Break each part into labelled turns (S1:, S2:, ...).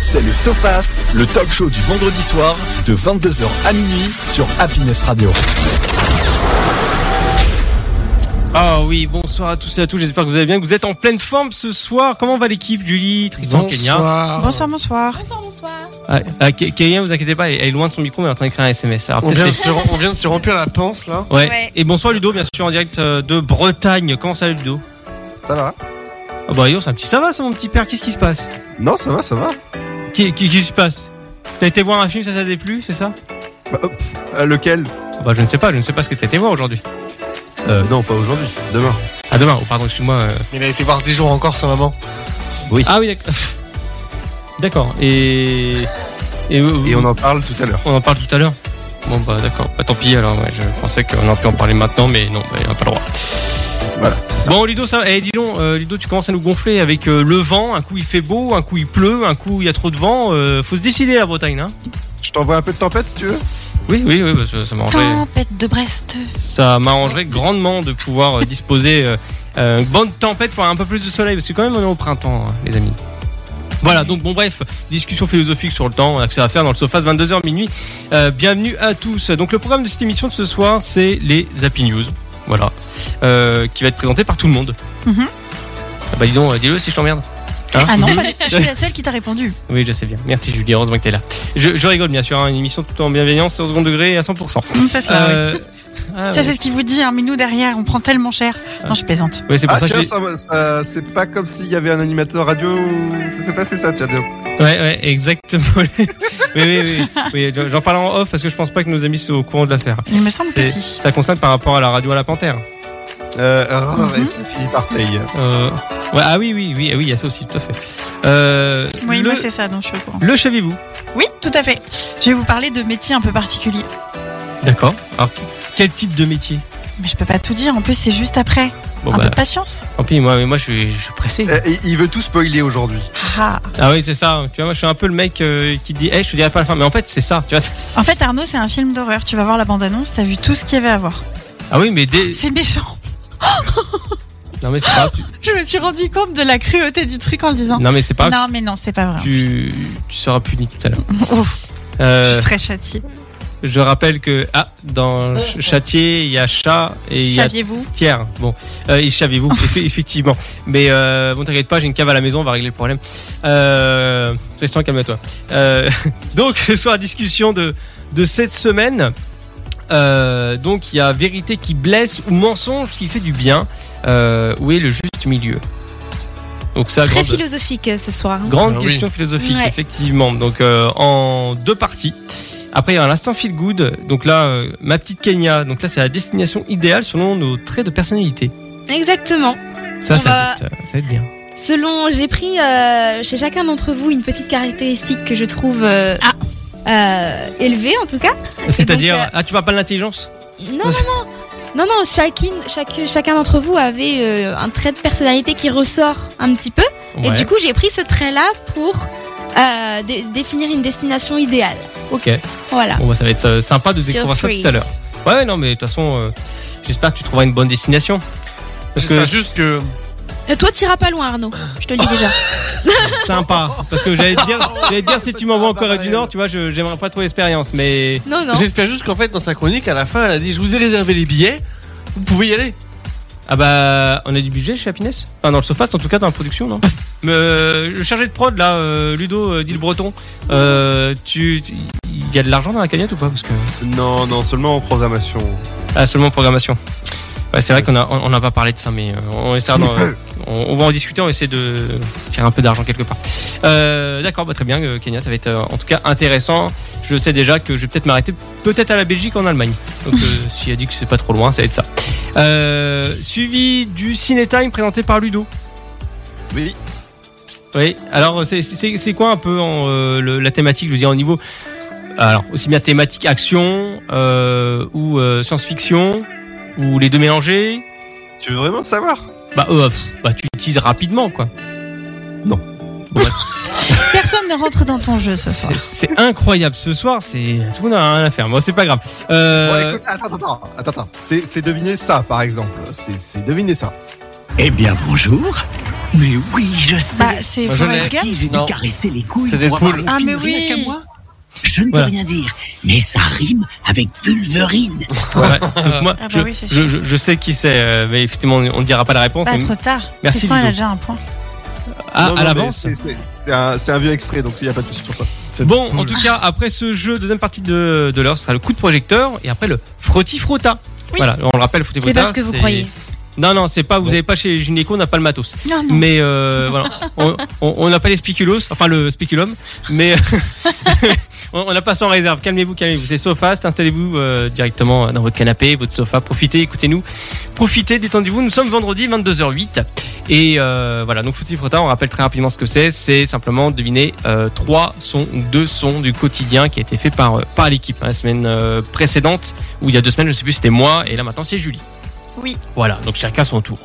S1: C'est le SoFast, le talk show du vendredi soir de 22h à minuit sur Happiness Radio.
S2: Ah oui, bonsoir à tous et à toutes, j'espère que vous allez bien, que vous êtes en pleine forme ce soir. Comment va l'équipe Julie, Tristan, Kenya
S3: Bonsoir, bonsoir.
S4: Bonsoir, bonsoir.
S2: ah, ah, Ke- Kenya, vous inquiétez pas, elle elle est loin de son micro, mais elle est en train d'écrire un SMS. Alors,
S5: On
S2: peut-être
S5: vient, de
S2: c'est-
S5: se, on vient de se remplir la panse là.
S2: ouais.
S4: Ouais.
S2: Et bonsoir Ludo, bien sûr, en direct euh, de Bretagne. Comment ça va Ludo
S5: Ça va
S2: Ah bah yo, c'est un petit ça va ça mon petit père, qu'est-ce qui se passe
S5: Non, ça va, ça va.
S2: Qu'est- Qu'est-ce qui se passe T'as été voir un film, ça ça t'a plu, c'est ça
S5: Bah, hop, euh, lequel
S2: Ah Bah je ne sais pas, je ne sais pas ce que t'as été voir aujourd'hui.
S5: euh, Non, pas aujourd'hui, demain.
S2: Ah demain, oh pardon, excuse-moi. euh.
S5: Il a été voir 10 jours encore sa maman.
S2: Ah oui, d'accord. D'accord, et... Et,
S5: Et on en parle tout à l'heure.
S2: On en parle tout à l'heure. Bon bah d'accord. Bah, tant pis alors. ouais, je pensais qu'on aurait pu en parler maintenant, mais non, bah, on n'a pas le droit.
S5: Voilà, c'est ça.
S2: Bon Ludo, ça. Eh dis donc, euh, Ludo, tu commences à nous gonfler avec euh, le vent. Un coup il fait beau, un coup il pleut, un coup il y a trop de vent. Euh, faut se décider la Bretagne, hein
S5: Je t'envoie un peu de tempête si tu veux
S2: Oui, oui, oui. bah, ça ça m'arrangerait.
S3: Tempête de Brest.
S2: Ça m'arrangerait grandement de pouvoir euh, disposer euh, euh, une bonne tempête pour avoir un peu plus de soleil, parce que quand même on est au printemps, hein, les amis. Voilà, donc bon bref, discussion philosophique sur le temps, on a que ça à faire dans le Sofas 22h minuit. Euh, bienvenue à tous. Donc le programme de cette émission de ce soir, c'est les Happy News, voilà, euh, qui va être présenté par tout le monde.
S3: Mhm.
S2: Ah bah dis donc, euh, dis-le si je t'emmerde. Hein
S3: Ah non, bah,
S4: Je suis la seule qui t'a répondu.
S2: Oui, je sais bien. Merci Julie, heureusement que t'es là. Je, je rigole bien sûr, hein, une émission tout en bienveillance, au second degré et à 100%.
S3: ça c'est
S2: Euh, ah
S3: Ça
S2: ouais.
S3: c'est ce qu'il vous dit, hein, mais nous derrière on prend tellement cher. Non, je plaisante.
S2: Ouais, c'est pour
S5: Ah
S2: ça que
S5: tiens,
S2: j'ai-
S5: ça- ça- c'est pas comme s'il y avait un animateur radio. ou- Ça s'est passé ça, tiens. dis donc.
S2: Ouais, ouais, exactement. oui, oui, oui. oui j'en- J'en parle en off parce que je pense pas que nos amis soient au courant de l'affaire.
S3: Il me semble que
S2: C'est-
S3: si.
S2: Ça concerne par rapport à la radio à la panthère.
S5: Euh, ah,
S3: Mhm.
S5: Et c'est fini par paye.
S2: Euh, ouais, ah oui, oui, oui, ah oui, il y a ça aussi, tout à fait. Euh,
S3: Oui,
S2: le
S3: moi c'est ça dont je suis au courant.
S2: le saviez-vous
S3: Oui, tout à fait. Je vais vous parler de métiers un peu particuliers.
S2: D'accord. Alors, quel type de métier
S3: Mais je peux pas tout dire, en plus c'est juste après.
S2: Bon,
S3: un peu
S2: bah,
S3: de patience.
S2: tant pis, moi, mais moi je, suis, je suis pressé.
S5: Euh, il- il veut tout spoiler aujourd'hui.
S3: Ah.
S2: Ah oui, c'est ça. Tu vois, moi je suis un peu le mec euh, qui dit, Eh, je te dirai pas la fin. Mais en fait, c'est ça, tu vois.
S3: En fait, Arnaud, c'est un film d'horreur. Tu vas voir la bande-annonce, t'as vu tout ce qu'il y avait à voir.
S2: Ah oui, mais dès.
S3: C'est méchant.
S2: Non, mais c'est pas grave. tu-
S3: Je me suis rendu compte de la cruauté du truc en le disant.
S2: Non, mais c'est pas grave.
S3: Non, mais non, c'est pas vrai.
S2: Tu, tu seras puni tout à l'heure.
S3: Ouf,
S2: Euh,
S3: je serais châtiée.
S2: Je rappelle que ah, dans Ch- Châtier, il y a chat et il y a
S3: Saviez-vous
S2: tiers. Bon, euh, et savez-vous, effe- effectivement. Mais euh, bon, t'inquiète pas, j'ai une cave à la maison, on va régler le problème. Euh, Tristan, calme-toi. Euh, donc, ce soir, discussion de, de cette semaine. Euh, donc, il y a vérité qui blesse ou mensonge qui fait du bien. Euh, où est le juste milieu Donc, ça,
S4: Très
S2: grande,
S4: philosophique euh, ce soir. hein.
S2: Grande
S5: Ah oui.
S2: question philosophique,
S4: Ouais.
S2: effectivement. Donc euh, en deux parties. Après, il y a l'instant feel good. Donc là, euh, ma petite Kenya. Donc là, c'est la destination idéale selon nos traits de personnalité.
S4: Exactement.
S2: Ça,
S4: On
S2: ça,
S4: va-
S2: va être, euh, ça va être bien.
S4: Selon, j'ai pris euh, chez chacun d'entre vous une petite caractéristique que je trouve euh, euh, élevée en tout cas.
S2: Ah. C'est-à-dire,
S4: donc, euh,
S2: ah, tu parles pas de l'intelligence
S4: Non, non, non. Non, non, chacune, chaque, chacun d'entre vous avait euh, un trait de personnalité qui ressort un petit peu. Et
S2: Ouais.
S4: du coup, j'ai pris ce trait-là pour euh, dé- définir une destination idéale.
S2: Ok.
S4: Voilà.
S2: Bon, bah, ça va être euh, sympa de découvrir ça
S4: ah. Surprise.
S2: tout à l'heure. Ouais, ouais, non, mais de toute façon, euh, j'espère que tu trouveras une bonne destination. Parce que
S5: J'espère juste que.
S4: Euh, toi, t'iras pas loin, Arnaud. Je te le dis déjà.
S2: sympa. Parce que j'allais te dire, j'allais te dire si
S5: Ça
S2: tu m'envoies en
S5: tira
S2: Corée du
S5: pareil.
S2: Nord, tu vois, je- j'aimerais pas trop l'expérience, mais
S4: Non, non.
S5: J'espère juste qu'en fait, dans sa chronique, à la fin, elle a dit Je vous ai réservé les billets, vous pouvez y aller.
S2: Ah bah, on a du budget chez Happiness Enfin, dans le Sofast, en tout cas, dans la production, non Mais, euh, Le chargé de prod, là, euh, Ludo, euh, dit le breton, euh, tu... tu- Il y a de l'argent dans la cagnotte ou pas Parce que.
S5: Non, non, seulement en programmation.
S2: Ah, seulement programmation. Ouais, c'est vrai qu'on a- on n'a pas parlé de ça, mais euh, on, essaiera d'en- on, on va en discuter, on va essayer de tirer un peu d'argent quelque part. Euh, D'accord, bah, très bien, euh, Kenya, ça va être euh, en tout cas intéressant. Je sais déjà que je vais peut-être m'arrêter, peut-être à la Belgique, en Allemagne. Donc, euh, s'il a dit que c'est pas trop loin, ça va être ça. Euh, suivi du Ciné Time présenté par Ludo.
S5: Oui.
S2: Oui, alors c'est- c'est c'est quoi un peu en, euh, le- la thématique, je veux dire, au niveau. Alors, aussi bien thématique action euh, ou euh, science-fiction ou les deux mélangés
S5: Tu veux vraiment savoir
S2: Bah, euh, pff, bah tu utilises rapidement quoi.
S3: Personne ne rentre dans ton jeu ce soir.
S2: C'est- C'est incroyable ce soir, c'est tout le monde a rien à faire. Bon, c'est pas grave. Euh,
S5: Bon, écoute, attends, attends, attends, attends. C'est, c'est deviner ça, par exemple. C'est, c'est deviner ça.
S6: Eh bien bonjour, Mais oui, je sais.
S3: Bah, c'est
S2: Moi, je
S3: Forrest
S2: l'ai.
S3: Gump.
S6: Qui j'ai dû
S5: non.
S6: caresser les couilles
S5: C'est
S6: pour
S5: Deadpool.
S6: avoir
S3: Ah, mais
S6: aucune rien
S3: oui.
S6: qu'à moi Je ne peux
S2: Voilà.
S6: rien dire, mais ça rime avec Vulverine.
S2: Ouais.
S7: euh,
S2: Donc moi,
S3: Ah bah
S2: je,
S3: oui, c'est
S2: je,
S3: sûr.
S2: je- je sais qui c'est, euh, mais effectivement, on ne dira pas la réponse.
S3: Pas
S2: mais-
S3: Bah, trop tard.
S2: Merci,
S3: Tristan, il
S2: Ludo.
S3: a déjà un point.
S2: Ah,
S7: Non, non,
S2: à
S7: mais
S2: l'avance.
S7: c'est- C'est c'est un, c'est un vieux extrait, donc il n'y a pas de souci pour ça.
S2: Bon, en tout cas, après ce jeu, deuxième partie de, de l'heure, ce sera le coup de projecteur et après le frotti-frotta. Voilà, on le rappelle, frotti-frotta.
S4: C'est pas ce que vous
S2: c'est-
S4: croyez.
S2: Non, non, c'est pas, vous n'avez pas chez Gynéco, on n'a pas le matos.
S3: Non, non.
S2: Mais euh, voilà, on on- on n'a pas les spiculos, enfin le spiculum, mais on on n'a pas ça en réserve. Calmez-vous, calmez-vous. C'est le sofa, c'est- installez-vous euh, directement dans votre canapé, votre sofa. Profitez, écoutez-nous. Profitez, détendez-vous. Nous sommes vendredi 22h08. Et euh, voilà, donc Fouti Frotta, on rappelle très rapidement ce que c'est. C'est simplement deviner euh, trois sons ou deux sons du quotidien qui a été fait par, euh, par l'équipe hein, la semaine euh, précédente, ou il y a deux semaines, je sais plus, c'était moi, et là maintenant c'est Julie.
S3: Oui.
S2: Voilà, donc chacun son tour.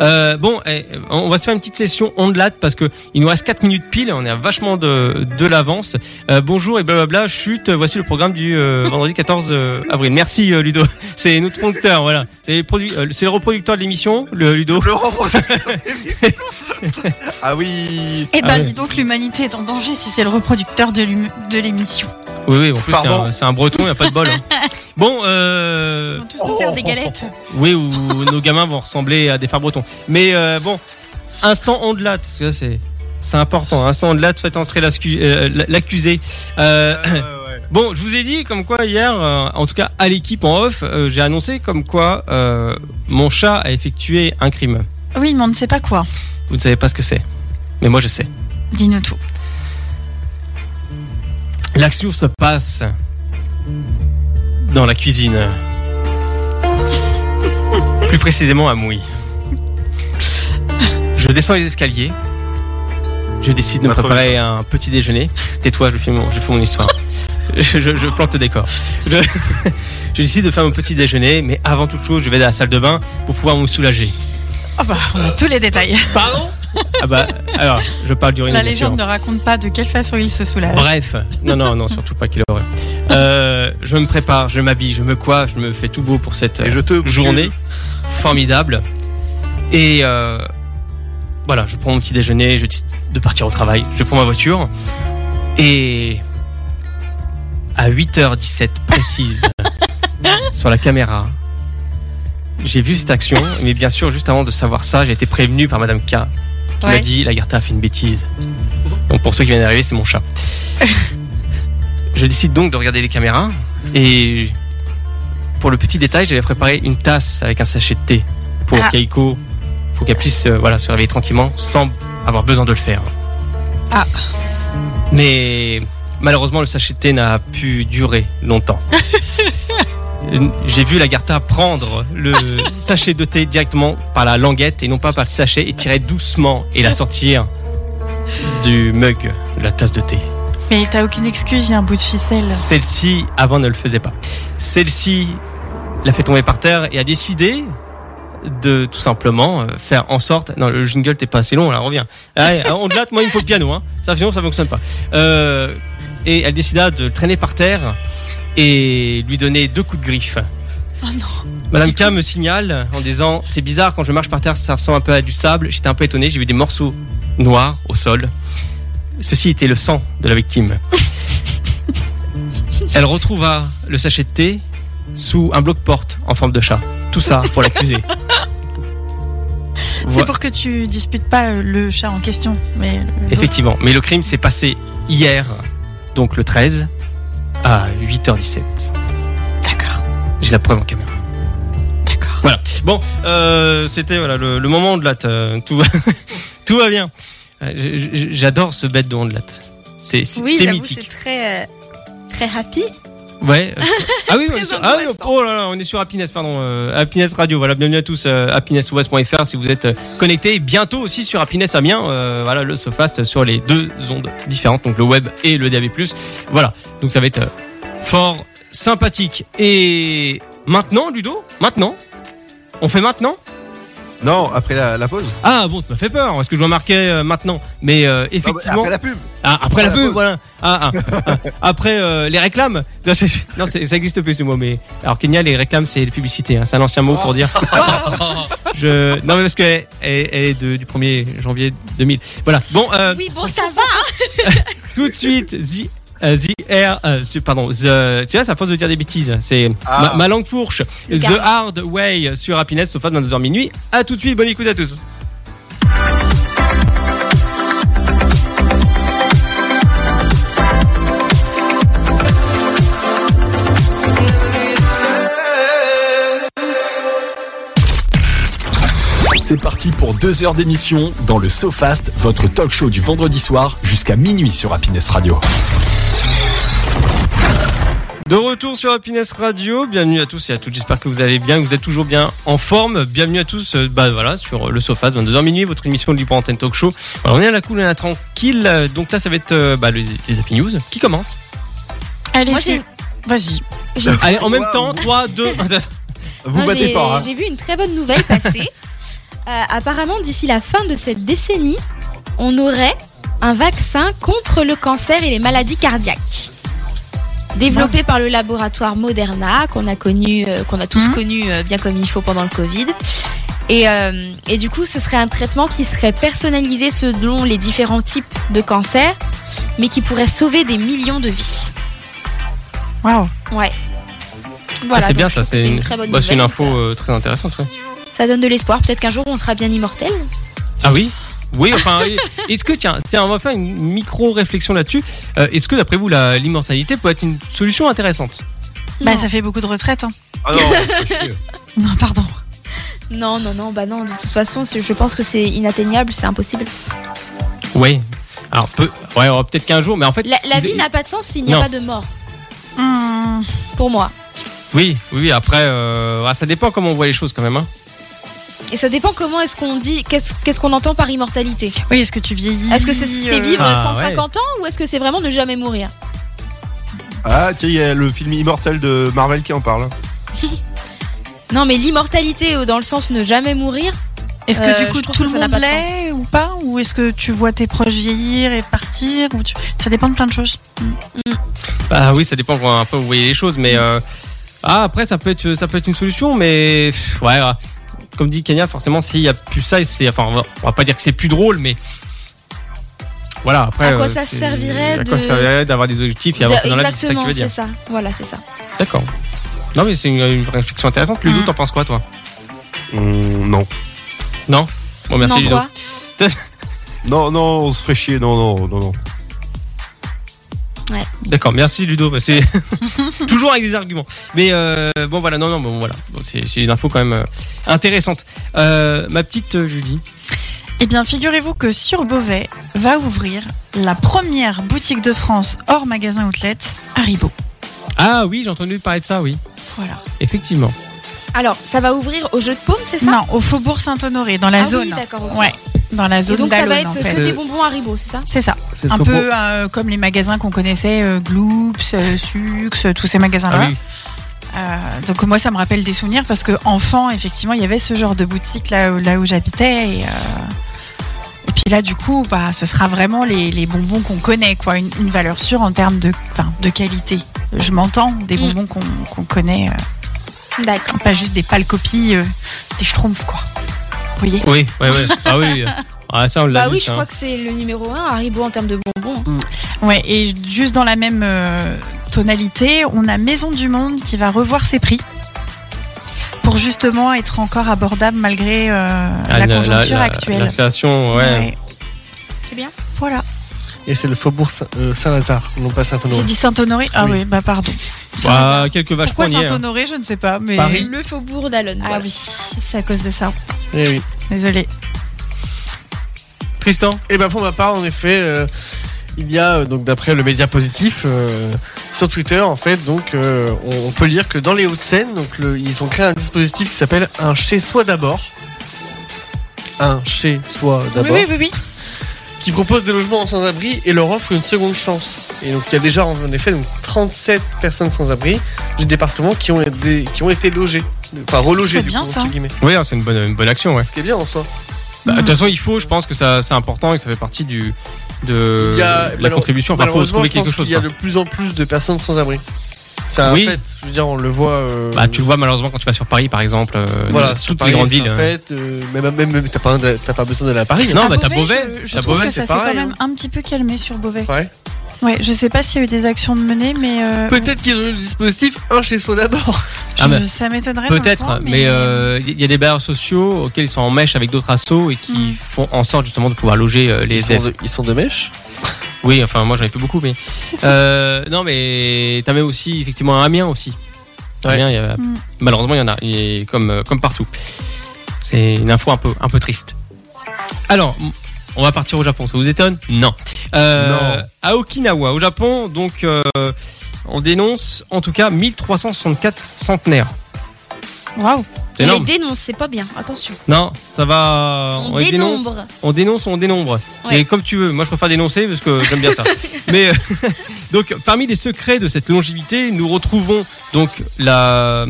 S2: Euh, bon, eh, on va se faire une petite session ondelat parce que il nous reste 4 minutes pile, on est à vachement de, de l'avance. Euh, bonjour et blablabla, chute, voici le programme du euh, vendredi 14 euh, avril. Merci euh, Ludo, c'est notre producteur, voilà. C'est les produ- euh, c'est le reproducteur de l'émission, le Ludo.
S7: Le remporteur de l'émission. Ah oui
S3: Eh ben,
S2: Ah ouais.
S3: dis donc, l'humanité est en danger si c'est le reproducteur de l'hum- de l'émission.
S2: Oui, oui, en plus, c'est
S7: Pardon.
S2: un, c'est un breton, il n'y a pas de bol. hein. Bon, euh,
S3: Ils vont tous nous faire des galettes.
S2: oui, ou nos gamins vont ressembler à des frères bretons. Mais euh, bon, instant ondelat, parce que là, c'est. C'est important, instant ondelat, faites entrer l'accu- euh, l'accusé. Euh, bon, je vous ai dit comme quoi hier, euh, en tout cas à l'équipe en off, euh, j'ai annoncé comme quoi euh, mon chat a effectué un crime.
S3: Oui, mais on ne sait pas quoi.
S2: Vous ne savez pas ce que c'est, mais moi je sais.
S3: Dis-nous tout.
S2: L'action se passe dans la cuisine. Plus précisément à Mouy. Je descends les escaliers. Je décide de me
S7: Pas trop
S2: préparer un petit déjeuner. Tais-toi, je fais mon, je fais mon histoire. Je, je- je plante le décor. Je, je décide de faire mon petit déjeuner, mais avant toute chose, je vais à la salle de bain pour pouvoir me soulager.
S3: Ah bah, on a tous les détails.
S2: Pardon Ah bah, alors, je parle du
S3: La légende ne raconte pas de quelle façon il se soulage.
S2: Bref, non, non, non, surtout pas qu'il aurait. Euh, je me prépare, je m'habille, je me coiffe, je me fais tout beau pour cette euh,
S7: Et je te.
S2: journée formidable. Et euh, voilà, je prends mon petit déjeuner, je décide de partir au travail, je prends ma voiture. Et à 8h17 précise, sur la caméra, j'ai vu cette action, mais bien sûr, juste avant de savoir ça, j'ai été prévenu par Madame K, qui m'a
S3: Ouais.
S2: dit Lagarta a fait une bêtise. Donc pour ceux qui viennent d'arriver, c'est mon chat. je décide donc de regarder les caméras et pour le petit détail, j'avais préparé une tasse avec un sachet de thé pour
S3: Ah.
S2: Keiko, pour qu'elle puisse euh, voilà, se réveiller tranquillement sans avoir besoin de le faire.
S3: Ah.
S2: Mais malheureusement, le sachet de thé n'a pu durer longtemps. J'ai vu Lagarta prendre le sachet de thé directement par la languette et non pas par le sachet et tirer doucement et la sortir du mug, de la tasse de thé.
S3: Mais t'as aucune excuse, il y a un bout de ficelle.
S2: Celle-ci, avant, ne le faisait pas. Celle-ci l'a fait tomber par terre et a décidé de tout simplement euh, faire en sorte. Non, le jingle t'es pas assez long, là, reviens. Allez, on latte, moi, il me faut le piano. Hein. Ça, sinon, ça fonctionne pas. Euh, et elle décida de le traîner par terre et lui donner deux coups de griffe.
S3: Oh non.
S2: Madame K me signale en disant C'est bizarre, quand je marche par terre, ça ressemble un peu à du sable. J'étais un peu étonné, j'ai vu des morceaux noirs au sol. Ceci était le sang de la victime. Elle retrouva le sachet de thé sous un bloc-porte en forme de chat. Tout ça pour l'accuser.
S3: C'est
S2: Voi-
S3: pour que tu disputes pas le chat en question, mais le-
S2: Effectivement, mais le crime s'est passé hier, donc le 13, à 8h17.
S3: D'accord,
S2: J'ai la preuve en caméra.
S3: d'accord.
S2: Voilà. Bon, euh, c'était voilà le, le moment de latte. Euh, Tout, va- tout va bien. Euh, j- j- J'adore ce bête de ondelat. C'est c'est-
S4: Oui,
S2: c'est
S4: j'avoue, c'est
S2: mythique.
S4: très, euh, très happy.
S2: Ouais. euh, ah oui, on est
S4: Très
S2: sur- ah oui,
S4: angoissant.
S2: oh là là, on est sur Happiness, pardon. euh, Happiness Radio. Voilà, bienvenue à tous. euh, HappinessOS.fr si vous êtes euh, connectés. Et bientôt aussi sur Happiness Amiens. euh, voilà, le Sofast sur les deux ondes différentes, donc le web et le DAB+. Voilà. Donc ça va être euh, fort sympathique. Et maintenant, Ludo, maintenant, on fait maintenant.
S7: Non, après la, la pause.
S2: Ah bon, tu m'as fait peur, parce que je dois marquer euh, maintenant. Mais euh,
S7: Non, mais
S2: effectivement.
S7: après la pub.
S2: Ah, après,
S7: Après
S2: la
S7: la
S2: pub,
S7: pause.
S2: voilà. Ah, ah, ah. Après euh, les réclames. Non, c'est- non, c'est- ça existe plus, ce mot. Mais alors Kenya, les réclames, c'est les publicités. hein. C'est un ancien mot pour dire. Oh. Je... Non, mais parce que elle, elle- elle est de- du 1er janvier 2000. Voilà. Bon, euh,
S4: Oui, bon, ça va.
S2: tout de suite, The, euh, the Air, euh, tu- pardon, the, tu vois, ça force de dire des bêtises. C'est
S7: Ah.
S2: ma, ma langue fourche. The
S4: Garde.
S2: Hard Way sur Happiness, sauf à 22h minuit. À tout de suite, bonne écoute à tous.
S1: C'est parti pour deux heures d'émission dans le SoFast, votre talk show du vendredi soir jusqu'à minuit sur Happiness Radio.
S2: De retour sur Happiness Radio, bienvenue à tous et à toutes. J'espère que vous allez bien, que vous êtes toujours bien en forme. Bienvenue à tous euh, bah, voilà, sur le Sofas, 22h minuit, votre émission de Libre Antenne Talk Show. Voilà, on est à la cool, on est à la tranquille. Euh, Donc là, ça va être euh, bah, les, les Happy News qui commencent.
S3: Allez,
S4: Moi,
S3: c'est-
S4: j'ai-
S3: vas-y.
S2: Allez, en même
S7: Wow.
S2: temps, 3, 2, 1.
S7: Vous
S4: Non,
S7: battez
S4: j'ai-
S7: pas. hein.
S4: J'ai vu une très bonne nouvelle passer. Euh, apparemment, d'ici la fin de cette décennie, on aurait un vaccin contre le cancer et les maladies cardiaques. Développé par le laboratoire Moderna, qu'on a connu, euh, qu'on a tous
S2: Hein
S3: Mhm.
S4: connu euh, bien comme il faut pendant le Covid. Et, euh, et du coup, ce serait un traitement qui serait personnalisé selon les différents types de cancers, mais qui pourrait sauver des millions de vies.
S3: Waouh.
S4: Ouais.
S2: Ah,
S4: Voilà,
S2: c'est bien
S4: donc je
S2: ça,
S4: trouve que
S2: c'est une,
S4: très bonne
S2: bah, c'est une
S4: nouvelle.
S2: info euh, très intéressante. ouais.
S4: Ça donne de l'espoir. Peut-être qu'un jour on sera bien immortel.
S2: Ah oui oui, enfin, est-ce que, tiens, tiens, on va faire une micro-réflexion là-dessus. Euh, Est-ce que, d'après vous, la- l'immortalité peut être une solution intéressante
S3: Bah, ça fait beaucoup de retraites. hein.
S7: Ah non, faut chier.
S3: Non, pardon.
S4: Non, non, non, bah non. De toute façon, c'est- je pense que c'est inatteignable, c'est impossible.
S2: Oui. Alors, peut, ouais, alors, peut-être qu'un jour, mais en fait.
S4: La, la
S2: vous-
S4: vie n'a pas de sens s'il n'y
S2: Non.
S4: a pas de mort,
S3: Hmm,
S4: pour moi.
S2: Oui, oui, oui, après, euh, ah, ça dépend comment on voit les choses quand même. hein.
S4: Et ça dépend comment est-ce qu'on dit, qu'est-ce qu'est-ce qu'on entend par immortalité.
S3: Oui, est-ce que tu vieillis
S4: Est-ce que c'est c'est
S3: euh,
S4: vivre
S2: Ah,
S4: 150 ans ou est-ce que c'est vraiment ne jamais mourir
S7: Ah, tiens, il y a le film Immortel de Marvel qui en parle.
S4: Non, mais l'immortalité euh, dans le sens ne jamais mourir.
S3: Est-ce que
S4: Euh,
S3: du
S4: je
S3: coup
S4: trouve
S3: tout
S4: que
S3: le
S4: ça n'a
S3: monde
S4: pas de
S3: l'est ou pas Ou est-ce que tu vois tes proches vieillir et partir ou tu- Ça dépend de plein de choses.
S2: Bah oui, ça dépend un peu où vous voyez les choses, mais euh, ah, après, ça peut, être, ça peut être une solution, mais pff, ouais, ouais. comme dit Kenya, forcément, s'il n'y a plus ça, c'est, enfin, on va, on va pas dire que c'est plus drôle, mais. Voilà, après.
S4: À quoi
S2: euh,
S4: ça
S2: c'est-
S4: servirait
S2: À quoi
S4: de-
S2: ça servirait d'avoir des objectifs et avancer dans la vie, c'est ça que tu
S4: Exactement,
S2: veux dire.
S4: c'est ça. Voilà, c'est ça. Mmh.
S2: D'accord. Non, mais c'est une, une réflexion intéressante. Ludo,
S3: Mm.
S2: t'en penses quoi, toi
S7: Hum, non.
S2: Bon, merci,
S4: non,
S2: Ludo.
S4: quoi
S7: Non, non, on se ferait chier. Non, non, non, non.
S2: D'accord, merci Ludo, parce que toujours avec des arguments. Mais euh, bon voilà, non, non, bon voilà, Bon, c'est c'est une info quand même euh, intéressante. Euh, ma petite euh, Julie,
S3: Eh bien, figurez-vous que sur Beauvais va ouvrir la première boutique de France hors magasin outlet, Haribo.
S2: ah oui, j'ai entendu parler de ça, oui,
S3: Voilà.
S2: effectivement.
S4: Alors, ça va ouvrir au jeu de paume, c'est ça
S3: Non, au Faubourg Saint-Honoré, dans la
S4: Ah oui,
S3: zone.
S4: d'accord, ok.
S3: Ouais, dans la
S4: Et
S3: zone
S4: donc ça va
S3: d'Allonne,
S4: être
S3: en
S4: que
S3: fait.
S4: des bonbons Haribo, c'est ça
S3: C'est ça.
S2: C'est
S3: Un peu euh, comme les magasins qu'on connaissait, euh, Gloops, euh, Suxe, euh, tous ces magasins-là.
S2: Ah oui,
S3: Euh, donc moi, ça me rappelle des souvenirs parce que enfant, effectivement, il y avait ce genre de boutique là, où- là où j'habitais. Et, euh, et puis là, du coup, bah, ce sera vraiment les, les bonbons qu'on connaît, quoi, une, une valeur sûre en termes de, enfin, de qualité. Je m'entends, des
S4: Mm.
S3: bonbons qu'on qu'on connaît, euh,
S4: D'accord.
S3: pas juste des pâles copies, euh, des schtroumpfs, quoi. Vous voyez
S2: oui, ouais, ouais. ah oui, ah, ça on l'a
S4: Bah
S2: vu,
S4: oui, je
S2: ça,
S4: crois
S2: hein.
S4: que c'est le numéro 1 Haribo en termes de bonbons.
S3: Ouais, et juste dans la même euh, tonalité, on a Maison du Monde qui va revoir ses prix pour justement être encore abordable malgré euh,
S2: Ah,
S3: la, conjoncture
S2: la-
S3: actuelle.
S2: L'inflation, ouais.
S4: C'est bien.
S3: Voilà.
S5: Et c'est le faubourg Saint- euh, Saint-Lazare, non pas
S3: J'ai
S5: Saint-Honoré.
S3: dit Saint-Honoré. Ah
S5: Oui.
S3: oui, bah pardon.
S2: Bah, quelques vaches
S3: Pourquoi
S2: poignées, hein.
S3: Saint-Honoré, je ne sais pas. Mais...
S5: Paris.
S4: Le faubourg d'Alon.
S3: Ah oui, c'est à cause de ça.
S5: Eh oui.
S3: Désolée.
S2: Tristan,
S5: Et ben pour ma part, en effet, euh, il y a euh, donc d'après le média positif euh, sur Twitter, en fait, donc euh, on, on peut lire que dans les Hauts-de-Seine, donc le- ils ont créé un dispositif qui s'appelle un chez soi d'abord, un chez soi
S3: Oui,
S5: d'abord,
S3: oui, oui, oui.
S5: qui propose des logements en sans-abri et leur offre une seconde chance. Et donc il y a déjà en effet donc 37 personnes sans-abri du département qui ont, été- qui ont été logées Enfin, reloger,
S3: C'est
S5: du
S3: bien,
S5: coup,
S3: ça.
S5: entre guillemets.
S2: Oui, hein, c'est une bonne, une bonne action, ouais.
S5: Ce qui est bien en soi.
S2: Bah,
S3: Ah.
S2: De toute façon, il faut, je pense que ça, c'est important et que ça fait partie du, de
S5: Il y a-
S2: la
S5: malheure-
S2: contribution. Enfin, faut
S5: Malheureusement,
S2: trouver
S5: je pense
S2: quelque chose.
S5: qu'il y a
S2: quoi.
S5: de plus en plus de personnes sans abri. C'est un
S2: Oui.
S5: fait. Je veux dire, on le voit. euh,
S2: Bah, tu le vois malheureusement quand tu vas sur Paris, par exemple, euh,
S5: Voilà,
S2: toutes
S5: sur
S2: les
S5: Paris,
S2: grandes
S5: c'est
S2: villes.
S5: un
S2: euh,
S5: fait, euh, même, même, même- t'as pas, t'as pas besoin d'aller à Paris. hein.
S2: Non,
S3: À
S2: bah t'as Beauvais,
S3: je- je
S2: t'as
S3: trouve
S2: Beauvais,
S3: que
S2: c'est
S3: ça s'est
S2: pareil, hein.
S3: quand même un petit peu calmé sur Beauvais.
S5: Ouais.
S3: Ouais, je sais pas s'il y a eu des actions de mener, mais euh,
S5: Peut-être qu'ils ont eu le dispositif un chez soi d'abord.
S3: je-
S2: Ah, mais-
S3: ça m'étonnerait. dans le
S2: Peut-être,
S5: Ah,
S3: coin,
S2: mais euh, il y a des barrières sociaux auxquels ils sont en mèche avec d'autres assos et qui
S3: Mm.
S2: font en sorte justement de pouvoir loger euh, les
S5: Ils sont,
S2: SDF.
S5: de, ils sont de mèche.
S2: Oui, enfin moi j'en ai plus beaucoup, mais euh, non, mais t'as même aussi effectivement à Amiens aussi.
S5: Ouais.
S2: Amiens, il y a-
S3: Mm.
S2: malheureusement il y en a, et comme euh, comme partout. C'est une info un peu un peu triste. Alors. m- On va partir au Japon, ça vous étonne Non. Euh,
S7: Non.
S2: À Okinawa, au Japon, donc euh, on dénonce en tout cas 1364 centenaires.
S3: Waouh.
S2: C'est
S4: On les
S2: énorme.
S4: dénonce, c'est pas bien, attention.
S2: Non, ça va.
S4: On,
S2: les dénonce.
S4: dénombre.
S2: On dénonce, on dénombre.
S4: Ouais.
S2: Et comme tu veux, moi je préfère dénoncer parce que j'aime bien ça. Mais euh, donc parmi les secrets de cette longévité, nous retrouvons donc la euh,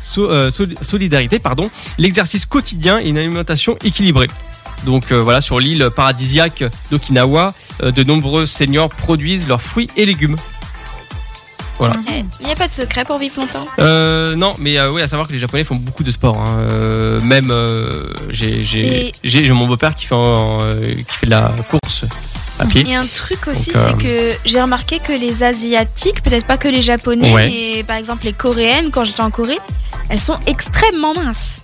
S2: so- euh, sol- solidarité, pardon, l'exercice quotidien et une alimentation équilibrée. Donc euh, voilà, sur l'île paradisiaque d'Okinawa, euh, de nombreux seniors produisent leurs fruits et légumes.
S4: Eh, Il n'y a pas de secret pour vivre longtemps.
S2: Euh, non, mais euh, oui, à savoir que les Japonais font beaucoup de sport. hein. Euh, même euh, j'ai j'ai
S4: Et-
S2: j'ai- j'ai mon beau-père qui fait en- euh, qui fait de la course à pied.
S4: Et un truc aussi,
S2: Donc, euh,
S4: c'est que j'ai remarqué que les Asiatiques, peut-être pas que les Japonais,
S2: Ouais.
S4: mais par exemple les Coréennes, quand j'étais en Corée, elles sont extrêmement minces.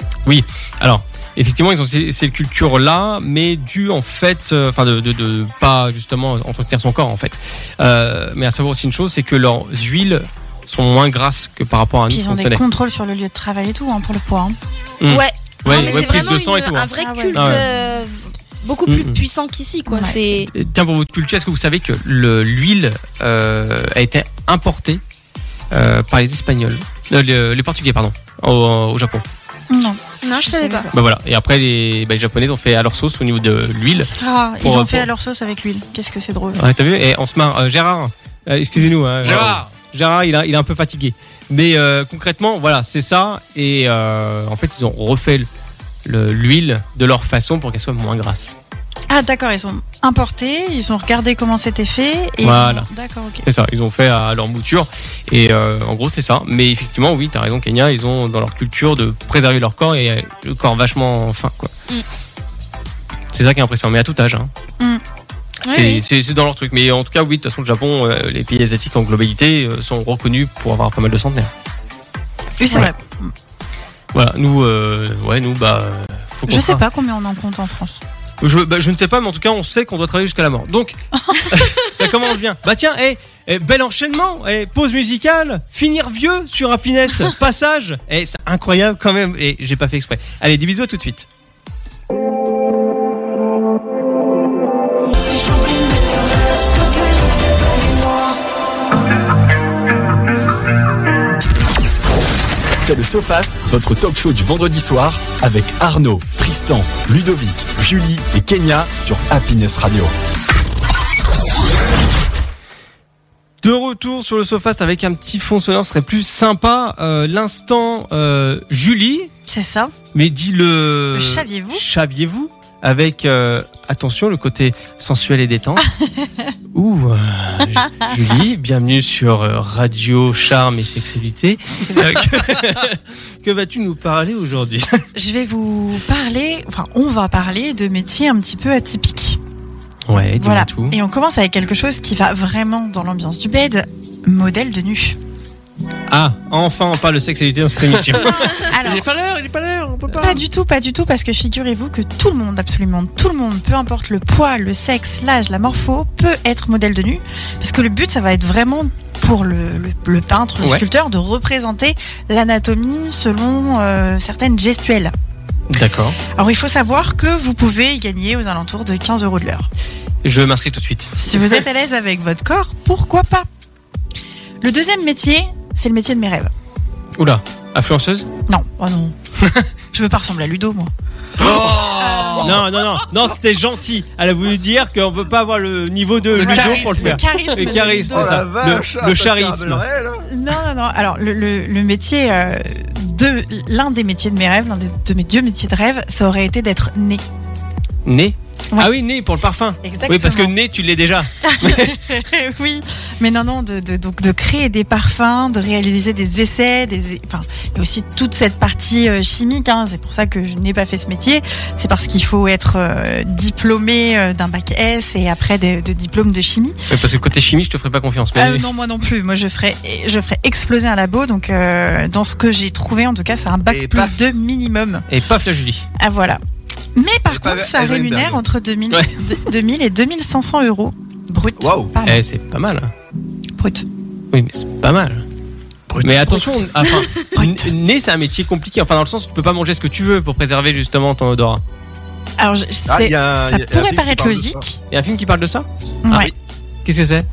S2: Alors, effectivement, ils ont ces- cette culture-là, mais due en fait, euh, enfin, de, de, de pas justement entretenir son corps en fait. Euh, mais à savoir aussi une chose, c'est que leurs huiles sont moins grasses que par rapport à nous
S3: Puis ils ont
S2: qu'on
S3: des
S2: connaît.
S3: contrôles sur le lieu de travail et tout hein, pour le poids. hein.
S2: Mm.
S4: Ouais,
S2: Ouais,
S4: Non, mais
S2: ouais,
S4: c'est
S2: prise
S4: vraiment
S2: de sang
S4: une-
S2: et tout.
S4: un
S2: hein.
S4: vrai
S3: Ah ouais.
S4: culte
S2: Ah ouais.
S4: euh, beaucoup plus
S2: Mm, mm.
S4: puissant qu'ici, quoi.
S3: Ouais.
S4: C'est
S2: Et Tiens, pour votre culture, est-ce que vous savez que le- l'huile euh, a été importée euh, par les Espagnols, Euh, les, les Portugais, pardon, au, au Japon.
S3: Non.
S4: non, je savais pas.
S2: Bah voilà. Et après, les, bah, les Japonais ont fait à leur sauce au niveau de l'huile.
S3: Ah, ils
S2: Pour-
S3: ont fait
S2: pour- Ah.
S3: à leur sauce avec l'huile. Qu'est-ce que c'est drôle.
S2: Ouais, t'as vu Et on se marre. Euh, Gérard, euh, excusez-nous. hein, Gérard, il, a- il est un peu fatigué. Mais euh, concrètement, voilà, c'est ça. Et euh, en fait, ils ont refait le- le- l'huile de leur façon pour qu'elle soit moins grasse.
S3: Ah d'accord, ils ont importé, ils ont regardé comment c'était fait. Et ils
S2: Voilà.
S3: ont- D'accord, ok.
S2: C'est ça, ils ont fait à leur mouture. Et euh, en gros, c'est ça. Mais effectivement, oui, t'as raison, Kenya, ils ont dans leur culture de préserver leur corps et euh, le corps vachement fin, quoi.
S4: Mm.
S2: C'est ça qui est impressionnant, mais à tout âge. Hein.
S3: Mm.
S2: C'est
S4: Oui, oui.
S2: c'est- c'est dans leur truc. Mais en tout cas, oui, de toute façon, le Japon, euh, les pays asiatiques en globalité euh, sont reconnus pour avoir pas mal de centenaires.
S3: Oui, c'est
S2: Ouais.
S3: vrai.
S2: Voilà, nous, euh, ouais, nous, bah. euh, faut qu'on
S3: Je sais
S2: tra-
S3: pas combien on en compte en France.
S2: Je, bah, je ne sais pas, mais en tout cas, on sait qu'on doit travailler jusqu'à la mort. Donc, ça commence bien. Bah tiens, eh, eh, bel enchaînement, et pause musicale, finir vieux sur Happiness, passage. Eh, c'est incroyable quand même, et j'ai pas fait exprès. Allez, des bisous à tout de suite.
S1: C'est le SoFast, votre talk show du vendredi soir avec Arnaud, Tristan, Ludovic, Julie et Kenya sur Happiness Radio.
S2: De retour sur le Sofast avec un petit fond sonore, ce serait plus sympa. Euh, L'instant euh, Julie,
S3: C'est ça.
S2: mais dis-le.
S3: Le saviez-vous
S2: Saviez-vous Avec, euh, attention, le côté sensuel et détente. Ouh, euh, Ju- Julie, bienvenue sur euh, Radio Charme et Sexualité. Euh, que que vas-tu nous parler aujourd'hui
S3: Je vais vous parler, enfin on va parler de métiers un petit peu atypiques.
S2: Ouais, dis-moi
S3: Voilà.
S2: tout.
S3: Et on commence avec quelque chose qui va vraiment dans l'ambiance du bed, modèle de nu.
S2: Ah, enfin, on parle de sexualité dans cette émission.
S3: Alors,
S5: Il est pas l'heure, il est pas l'heure, on peut pas.
S3: Pas du tout, pas du tout, parce que figurez-vous que tout le monde, absolument tout le monde, peu importe le poids, le sexe, l'âge, la morpho, peut être modèle de nu. Parce que le but, ça va être vraiment pour le, le- le peintre, le
S2: Ouais.
S3: sculpteur, de représenter l'anatomie selon euh, certaines gestuelles.
S2: D'accord.
S3: Alors il faut savoir que vous pouvez gagner aux alentours de 15 euros de l'heure.
S2: Je m'inscris tout de suite.
S3: Si vous êtes à l'aise avec votre corps, pourquoi pas Le deuxième métier, c'est le métier de mes rêves.
S2: Oula, influenceuse
S3: Non, oh non. Je veux pas ressembler à Ludo, moi. Oh.
S2: Non, non, non, non, c'était gentil. Elle a voulu dire qu'on peut pas avoir le niveau de Ludo pour le faire.
S3: charisme.
S2: Le
S3: de
S2: charisme,
S7: Ah,
S3: Ludo.
S2: c'est ça. Le- le charisme.
S3: Non, non, non. Alors, le, le- le métier euh, deux- l'un des métiers de mes rêves, l'un des- de mes deux métiers de rêve, ça aurait été d'être né.
S2: Né
S3: Ouais.
S2: Ah oui, né pour le parfum.
S3: Exactement.
S2: Oui, parce que né, tu l'es déjà.
S3: oui, mais non, non, de, de- donc de créer des parfums, de réaliser des essais, des, enfin, il y a aussi toute cette partie euh, chimique. hein, c'est pour ça que je n'ai pas fait ce métier. C'est parce qu'il faut être euh, diplômé euh, d'un bac S et après des- de diplôme de chimie.
S2: Ouais, Euh, parce que côté chimie, je te ferai pas confiance. Mais
S3: Euh, non, moi non plus. Moi, je ferais, je ferais exploser un labo. Donc, euh, dans ce que j'ai trouvé, en tout cas, c'est un bac
S7: Et
S3: plus
S7: paf.
S3: 2 minimum.
S2: Et paf, la Julie.
S3: Ah voilà. Mais par
S7: Et pas
S3: contre, ça
S7: Heisenberg.
S3: rémunère entre 2000,
S2: Ouais.
S3: de- 2000 et 2500 euros brut.
S7: Waouh.
S3: Par mois.
S2: Eh, c'est pas mal. hein.
S3: Brut.
S2: Oui, mais c'est pas mal. mais attention, enfin, n- né, c'est un métier compliqué. Enfin, dans le sens, où tu peux pas manger ce que tu veux pour préserver justement ton odorat.
S3: Alors, je-
S7: Ah,
S3: c'est-
S7: il y a-
S3: ça
S7: il y a- il y a un film
S3: pourrait
S7: qui
S3: paraître
S7: parle de ça.
S3: logique.
S2: Il y a un film qui parle de ça
S3: Ouais.
S2: Ah oui. Qu'est-ce que c'est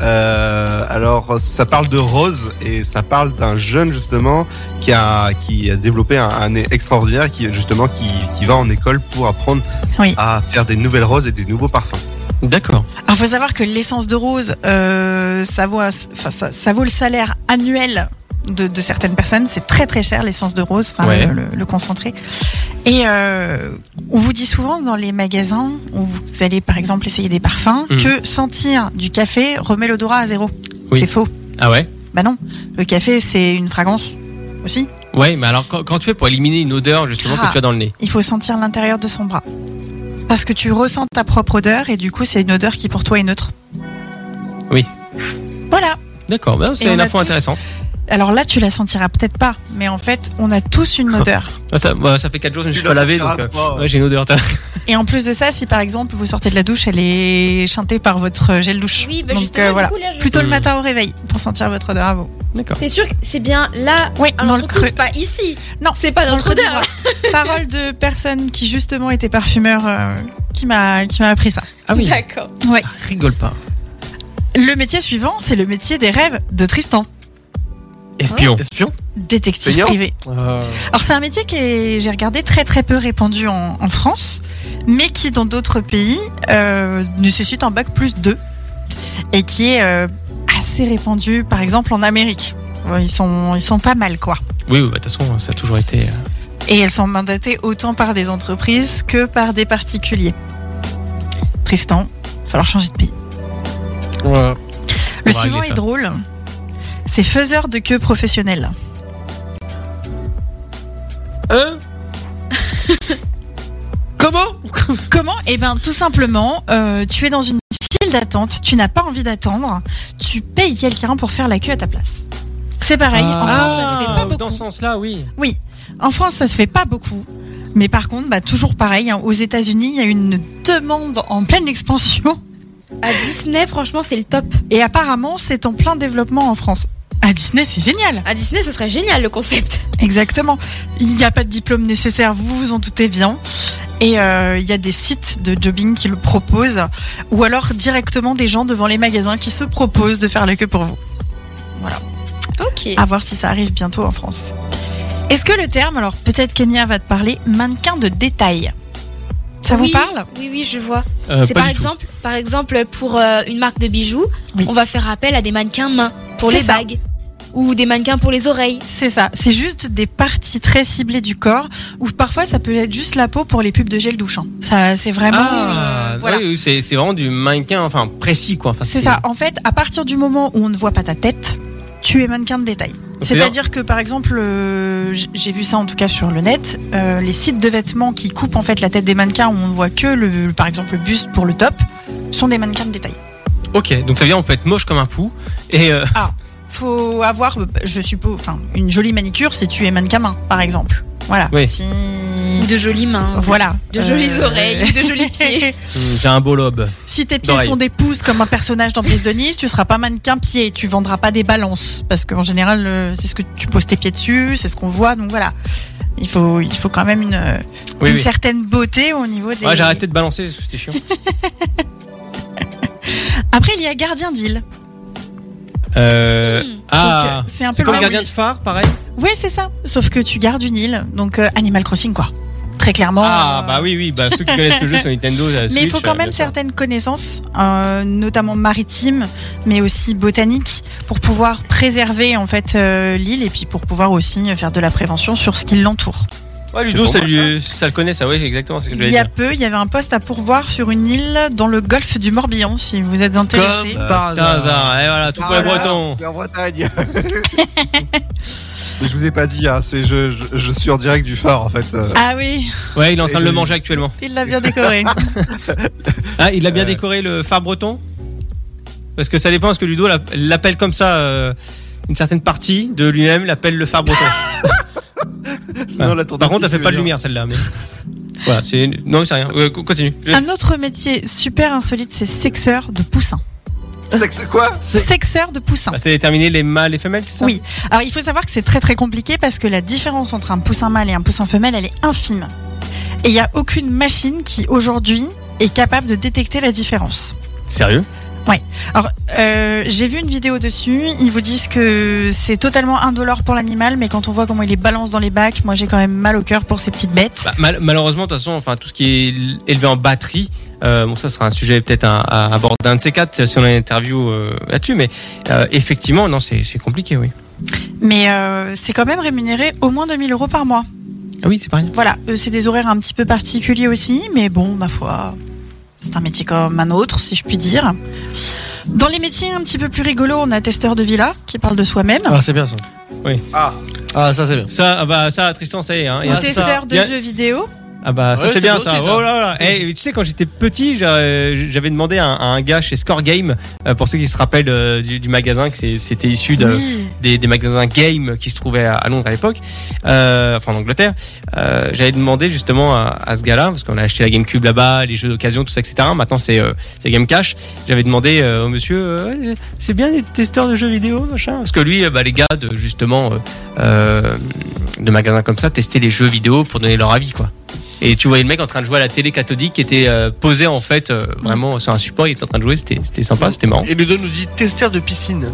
S7: Euh, alors, ça parle de Rose et ça parle d'un jeune justement qui a qui a développé un, un nez extraordinaire, qui justement qui, qui va en école pour apprendre
S3: Oui.
S7: à faire des nouvelles roses et des nouveaux parfums.
S2: D'accord.
S3: Alors, faut savoir que l'essence de rose, euh, ça, vaut, enfin, ça, ça vaut le salaire annuel de, de certaines personnes. C'est très très cher l'essence de rose, enfin
S2: Ouais.
S3: le, le- le concentré. Et euh, on vous dit souvent dans les magasins où vous allez par exemple essayer des parfums
S7: Mm.
S2: Mhm.
S3: que sentir du café remet l'odorat à zéro.
S2: Oui.
S3: C'est faux.
S2: Ah ouais
S3: Bah non, le café c'est une fragrance aussi.
S2: Ouais, mais alors quand, quand tu fais pour éliminer une odeur justement
S3: Ah.
S2: que tu as dans le nez
S3: Il faut sentir l'intérieur de son bras. Parce que tu ressens ta propre odeur et du coup c'est une odeur qui pour toi est neutre.
S2: Oui.
S3: Voilà.
S2: D'accord, bah,
S3: Et
S2: c'est une
S3: on a
S2: info
S3: tous-
S2: intéressante.
S3: Alors là, tu la sentiras peut-être pas, mais en fait, on a tous une odeur.
S2: Ah, Ça, bah, ça fait 4 jours que je me
S7: Tu
S2: suis pas
S7: la
S2: lavé,
S7: sentiras
S2: donc euh,
S7: pas.
S2: ouais, j'ai une odeur. t'as-
S3: Et en plus de ça, si par exemple vous sortez de la douche, elle est chantée par votre euh, gel douche.
S4: Oui, bah
S3: Donc
S4: justement,
S3: euh,
S4: du
S3: voilà.
S4: coup, là, je-
S3: Plutôt le
S2: Hmm.
S3: matin au réveil pour sentir votre odeur à vous.
S2: D'accord.
S4: T'es sûr que c'est bien là,
S3: Oui,
S4: à
S3: dans le
S4: l'entrecôte,
S3: creux.
S4: pas ici.
S3: Non,
S4: C'est pas
S3: dans le
S4: notre
S3: creux du
S4: odeur.
S3: bras. Parole de personne qui justement était parfumeur euh, qui m'a qui m'a appris ça.
S2: Ah oui,
S4: D'accord.
S3: Ouais.
S2: ça rigole pas.
S3: Le métier suivant, c'est le métier des rêves de Tristan,
S2: Espion. Euh,
S5: Espion
S3: détective
S7: Payant.
S3: privé. Alors c'est un métier qui est, j'ai regardé, très très peu répandu en, en France, mais qui dans d'autres pays euh, nécessite un bac plus 2 et qui est euh, assez répandu, par exemple en Amérique. Ouais, Ils sont, ils sont pas mal quoi.
S2: Oui, oui, bah, de toute façon, ça a toujours été. euh,
S3: Et elles sont mandatées autant par des entreprises que par des particuliers. Tristan, va falloir changer de pays.
S5: Ouais.
S3: Le
S2: On va
S3: suivant
S2: régler
S3: est
S2: ça.
S3: drôle. C'est faiseur de queue professionnel.
S2: Hein
S5: Comment
S3: Comment Eh bien, tout simplement, euh, tu es dans une file d'attente, tu n'as pas envie d'attendre, tu payes quelqu'un pour faire la queue à ta place. C'est pareil, en France,
S5: Ah.
S3: Ah, ça se fait pas
S2: Ah, Dans
S3: beaucoup.
S2: ce sens-là, oui.
S3: En France, ça se fait pas beaucoup. Mais par contre, bah, toujours pareil, hein, aux États-Unis, il y a une demande en pleine expansion.
S4: À Disney, franchement, c'est le top.
S3: Et apparemment, c'est en plein développement en France. À Disney, c'est génial.
S4: À Disney, ce serait génial le concept.
S3: Exactement. Il n'y a pas de diplôme nécessaire, vous vous en doutez bien. Et euh, il y a des sites de jobbing qui le proposent, ou alors directement des gens devant les magasins qui se proposent de faire la queue pour vous.
S4: Ok.
S3: À voir si ça arrive bientôt en France. Est-ce que le terme, alors peut-être Kenya va te parler, mannequin de détail Ça vous
S4: Oui,
S3: parle
S4: Oui, oui, je vois.
S2: Euh,
S4: c'est
S2: pas
S4: par
S2: du tout.
S4: exemple, par exemple pour euh, une marque de bijoux,
S3: Oui.
S4: on va faire appel à des mannequins mains pour
S3: C'est
S4: les
S3: ça.
S4: bagues ou des mannequins pour les oreilles.
S3: C'est ça, c'est juste des parties très ciblées du corps, ou parfois ça peut être juste la peau pour les pubs de gel douchant. Ça, c'est vraiment.
S2: Ah,
S3: euh, voilà.
S2: oui, oui, c'est c'est vraiment du mannequin, enfin précis quoi. Enfin,
S3: C'est ça. En fait, à partir du moment où on ne voit pas ta tête, tu es mannequin de détail. C'est-à-dire que par exemple, euh, j- j'ai vu ça en tout cas sur le net, euh, les sites de vêtements qui coupent en fait la tête des mannequins où on ne voit que le, par exemple le buste pour le top, sont des mannequins de détail.
S2: Ok, donc ça veut dire on peut être moche comme un pou et euh,
S3: Faut avoir, euh, je suppose, enfin une jolie manicure si tu es mannequin main, par exemple. Voilà.
S2: Oui.
S3: Si-
S4: Ou de jolies mains.
S3: Voilà.
S4: De jolies
S3: Euh,
S4: oreilles, ou de jolis pieds.
S2: Mmh, j'ai un beau lobe.
S3: Si tes pieds
S2: D'oreilles.
S3: sont des pouces comme un personnage dans Prise de Nice, tu seras pas mannequin pied, tu vendras pas des balances parce qu'en général euh, c'est ce que tu poses tes pieds dessus, c'est ce qu'on voit donc voilà. Il faut il faut quand même une, euh,
S2: Oui,
S3: une
S2: oui.
S3: certaine beauté au niveau des
S2: Ouais, j'ai arrêté de balancer parce que c'était chiant.
S3: Après il y a gardien d'île.
S2: Euh, ah,
S3: Donc, euh, c'est un peu
S2: c'est comme
S3: le-
S2: gardien de phare, pareil.
S3: Ouais, c'est ça. Sauf que tu gardes une île donc euh, Animal Crossing quoi. très clairement.
S2: Ah
S3: euh,
S2: bah oui oui bah ceux qui connaissent le jeu sur Nintendo. la
S3: Mais il
S2: Switch,
S3: faut quand
S2: euh,
S3: même
S2: bien sûr.
S3: certaines connaissances, euh, notamment maritimes, mais aussi botaniques, pour pouvoir préserver en fait euh, l'île et puis pour pouvoir aussi faire de la prévention sur ce qui l'entoure.
S2: Ouais Ludo
S7: C'est
S2: ça,
S7: pour
S2: lui- euh, ça le connaît ça oui exactement c'est ce que je
S3: Il
S2: voulais
S3: y a
S2: dire.
S3: peu, il y avait un poste à pourvoir sur une île dans le golfe du Morbihan, si vous êtes intéressé.
S5: Comme euh, par
S2: Putain,
S5: hasard.
S2: hasard. et voilà tout pour les Bretons.
S7: en Bretagne. Mais je vous ai pas dit, hein, c'est je, je, je suis en direct du phare en fait. euh.
S3: Ah oui,
S2: Ouais il est en train de
S7: Et
S2: le
S7: le-
S2: manger actuellement.
S3: il l'a bien décoré.
S2: Ah il a bien
S7: Euh.
S2: décoré le phare breton. Parce que ça dépend parce que Ludo l'a- l'appelle comme ça euh, une certaine partie de lui-même l'appelle le phare breton.
S7: Non, la tour
S2: Par
S7: de
S2: contre,
S7: Pise,
S2: elle fait pas de
S7: tu veux dire.
S2: lumière celle-là. Mais... voilà, c'est non, c'est rien. Euh, co- continue. Je-
S3: un autre métier super insolite, c'est sexeur de poussin.
S7: C'est que c'est quoi
S3: Sexeur de poussin.
S2: Bah, c'est déterminer les mâles et femelles, c'est ça
S3: Oui. Alors il faut savoir que c'est très très compliqué parce que la différence entre un poussin mâle et un poussin femelle, elle est infime. Et il n'y a aucune machine qui aujourd'hui est capable de détecter la différence.
S2: Sérieux
S3: Alors euh, j'ai vu une vidéo dessus, ils vous disent que c'est totalement indolore pour l'animal, mais quand on voit comment il les balance dans les bacs, moi j'ai quand même mal au cœur pour ces petites bêtes.
S2: Bah, mal- Malheureusement, de toute façon, enfin tout ce qui est l- élevé en batterie. euh, bon, ça sera un sujet peut-être à, à aborder un de ces quatre si on a une interview euh, là-dessus, mais euh, effectivement, non, c'est c'est compliqué, oui.
S3: Mais euh, c'est quand même rémunéré au moins 2000 euros par mois.
S2: Ah oui, c'est pas rien.
S3: Voilà, euh, c'est des horaires un petit peu particuliers aussi, mais bon, ma foi, c'est un métier comme un autre, si je puis dire. Dans les métiers un petit peu plus rigolos, on a testeur de villa qui parle de soi-même,
S5: Ah, c'est bien ça.
S2: Oui.
S5: Ah. Ah, ça, c'est bien.
S2: Ça, ah bah, ça, Tristan, ça y est. Hein, il y a-
S3: testeur de
S2: il y a-
S3: jeux vidéo.
S2: Ah bah ça
S5: Ouais,
S2: c'est
S5: c'est
S2: bien
S5: beau
S2: ça.
S5: aussi, ça.
S2: Oh là là. Eh, tu sais quand j'étais petit, j'a- j'avais demandé à un, à un gars chez Score Game, euh, pour ceux qui se rappellent euh, du, du magasin, que c'est- c'était issu de,
S3: Oui.
S2: des, des magasins game qui se trouvaient à, à Londres à l'époque, euh, enfin en Angleterre. Euh, J'avais demandé justement à, à ce gars-là, parce qu'on a acheté la GameCube là-bas, les jeux d'occasion, tout ça, etc. Maintenant c'est euh, c'est Game Cash. J'avais demandé euh, au monsieur, euh, Ouais, c'est bien les testeurs de jeux vidéo, machin. Parce que lui, euh, bah, les gars de justement euh, euh, de magasins comme ça testaient les jeux vidéo pour donner leur avis, quoi. Et tu voyais le mec en train de jouer à la télé cathodique qui était euh, posé en fait euh, vraiment sur un support, il était en train de jouer, c'était c'était sympa, c'était marrant.
S5: Et Ludo nous dit testeur de piscine.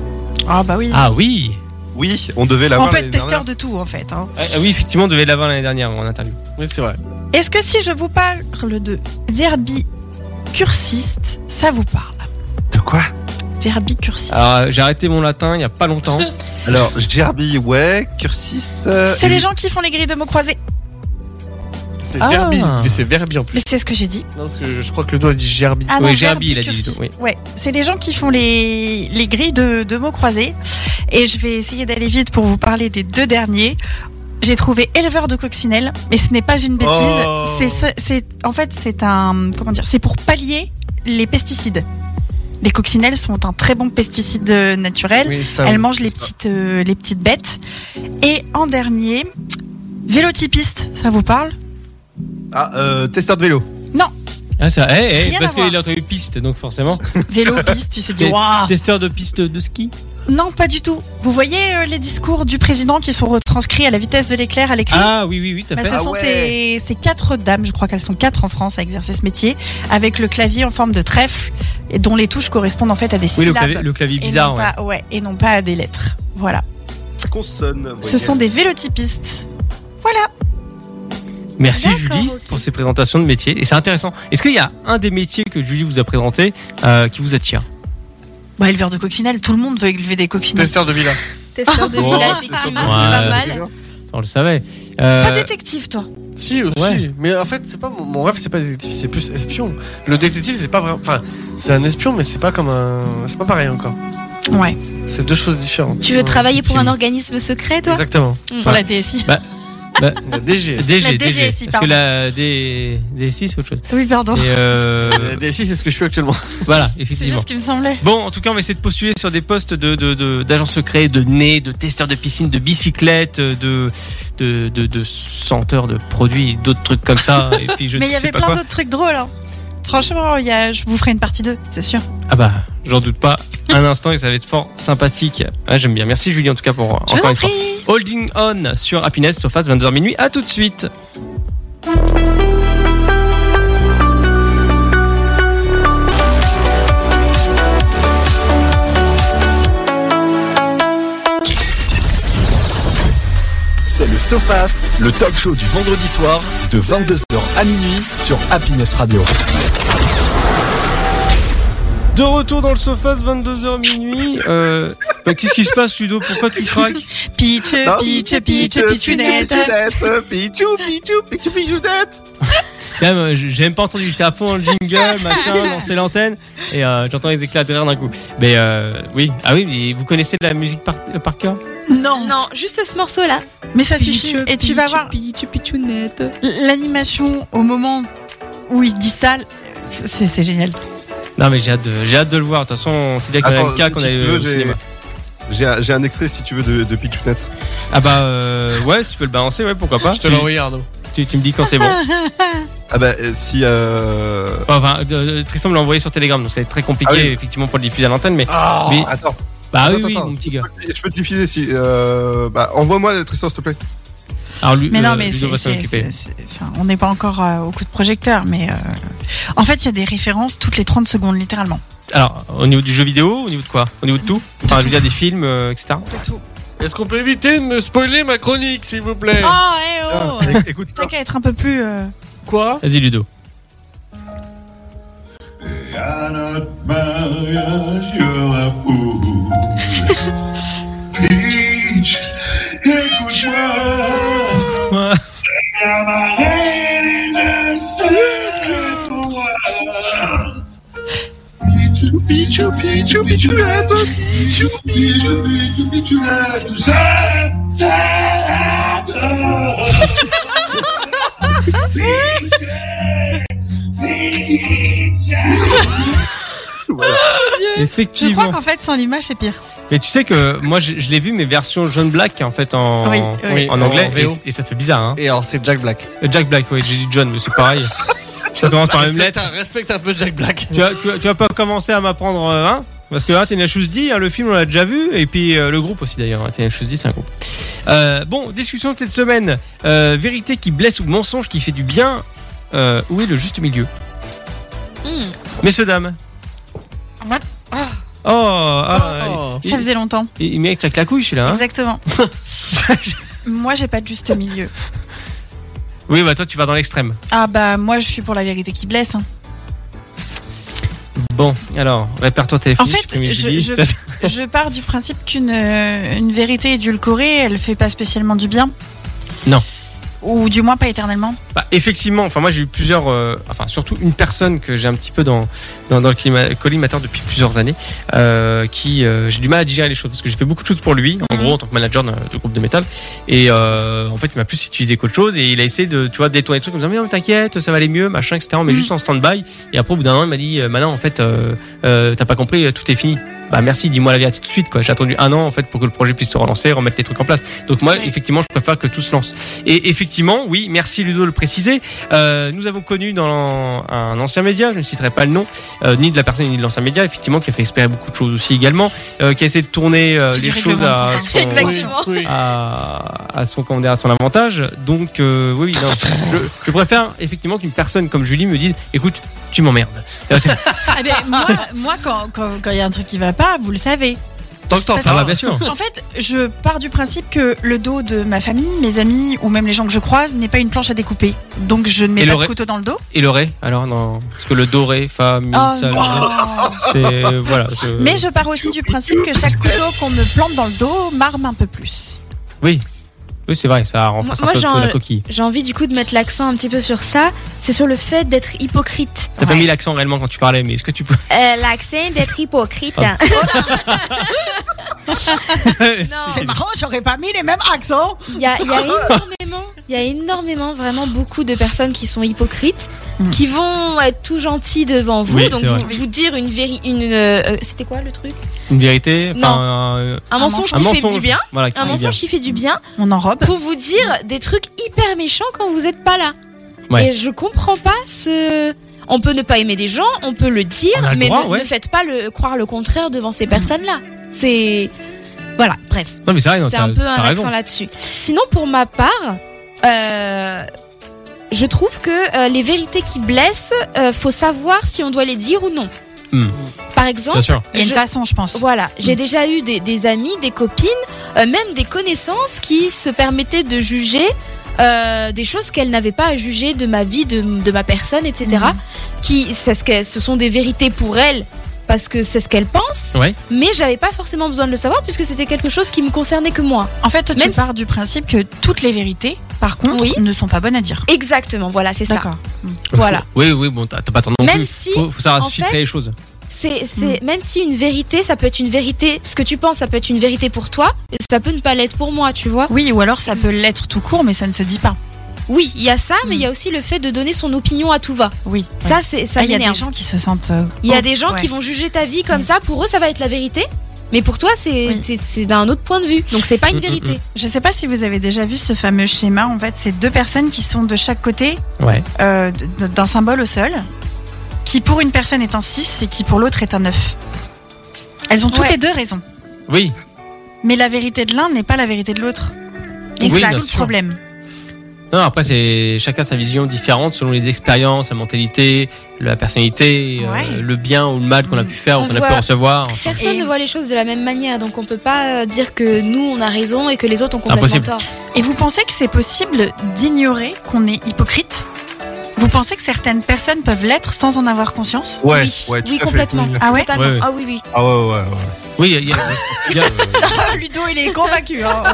S3: Ah bah oui.
S2: Ah oui
S7: Oui, on devait
S3: on
S7: l'avoir.
S3: peut être
S7: l'année
S3: testeur de tout en fait. hein.
S2: Ah Oui, effectivement, on devait l'avoir l'année dernière en interview.
S5: Oui, c'est vrai.
S3: Est-ce que si je vous parle de verbicursiste, ça vous parle
S7: dernière. De quoi
S3: Verbicursiste.
S2: Alors, euh, j'ai arrêté mon latin il y a pas longtemps.
S7: Alors, Gerby, ouais, cursiste. euh,
S2: euh,
S3: c'est les gens qui font les grilles de mots croisés.
S5: C'est
S2: Ah.
S5: Verbi. Mais c'est Verbi en plus.
S3: Mais c'est ce que j'ai dit.
S5: Non, parce que je crois que Ludo a dit Gerbi.
S3: Ah
S2: Oui,
S3: non,
S2: Gerbi, il a dit,
S3: verbicursiste.
S2: oui.
S3: Ouais, c'est les gens qui font les, les grilles de, de mots croisés. Et je vais essayer d'aller vite pour vous parler des deux derniers. J'ai trouvé éleveur de coccinelles, mais ce n'est pas une bêtise.
S5: Oh.
S3: C'est ce- C'est en fait c'est un comment dire, c'est pour pallier les pesticides. Les coccinelles sont un très bon pesticide euh, naturel.
S5: Oui, ça,
S3: Elles
S5: oui.
S3: mangent les petites euh, les petites bêtes. Et en dernier, vélotypiste, ça vous parle
S7: Ah, euh, testeur de vélo.
S2: Ah, ça, eh, eh,
S3: Rien
S2: parce
S3: à voir. Ah.
S2: qu'il a entendu piste, donc forcément.
S3: Vélopiste, il s'est dit
S2: Mais-
S3: waouh.
S2: Testeur de piste de ski.
S3: Non, pas du tout. Vous voyez euh, les discours du président qui sont retranscrits à la vitesse de l'éclair à l'écrit
S2: Ah oui, oui, oui, tout à
S3: Bah,
S2: fait.
S3: ce sont ces, ces quatre dames, je crois qu'elles sont quatre en France à exercer ce métier, avec le clavier en forme de trèfle, et dont les touches correspondent en fait à des
S2: oui, le
S3: syllabes.
S2: clavier, le clavier
S3: et
S2: bizarre.
S3: non
S2: ouais.
S3: pas, ouais, et non pas à des lettres. Voilà.
S7: Consonne.
S3: Ce sont des vélotypistes. Voilà.
S2: Merci
S4: D'accord,
S2: Julie
S4: ok.
S2: pour ces présentations de métiers. Et c'est intéressant. Est-ce qu'il y a un des métiers que Julie vous a présenté euh, qui vous attire
S3: Bah, éleveur de coccinelles, tout le monde veut élever des coccinelles.
S5: Testeur de villa.
S4: Testeur de
S7: Oh, testeur
S4: villa,
S7: de
S4: effectivement, c'est
S2: villa.
S4: pas
S2: Ouais.
S4: mal.
S2: Ça, On le savait. Euh,
S3: Pas détective, toi.
S5: Si, aussi.
S2: Ouais.
S5: Mais en fait, c'est pas mon, mon rêve, c'est pas détective, c'est plus espion. Le détective, c'est pas vraiment. Enfin, c'est un espion, mais c'est pas comme un. C'est pas pareil encore.
S3: Ouais.
S5: C'est deux choses différentes.
S4: Tu veux
S5: Ouais.
S4: travailler pour un
S2: Effectivement.
S4: organisme secret, toi Hmm.
S5: Exactement. Euh,
S3: Pour la DSI.
S5: La DG.
S3: La
S2: DG,
S3: DGSI,
S2: DG. Parce que
S3: pardon. Oh.
S2: la D- DSI, c'est autre chose.
S3: Oui, pardon.
S2: Et euh,
S5: La DSI, c'est ce que je suis actuellement.
S2: voilà,
S3: C'est bien
S2: effectivement.
S3: ce qui me semblait.
S2: Bon, en tout cas, on va essayer de postuler sur des postes de, de, de- d'agents secrets, de nez, de testeurs de piscine, de bicyclette, de, de, de, de senteurs de produits, d'autres trucs comme ça. Et puis je
S3: Mais
S2: ne
S3: il y
S2: sais
S3: avait
S2: pas
S3: plein
S2: quoi.
S3: d'autres trucs drôles. hein. Franchement, il y a- je vous ferai une partie 2, c'est sûr.
S2: Ah bah, j'en doute pas un instant et ça va être fort sympathique. Ouais, j'aime bien. Merci Julie en tout cas pour
S3: Je vous
S2: encore
S3: en
S2: une fois.
S3: prie.
S2: Holding on sur Happiness sur Face 22h minuit. À tout de suite.
S1: C'est le SoFast, le talk show du vendredi soir de 22h à minuit sur Happiness Radio.
S2: De retour dans le sofa, 22h minuit. Euh, bah, Qu'est-ce qui se passe, Ludo Pourquoi tu craques
S3: Pitch,
S7: Non
S3: pitch, pitch, pitchounette.
S7: Pichou, pichou, pichou, pichounette.
S2: Quand même, euh, j'ai j'ai même pas entendu, j'étais à fond dans le jingle, machin, lancer l'antenne, et euh, j'entends les éclats de rire d'un coup. Mais euh, oui, ah oui, mais vous connaissez la musique par, euh, par cœur
S3: Non,
S4: Non, juste ce morceau-là.
S3: mais ça suffit. Et tu vas voir l'animation au moment où ils disent ça. C'est c'est génial.
S2: Non, mais j'ai hâte, de- j'ai hâte de le voir. De toute façon, c'est direct
S7: Attends,
S2: le cas
S7: si
S2: qu'on
S7: tu
S2: a eu
S7: veux,
S2: au
S7: j'ai-
S2: cinéma.
S7: J'ai un- j'ai un extrait si tu veux de, de Pichounette.
S2: Ah bah euh, ouais, si tu peux le balancer, ouais, pourquoi pas.
S5: Je te
S2: Tu-
S5: l'envoie, Arnaud.
S2: tu, tu me dis quand c'est bon.
S7: Ah bah euh, si euh...
S2: Enfin, euh, Tristan me l'a envoyé sur Telegram, donc c'est très compliqué,
S7: Ah oui.
S2: effectivement, pour le diffuser à l'antenne, mais.
S5: Ah,
S2: mais-
S7: attends,
S2: bah
S7: attends,
S2: oui, oui,
S7: attends.
S2: mon petit gars.
S7: je peux te diffuser si euh... bah envoie-moi Tristan s'il te plaît.
S2: Alors, lui,
S3: Mais
S2: euh,
S3: non, mais
S2: Ludo
S3: c'est,
S2: va s'en
S3: c'est-
S2: occuper.
S3: c'est- c'est- enfin, on n'est pas encore euh, au coup de projecteur, mais euh, en fait, il y a des références toutes les 30 secondes, littéralement.
S2: Alors, au niveau du jeu vidéo, au niveau de quoi Au niveau de tout Enfin, je veux dire des films, euh, etc.
S5: Est-ce qu'on peut éviter de me spoiler ma chronique, s'il vous plaît
S3: Oh,
S4: Ah.
S3: eh oh
S2: Ah,
S7: Écoute,
S3: T'as qu'à être un peu plus. euh,
S5: Quoi
S2: Vas-y, Ludo.
S8: À notre mariage, il y aura fou. Peach, écoute-moi. La marraine est seule pour moi. Pichou, pichou, pichou, pichounette. Pichou, pichou, pichou, pichounette. Je t'adore.
S3: Je crois
S2: Effectivement.
S3: qu'en fait, sans l'image, c'est pire.
S2: Mais tu sais que moi, je, je l'ai vu, mais version John Black, en fait, en,
S3: Oui, euh, oui.
S2: en anglais,
S5: En VO.
S2: et, et ça fait bizarre, hein.
S5: Et alors, c'est Jack Black.
S2: Jack Black, oui, j'ai dit John, mais c'est pareil. ça commence par la même
S5: Respecte
S2: lettre.
S5: un, respecte un peu Jack Black.
S2: Tu vas, tu, vas- tu vas pas commencer à m'apprendre, euh, hein Parce que hein, Tenia dit, le film, on l'a déjà vu, et puis euh, le groupe aussi d'ailleurs. hein, Tenia dit, c'est un groupe. Euh, bon, discussion de cette semaine. Euh, vérité qui blesse ou mensonge qui fait du bien. Euh, où est le juste milieu
S4: Hmm.
S2: Messieurs, dames.
S3: What
S2: Oh, ah,
S5: Oh.
S2: Il,
S3: Ça faisait longtemps.
S2: il, il mérite sa claquouille celui-là. hein.
S3: Exactement. moi, j'ai pas de juste milieu.
S2: oui, bah toi, tu vas dans l'extrême.
S3: Ah bah moi, je suis pour la vérité qui blesse. hein.
S2: Bon, alors, répère-toi tes
S3: En
S2: fiches,
S3: fait,
S2: comme il
S3: je-
S2: dit.
S3: je- Je pars du principe qu'une euh, une vérité édulcorée, elle fait pas spécialement du bien.
S2: Non.
S3: Ou du moins pas éternellement.
S2: Bah, effectivement, enfin, moi j'ai eu plusieurs, euh, enfin, surtout une personne que j'ai un petit peu dans, dans, dans le clima- collimateur depuis plusieurs années, euh, qui euh, j'ai du mal à digérer les choses parce que j'ai fait beaucoup de choses pour lui, en
S3: Mhm.
S2: gros, en tant que manager d'un- de groupe de métal. Et euh, en fait, il m'a plus utilisé qu'autre chose et il a essayé de, tu vois, détourner les trucs comme ça, mais non, mais t'inquiète, ça va aller mieux, machin, etc. Mais
S3: Mhm.
S2: juste en stand-by. Et après, au bout d'un an, il m'a dit, euh, maintenant, en fait, euh, euh, t'as pas compris, tout est fini. Bah merci, dis-moi la vérité tout de suite. quoi. J'ai attendu un an en fait pour que le projet puisse se relancer, remettre les trucs en place. Donc moi,
S3: Ouais.
S2: effectivement, je préfère que tout se lance. Et effectivement, oui, merci Ludo de le préciser. Euh, nous avons connu dans un ancien média, je ne citerai pas le nom, euh, ni de la personne ni de l'ancien média, effectivement, qui a fait espérer beaucoup de choses aussi également, euh, qui a essayé de tourner euh,
S3: C'est du
S2: les choses
S3: règlement de
S2: à
S3: compte.
S2: son,
S4: Exactement.
S5: Oui, oui.
S2: à, à son comment dire, à son avantage. Donc euh, oui, oui, non, je, je préfère effectivement qu'une personne comme Julie me dise, écoute, tu m'emmerdes.
S3: Ah ben, moi, moi, quand quand- quand il y a un truc qui va pas, vous le savez.
S5: Tant que t'en
S3: Parce
S2: Ça
S5: parles.
S2: va Ah, bien sûr.
S3: En fait, je pars du principe que le dos de ma famille, mes amis ou même les gens que je croise n'est pas une planche à découper. Donc je ne mets
S2: Et
S3: pas
S2: le
S3: de
S2: ré-
S3: couteau dans le dos.
S2: Et le ré, alors non, parce que le doré, femme,
S4: Ah,
S3: Oh
S2: ça,
S3: non.
S2: c'est euh, voilà. je-
S3: Mais je pars aussi du principe que chaque couteau qu'on me plante dans le dos m'arme un peu plus.
S2: Oui, c'est vrai, ça renforce
S4: Moi,
S2: un peu
S4: j'ai
S2: la
S4: un-
S2: coquille.
S4: J'ai envie du coup de mettre l'accent un petit peu sur ça. C'est sur le fait d'être hypocrite.
S2: T'as pas mis l'accent réellement quand tu parlais, mais est-ce que tu peux
S4: Euh, l'accent d'être hypocrite.
S2: Ah.
S3: C'est marrant, j'aurais pas mis les mêmes accents.
S4: Il y a, il y a énormément, il y a énormément, vraiment beaucoup de personnes qui sont hypocrites,
S3: Mm.
S4: qui vont être tout gentils devant vous,
S2: Hmm. Oui,
S4: donc
S2: c'est
S4: vous,
S2: vrai.
S4: vous dire une vérité, une, euh, c'était quoi le truc
S2: Une vérité,
S4: Non.
S2: enfin, euh,
S4: Un,
S3: Un
S4: mensonge
S2: un
S4: qui
S2: mensonge.
S4: fait du bien,
S2: Voilà, qui
S4: un
S2: fait du
S4: mensonge qui fait du bien,
S3: On enrobe.
S4: pour vous dire des trucs hyper méchants quand vous n'êtes pas là.
S2: Ouais.
S4: Et je comprends pas ce. On peut ne pas aimer des gens, on peut le dire,
S2: On a le
S4: mais
S2: droit,
S4: ne,
S2: ouais.
S4: ne faites pas le croire le contraire devant ces personnes-là. C'est voilà, bref.
S2: bien. Non, mais c'est vrai, non,
S4: C'est
S2: t'as-
S4: un peu
S2: t'as
S4: un
S2: raison.
S4: accent là-dessus. Sinon, pour ma part, euh, je trouve que euh, les vérités qui blessent, euh, faut savoir si on doit les dire ou non.
S2: Hmm.
S4: Par Par exemple,
S2: Bien sûr.
S3: Il y a une
S4: Je-
S3: façon, je pense.
S4: Voilà, j'ai déjà eu des, des amis, des copines, euh, même des connaissances qui se permettaient de juger euh, des choses qu'elles n'avaient pas à juger de ma vie, de, de ma personne, etc.
S3: Mhm.
S4: Qui, c'est ce, qu'elles- ce sont des vérités pour elles parce que c'est ce qu'elles pensent,
S2: Ouais.
S4: mais j'avais pas forcément besoin de le savoir puisque c'était quelque chose qui me concernait que moi.
S3: En fait, toi, tu
S4: Même si-
S3: pars du principe que toutes les vérités, par contre,
S4: Oui.
S3: ne sont pas bonnes à dire.
S4: Exactement, voilà, c'est ça.
S3: D'accord.
S4: Voilà.
S2: Oui, oui, bon, t'as t'as pas tendance.
S4: Même si,
S2: Faut, faut savoir
S4: en
S2: filtrer
S4: fait,
S2: les choses.
S4: c'est, c'est- même si une vérité, ça peut être une vérité, ce que tu penses, ça peut être une vérité pour toi, et ça peut ne pas l'être pour moi, tu vois.
S3: Oui, ou alors ça peut l'être tout court, mais ça ne se dit pas.
S4: Oui, il y a ça, mais
S3: Mm.
S4: il y a aussi le fait de donner son opinion à tout va.
S3: Oui.
S4: Ça, c'est, ça
S3: Ah, il y a des
S4: m'énerve.
S3: gens qui se sentent. euh,
S4: Il y
S3: oh,
S4: a des gens
S3: ouais.
S4: qui Mm. vont juger ta vie comme ça, pour eux, ça va être la vérité. Mais pour toi, c'est,
S3: Oui.
S4: c'est, c'est d'un autre point de vue. Donc, c'est pas
S2: Mm,
S4: une
S2: mm,
S4: vérité.
S3: Je sais pas si vous avez déjà vu ce fameux schéma. En fait, c'est deux personnes qui sont de chaque côté
S2: Ouais.
S3: euh, d- d'un symbole au sol, qui pour une personne est un 6 et qui pour l'autre est un 9. Elles ont toutes
S4: Ouais.
S3: les deux raison.
S2: Oui.
S3: Mais la vérité de l'un n'est pas la vérité de l'autre. Et
S2: Oui,
S3: c'est
S2: bien
S3: tout le
S2: sûr.
S3: problème.
S2: Non, après, c'est chacun sa vision différente selon les expériences, la mentalité, la personnalité, euh,
S3: Ouais.
S2: le bien ou le mal qu'on a pu faire ou
S4: On
S2: qu'on a pu
S4: voit-
S2: recevoir.
S4: Personne
S3: Et-
S4: ne voit les choses de la même manière. Donc, on peut pas euh, dire que nous, on a raison et que les autres ont complètement
S2: Impossible.
S4: tort.
S3: Et vous pensez que c'est possible d'ignorer qu'on est hypocrite Vous pensez que certaines personnes peuvent l'être sans en avoir conscience
S7: Ouais,
S4: oui,
S7: ouais, tout
S4: oui
S7: à fait.
S4: complètement.
S3: Ah ouais
S4: Totalement.
S2: Ouais, ouais.
S4: Ah oui, oui.
S7: Ah ouais, ouais, ouais.
S2: Oui, il y a. il y a-
S5: Ah,
S3: Ludo, il est convaincu. hein.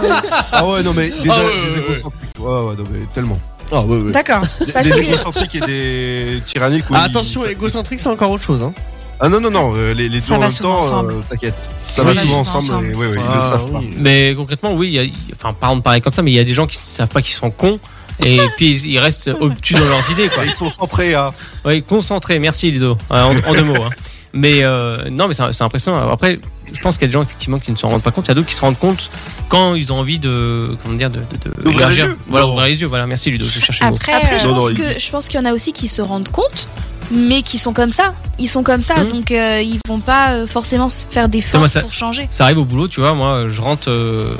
S7: Ah ouais, non, mais des,
S2: Ah ouais,
S7: des
S2: ouais, ouais.
S7: égocentriques. Ouais, ouais, non, mais tellement.
S5: Ah, ouais, ouais.
S3: D'accord.
S7: Des,
S4: Parce
S7: des
S4: que-
S7: égocentriques et des tyranniques. oui.
S5: Ah, attention, égocentrique, c'est encore autre chose. Hein.
S7: Ah non, non, non, euh, les, les deux
S3: Ça
S7: en
S3: va
S7: même
S3: souvent
S7: temps,
S3: ensemble.
S7: euh, t'inquiète. Ça
S3: Oui,
S7: va
S3: ça
S7: souvent
S3: va
S7: ensemble,
S3: ensemble.
S7: et ouais, ouais, ils le
S5: Ah,
S7: savent pas.
S5: oui.
S2: Mais concrètement, oui, il y a- enfin, pardon de parler comme ça, mais il y a des gens qui ne savent pas qu'ils sont cons et puis ils restent obtus dans leurs idées, quoi.
S7: Bah, Ils sont centrés hein. à.
S2: Oui, concentrés, merci Ludo, Ouais, en, en deux mots. hein. Mais euh, non, mais c'est c'est impressionnant. Alors Après, je pense qu'il y a des gens effectivement qui ne s'en rendent pas compte, il y a d'autres qui se rendent compte quand ils ont envie de. Comment dire de, de- de-
S7: D'ouvrir les
S2: élargir.
S7: yeux.
S2: Voilà,
S7: Non.
S2: ouvrir les yeux, voilà, merci Ludo, je cherchais le mot.
S3: Après,
S4: Après, je,
S7: Non, non,
S4: pense
S7: il-
S4: que, je pense qu'il y en a aussi qui se rendent compte, mais qui sont comme ça. Ils sont comme ça.
S7: Mm.
S2: Mhm.
S4: Donc, euh, ils vont pas euh, forcément se faire des
S2: moi,
S4: forces
S2: ça-
S4: pour changer.
S2: ça arrive au boulot, tu vois, moi je rentre, euh,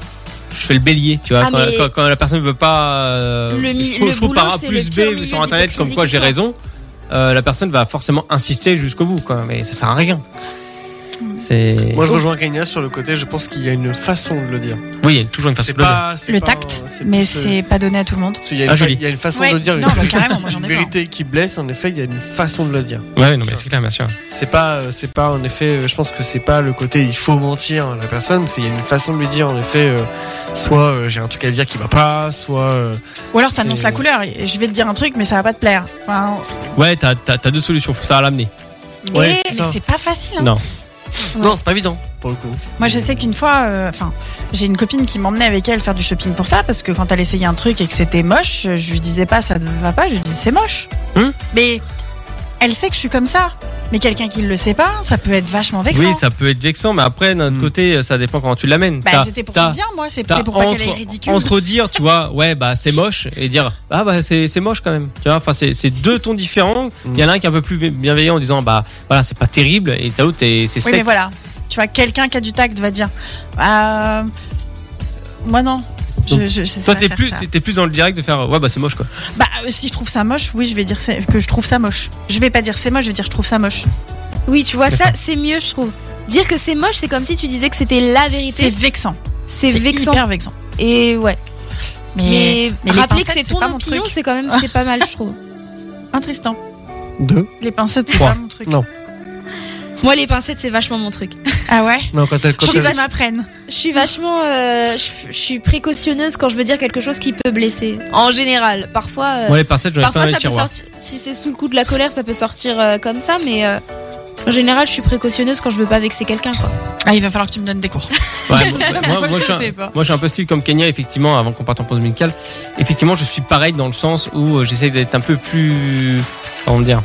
S2: je fais le bélier, tu vois,
S4: Ah,
S2: quand,
S4: mais-
S2: quand- quand la personne ne veut pas... euh,
S4: Le mi-
S2: je trouve,
S4: le
S2: je trouve
S4: boulot,
S2: par A
S4: c'est le
S2: plus
S4: pire
S2: B
S4: milieu
S2: sur Internet comme quoi
S4: d'hypocrisie
S2: j'ai
S4: qui
S2: raison, euh, la personne va forcément insister jusqu'au bout, quoi, mais ça sert à rien.
S4: Hmm.
S2: C'est...
S5: Moi, je rejoins Kenya sur le côté, je pense qu'il y a une façon de le dire.
S2: Oui, il y a toujours une façon
S5: C'est
S2: de le dire.
S5: pas. c'est
S3: Le
S5: pas
S3: tact,
S5: un- c'est
S3: mais
S5: plus, euh,
S3: c'est pas donné à tout le monde.
S5: c'est- Il y, a une
S2: Ah,
S5: fa-
S2: joli.
S5: il y a une façon
S3: Ouais.
S5: de le dire.
S3: Non, bah, carrément, moi, j'en ai pas.
S5: une vérité qui blesse, en effet, il y a une façon de le dire.
S2: Ouais, non, mais c'est clair, bien sûr.
S5: C'est pas, euh, c'est pas en effet, euh, je pense que c'est pas le côté il faut mentir à la personne, c'est il y a une façon de lui dire en effet, euh, soit euh, j'ai un truc à dire qui va pas, soit. euh,
S3: Ou alors t'annonces
S5: C'est-
S3: la couleur. et Je vais te dire un truc, mais ça va pas te plaire. Enfin,
S2: Ouais, t'as, t'as- t'as deux solutions, faut savoir l'amener.
S3: mais
S5: Ouais,
S3: mais
S5: c'est ça.
S3: c'est pas facile. hein.
S2: Non.
S5: Non, c'est pas évident pour le coup.
S3: Moi, je sais qu'une fois, euh, enfin, j'ai une copine qui m'emmenait avec elle faire du shopping pour ça, parce que quand elle essayait un truc et que c'était moche, je je lui disais pas ça ne va pas, je lui dis c'est moche.
S2: Hmm.
S3: Mais elle sait que je suis comme ça. Mais quelqu'un qui le sait pas, ça peut être vachement vexant.
S2: Oui, ça peut être vexant, mais après, d'un autre
S5: Hmm.
S2: côté, ça dépend comment tu l'amènes.
S3: Bah,
S2: T'as-
S3: c'était pour
S2: t'as-
S3: son bien, moi,
S2: T'as
S3: c'était pour pas qu'elle
S2: entre,
S3: est ridicule.
S2: entre dire, tu vois, ouais, bah c'est moche, et dire, ah bah c'est c'est moche quand même. Tu vois, enfin, c'est c'est deux tons différents. Il y en a un qui est un peu plus bienveillant en disant, bah voilà, c'est pas terrible, et t'as l'autre, t'es- c'est
S3: Oui, mais
S2: sec.
S3: voilà. Tu vois, quelqu'un qui a du tact va dire Euh, Moi, non. Je, je, je sais
S2: Toi,
S3: pas
S2: t'es
S3: faire
S2: plus,
S3: ça.
S2: t'es- t'es plus dans le direct de faire, ouais, bah c'est moche quoi.
S3: Bah, euh, si je trouve ça moche, oui, je vais dire c'est- que je trouve ça moche. Je vais pas dire c'est moche, je vais dire je trouve ça moche.
S4: Oui, tu vois, ça,
S2: D'accord.
S4: c'est mieux, je trouve. Dire que c'est moche, c'est comme si tu disais que c'était la
S3: C'est
S4: vérité.
S3: vexant.
S4: C'est vexant.
S3: hyper vexant.
S4: Et ouais.
S3: Mais,
S4: Mais,
S3: mais les
S4: rappeler que
S3: pincettes,
S4: c'est
S3: c'est
S4: ton
S3: pas mon
S4: opinion,
S3: truc.
S4: c'est quand même c'est pas mal, je trouve.
S3: un Tristan,
S5: Deux
S3: les pincettes, c'est
S2: Trois.
S3: pas mon truc.
S5: Non.
S4: Moi, les pincettes, c'est vachement mon truc.
S3: Ah ouais
S5: Non, quand elle.
S3: Je
S5: Quand
S3: suis
S5: elle-
S3: que tu m'apprennes.
S4: Je suis vachement, euh, je, je suis précautionneuse quand je veux dire quelque chose qui peut blesser. En général, parfois, euh,
S2: Moi, les pincettes, j'en ai plein
S4: parfois
S2: dans les
S4: ça peut
S2: tiroirs.
S4: sortir. Si c'est sous le coup de la colère, ça peut sortir euh, comme ça, mais euh, en général, je suis précautionneuse quand je veux pas vexer quelqu'un. quoi.
S3: Ah, il va falloir que tu me donnes des cours.
S2: Ouais, moi,
S3: Moi,
S2: moi, moi,
S3: je
S2: je suis un-
S3: sais pas.
S2: moi, je suis un peu style comme Kenya, effectivement, avant qu'on parte en pause musicale. Effectivement, je suis pareil dans le sens où euh, j'essaie d'être un peu plus. Comment dire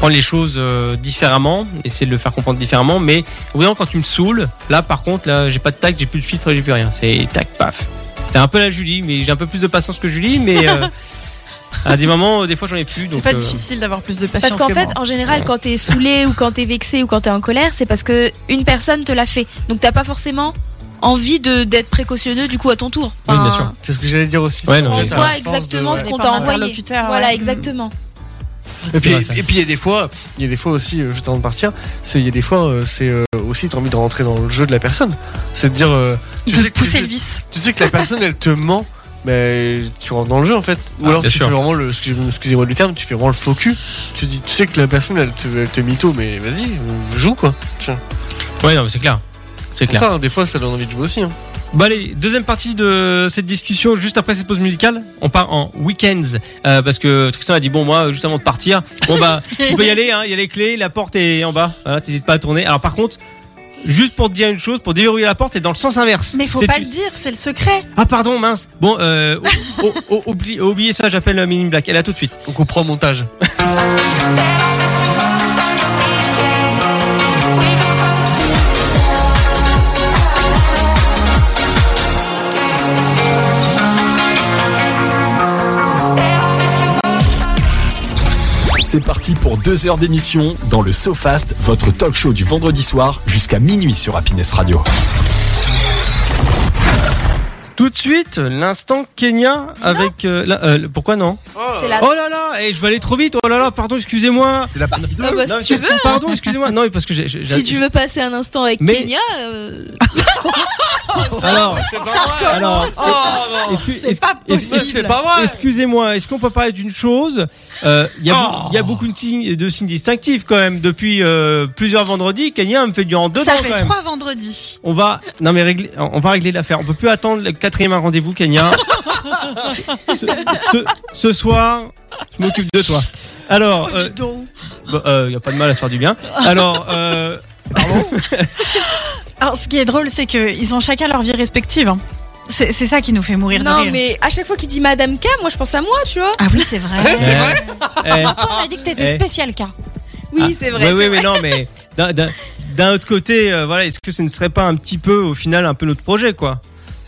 S2: Prendre les choses euh, différemment, essayer de le faire comprendre différemment, mais au bout d'un moment, quand tu me saoules, là par contre, là j'ai pas de tac, j'ai plus de filtre, j'ai plus rien. C'est tac, paf. T'es un peu la Julie, mais j'ai un peu plus de patience que Julie, mais euh, à des moments, euh, des fois j'en ai plus.
S3: C'est
S2: donc,
S3: pas
S2: euh,
S3: difficile d'avoir plus de patience.
S4: Parce qu'en
S3: que
S4: fait,
S3: moi.
S4: en général, quand t'es saoulé ou quand t'es vexé ou quand t'es en colère, c'est parce que une personne te l'a fait. Donc t'as pas forcément envie de d'être précautionneux du coup à ton tour.
S2: Oui, bien sûr.
S5: C'est ce que j'allais dire aussi.
S2: Ouais,
S5: c'est
S2: non,
S5: en
S2: mais
S5: fait,
S2: ça-
S4: On
S5: à
S4: voit
S5: force de-
S4: exactement
S5: ouais.
S4: ce
S3: Ça
S4: qu'on
S3: dépend
S4: t'a
S3: de
S2: Mm.
S4: envoyé.
S3: l'interlocuteur,
S4: Voilà,
S3: ouais.
S4: exactement.
S5: Et puis,
S2: vrai, ça.
S5: et puis il y a des fois, il y a des fois aussi, euh, juste avant de partir, c'est il y a des fois, euh, c'est euh, aussi t'as envie de rentrer dans le jeu de la personne. C'est de dire, euh, tu,
S3: de
S5: sais que,
S3: pousser
S5: tu,
S3: le vice.
S5: tu sais que la personne elle te ment, mais tu rentres dans le jeu en fait. Ou
S2: Ah,
S5: alors
S2: bien
S5: tu
S2: sûr.
S5: fais vraiment le, excuse- excusez-moi du terme, tu fais vraiment le faux cul. Tu dis, tu sais que la personne elle te, elle te mytho, mais vas-y, euh, joue quoi.
S2: Ouais, non, mais c'est clair. C'est
S5: Pour
S2: clair.
S5: ça, hein, des fois, ça donne envie de jouer aussi. hein.
S2: Bon allez, deuxième partie de cette discussion, juste après cette pause musicale, on part en week-ends. Euh, parce que Tristan a dit, bon moi, juste avant de partir, bon bah, tu peux y aller, hein, il y a les clés, la porte est en bas, voilà, t'hésites pas à tourner. Alors par contre, juste pour te dire une chose, pour déverrouiller la porte, c'est dans le sens inverse.
S3: Mais faut
S2: C'est
S3: pas
S2: une-
S3: le dire, c'est le secret.
S2: Ah pardon, mince. Bon, euh, o- o- o- oublie- oubliez ça, j'appelle euh, Mini Black, elle a tout de suite.
S5: On comprend au montage.
S1: C'est parti pour deux heures d'émission dans le SoFast, votre talk show du vendredi soir jusqu'à minuit sur Happiness Radio.
S2: Tout de suite, l'instant Kenya avec... euh, la- euh, le- pourquoi non
S4: C'est la.
S2: Oh là là, et je vais aller trop vite, oh là là, pardon, excusez-moi.
S7: C'est la partie 2.
S9: Ah bah,
S2: Non,
S9: si tu
S2: mais-
S9: veux,
S2: Pardon, excusez-moi. Non, mais parce que j'ai. j'ai-
S9: si tu veux passer un instant avec
S2: Mais-
S9: Kenya, euh,
S2: Alors, alors, excu-
S3: C'est pas
S2: est-ce-
S3: possible.
S5: Oh, C'est pas vrai.
S2: Excusez-moi, est-ce qu'on peut parler d'une chose Euh, Il y, a
S5: Oh.
S2: beaucoup- il y a beaucoup de signes, de signes distinctifs quand même. Depuis euh, plusieurs vendredis, Kenya me fait du en deux
S3: Ça
S2: dents, quand
S3: fait
S2: même.
S3: trois vendredis.
S2: On va, non mais régler, on va régler l'affaire. On peut plus attendre le quatrième rendez-vous, Kenya. ce, ce- ce soir, je m'occupe de toi. Alors, euh, il y a pas de mal à se faire du bien. Alors, euh,
S3: Alors, ce qui est drôle, c'est qu'ils ont chacun leur vie respective. hein. C'est c'est ça qui nous fait mourir de
S9: non
S3: rire.
S9: mais à chaque fois qu'il dit Madame K, moi je pense à moi, tu vois.
S3: Ah oui, c'est vrai.
S2: eh, eh,
S3: Toi, on a dit que t'étais
S2: Eh.
S3: spécial, cas.
S9: Oui,
S2: Ah,
S9: c'est vrai.
S2: Oui,
S9: c'est
S2: oui, mais non, mais d'un- d'un d'un autre côté, euh, voilà, est-ce que ce ne serait pas un petit peu, au final, un peu notre projet, quoi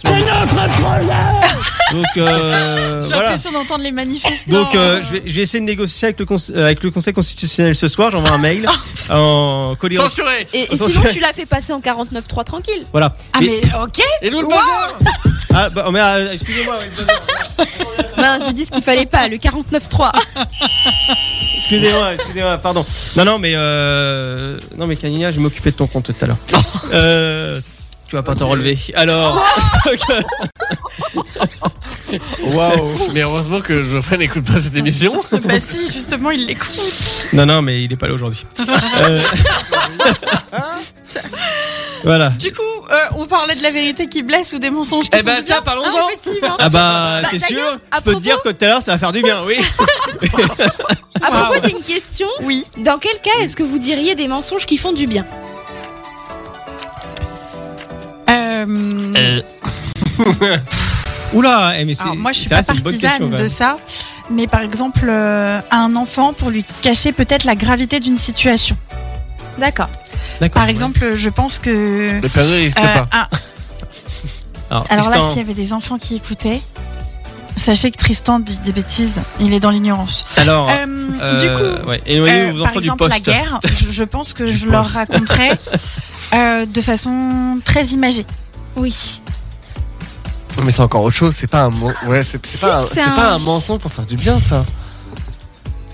S2: C'est notre projet Donc, euh,
S3: J'ai
S2: voilà.
S3: l'impression d'entendre les manifestants.
S2: Donc, euh, je, vais, je vais essayer de négocier avec le, conse- euh, avec le Conseil constitutionnel ce soir. J'envoie un mail
S9: Oh.
S2: en colis.
S5: Censuré.
S9: vrai. Et, et sinon tu l'as fait passer en 49.3 tranquille.
S2: Voilà.
S3: Ah,
S2: Et-
S3: mais ok.
S5: Et nous le bazar.
S2: ah, bah, oh, merde, euh, excusez-moi, ouais, le bazar.
S9: Ben j'ai dit ce qu'il fallait pas, le 49.3.
S2: excusez-moi, excusez-moi, pardon. Non, non, mais euh, non, mais Canina, je vais m'occuper de ton compte tout à l'heure.
S9: Oh.
S2: Euh, tu vas pas t'en relever. Alors,
S5: Waouh. Mais heureusement que Geoffrey n'écoute pas cette émission.
S3: bah si, justement, il l'écoute.
S2: Non, non, mais il est pas là aujourd'hui. Euh, voilà.
S3: Du coup, euh, on parlait de la vérité qui blesse ou des mensonges qui
S5: Eh ben
S3: font
S5: tiens,
S9: Ah,
S5: parlons-en.
S9: effectivement.
S2: Ah bah,
S9: Bah,
S2: c'est
S9: d'ailleurs,
S2: sûr,
S9: à
S2: je peux te dire que tout à l'heure ça va faire du bien, oui.
S4: Ah, À propos, j'ai une question.
S3: du bien. Oui.
S4: Dans quel cas est-ce que vous diriez des mensonges qui font du bien
S3: Euh,
S2: Oula, eh, mais c'est.
S3: alors, moi, je suis
S2: ça,
S3: pas
S2: c'est une bonne question,
S3: partisane
S2: quand
S3: de
S2: même.
S3: ça. Mais par exemple, euh, à un enfant pour lui cacher peut-être la gravité d'une situation.
S4: D'accord.
S2: D'accord,
S3: Par
S2: ouais.
S3: exemple, je pense que.
S5: Le Père Noël n'existe
S3: euh,
S5: pas.
S3: un-
S2: Alors,
S3: Alors là,
S2: Tristan,
S3: s'il y avait des enfants qui écoutaient, sachez que Tristan dit des bêtises. Il est dans l'ignorance.
S2: alors,
S3: Euh, du
S2: euh,
S3: coup,
S2: ouais, éloignez
S3: euh,
S2: vos
S3: par
S2: enfants du
S3: exemple, la
S2: poste.
S3: guerre, je, je pense que
S2: Du
S3: je leur raconterais euh, de façon très imagée.
S4: Oui.
S5: Mais c'est encore autre chose. C'est pas un mon- ouais, c'est c'est
S4: Si,
S5: pas un-
S4: c'est
S5: c'est
S4: un-
S5: pas un mensonge pour faire du bien ça.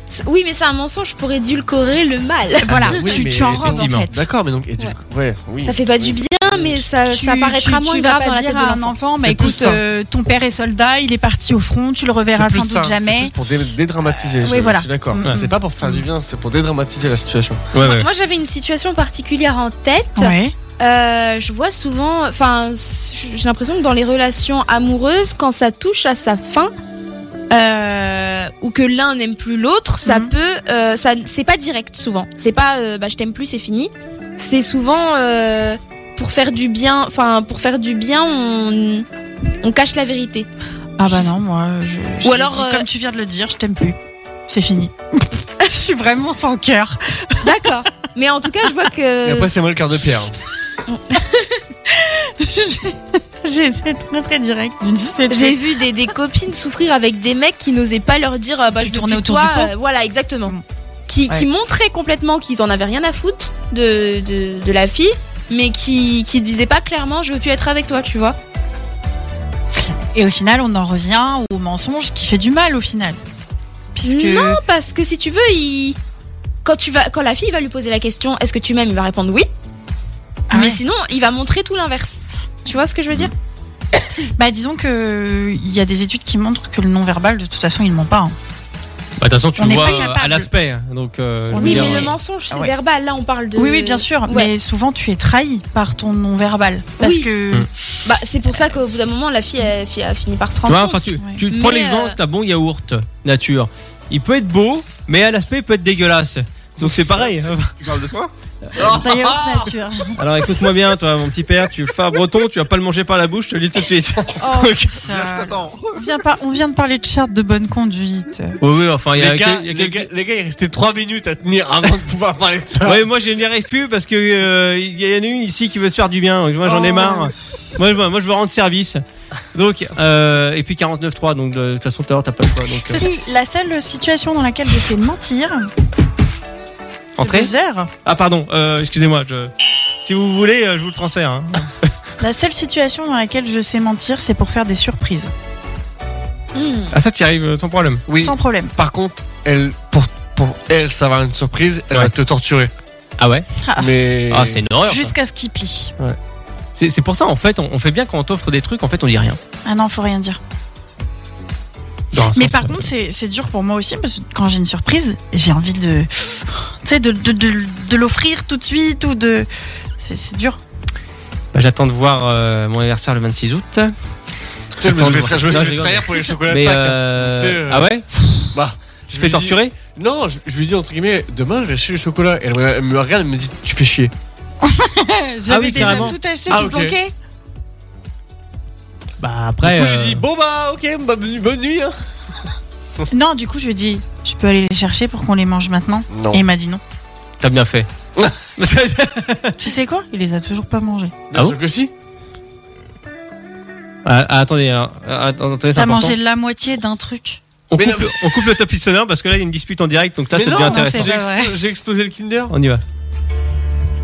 S4: C'est- Oui, mais c'est un mensonge pour édulcorer le mal.
S3: Voilà,
S5: oui,
S3: tu,
S5: mais
S3: tu enrobes en
S2: effectivement.
S3: fait.
S5: D'accord, mais donc et du... ouais. oui.
S4: Ça fait pas du bien, mais ça,
S3: Tu-
S4: ça paraîtra
S3: tu-
S4: moins
S3: tu
S4: grave
S3: vas
S4: dans
S3: pas
S4: la
S3: dire
S4: tête de
S3: à un
S4: l'enfant.
S3: enfant, bah
S5: C'est plus
S3: écoute,
S5: ça.
S3: euh, ton père est soldat, il est parti au front, tu le reverras
S5: C'est plus
S3: sans
S5: ça,
S3: doute
S5: c'est
S3: jamais.
S5: plus pour dé- dédramatiser.
S3: Oui,
S5: je, je
S3: voilà.
S5: suis d'accord.
S3: Mm.
S5: C'est pas pour faire du bien, c'est pour dédramatiser la situation.
S2: Ouais, Bah, ouais.
S4: Moi, j'avais une situation particulière en tête.
S3: Ouais.
S4: Euh, je vois souvent, enfin, j'ai l'impression que dans les relations amoureuses, quand ça touche à sa fin, euh, ou que l'un n'aime plus l'autre, ça
S3: Mhm.
S4: peut, euh, ça, c'est pas direct souvent. C'est pas, euh, bah, je t'aime plus, c'est fini. C'est souvent euh, pour faire du bien, enfin, pour faire du bien, on, on cache la vérité.
S3: Ah bah non, moi. je- je
S4: Ou
S3: te
S4: alors,
S3: dis
S4: euh,
S3: comme tu viens de le dire, je t'aime plus. C'est fini. je suis vraiment sans cœur.
S4: D'accord. Mais en tout cas, je vois
S5: Et
S4: que
S5: après, c'est moi le cœur de pierre.
S3: J'ai été très très direct.
S4: j'ai vu des, des copines souffrir avec des mecs qui n'osaient pas leur dire euh, bah,
S3: Tu
S4: je
S3: tournais
S4: veux plus
S3: autour
S4: de
S3: du
S4: toi,
S3: pot.
S4: euh, voilà, exactement.
S3: Mm.
S4: Qui,
S3: Ouais.
S4: qui montraient complètement qu'ils en avaient rien à foutre de, de, de la fille, mais qui, qui disaient pas clairement je veux plus être avec toi, tu vois.
S3: Et au final, on en revient au mensonge qui fait du mal au final. Puis que.
S4: Non, parce que si tu veux, il... quand, tu vas... quand la fille va lui poser la question Est-ce que tu m'aimes Il va répondre oui.
S3: Ah
S4: mais
S3: ouais.
S4: sinon, il va montrer tout l'inverse. Tu vois ce que je veux dire
S3: Bah, disons que il y a des études qui montrent que le non-verbal, de toute façon, il ne ment pas. hein.
S2: Bah, de toute façon, tu
S3: On
S2: le
S3: n'est
S2: vois
S3: pas
S2: euh, à
S3: capable.
S2: l'aspect. Donc, euh, je
S3: On
S2: veux
S3: est-
S4: Oui,
S2: dire,
S4: mais
S2: euh,
S4: le mensonge, c'est
S3: Ah ouais.
S4: verbal. Là, on parle de.
S3: Oui, oui, bien sûr.
S4: Ouais.
S3: Mais souvent, tu es trahi par ton non-verbal. Parce
S4: Oui.
S3: que.
S2: Mm.
S4: Bah, c'est pour ça qu'au bout d'un moment, la fille elle fi- a fini par se
S2: Tu
S4: rendre
S2: vois,
S4: compte.
S2: enfin, tu,
S3: Ouais.
S2: tu prends
S4: Mais,
S2: l'exemple,
S4: euh,
S2: t'as bon yaourt nature. Il peut être beau, mais à l'aspect, il peut être dégueulasse. Donc c'est pareil. hein.
S7: Tu parles de toi
S4: Oh.
S3: D'ailleurs, nature.
S2: Alors écoute-moi bien, toi, mon petit père, tu le fais à breton, tu vas pas le manger par la bouche, je te le dis tout de suite.
S3: Oh, c'est
S7: Je
S3: ça.
S7: t'attends.
S3: On vient, par- on vient de parler de charte de bonne conduite.
S2: Oui, oui, enfin, il y a,
S5: Les gars,
S2: euh, quel- il y a
S5: les
S2: quelques-
S5: gars, les gars, il restait 3 minutes à tenir avant de pouvoir parler de ça.
S2: Ouais, moi je n'y arrive plus parce que euh, il y en a une ici qui veut se faire du bien. Moi j'en ai
S5: Oh.
S2: marre. Moi, je- moi je veux rendre service. Donc euh, et puis 49.3 donc de toute façon tout à l'heure t'as pas le choix. Donc euh,
S3: Si, la seule situation dans laquelle je sais mentir,
S2: entrée.
S3: deux heures,
S2: Ah pardon, euh, excusez-moi. Je... Si vous voulez, euh, je vous le transfère. hein.
S3: la seule situation dans laquelle je sais mentir, c'est pour faire des surprises.
S4: Hmm.
S2: Ah ça t'y arrives euh, sans problème.
S5: Oui,
S3: Sans problème.
S5: par contre, elle, pour, pour elle, ça va avoir une surprise, elle va te torturer.
S2: Ah ouais.
S3: Ah.
S5: Mais.
S2: Ah c'est une horreur. ça.
S3: Jusqu'à ce qu'il plie.
S2: C'est c'est pour ça en fait on, on fait bien quand on t'offre des trucs en fait on dit rien.
S3: Ah non, faut rien dire.
S2: Dans un
S3: Mais
S2: sens,
S3: par
S2: euh,
S3: contre, c'est c'est dur pour moi aussi, parce que quand j'ai une surprise, j'ai envie de. Tu sais, de, de, de- de l'offrir tout de suite ou de. C'est c'est dur.
S2: bah, j'attends de voir euh, mon anniversaire le 26 août.
S5: Putain, Je me suis fait tra- je me
S2: Non,
S5: suis
S2: je
S5: fait
S2: rigole.
S5: trahir pour les chocolats de
S2: Mais
S5: Pâques.
S2: euh,
S5: Tu sais, euh,
S2: ah ouais,
S5: Bah,
S2: je
S5: lui
S2: fais
S5: dis-
S2: torturer.
S5: Non, je, je lui dis entre guillemets, demain je vais acheter du chocolat. Elle me, elle me regarde, elle me dit, tu fais chier.
S2: Ah oui, déjà carrément.
S3: tout acheté,
S5: Ah, tout ok. planqué.
S2: Bah après.
S5: Moi je
S2: euh,
S5: lui dis, bon bah ok, bah, bonne, bonne nuit. Hein.
S3: Non, du coup, je lui ai dit, je peux aller les chercher pour qu'on les mange maintenant.
S5: Non.
S3: Et il m'a dit non.
S2: T'as bien fait.
S3: Tu sais quoi Il les a toujours pas mangés.
S5: Bien
S2: Ah
S5: sûr que si.
S2: Ah, ah, attendez, alors, ah, attends, attendez, c'est
S3: T'as
S2: important.
S3: mangé la moitié d'un truc.
S2: On
S5: Mais
S2: coupe, le, on coupe le topic sonore parce que là il y a une dispute en direct donc là
S5: Mais
S2: ça
S5: non,
S2: devient
S5: non,
S2: intéressant.
S3: C'est
S5: J'ai
S3: pas vrai.
S5: expo- j'ai explosé le Kinder.
S2: On y va.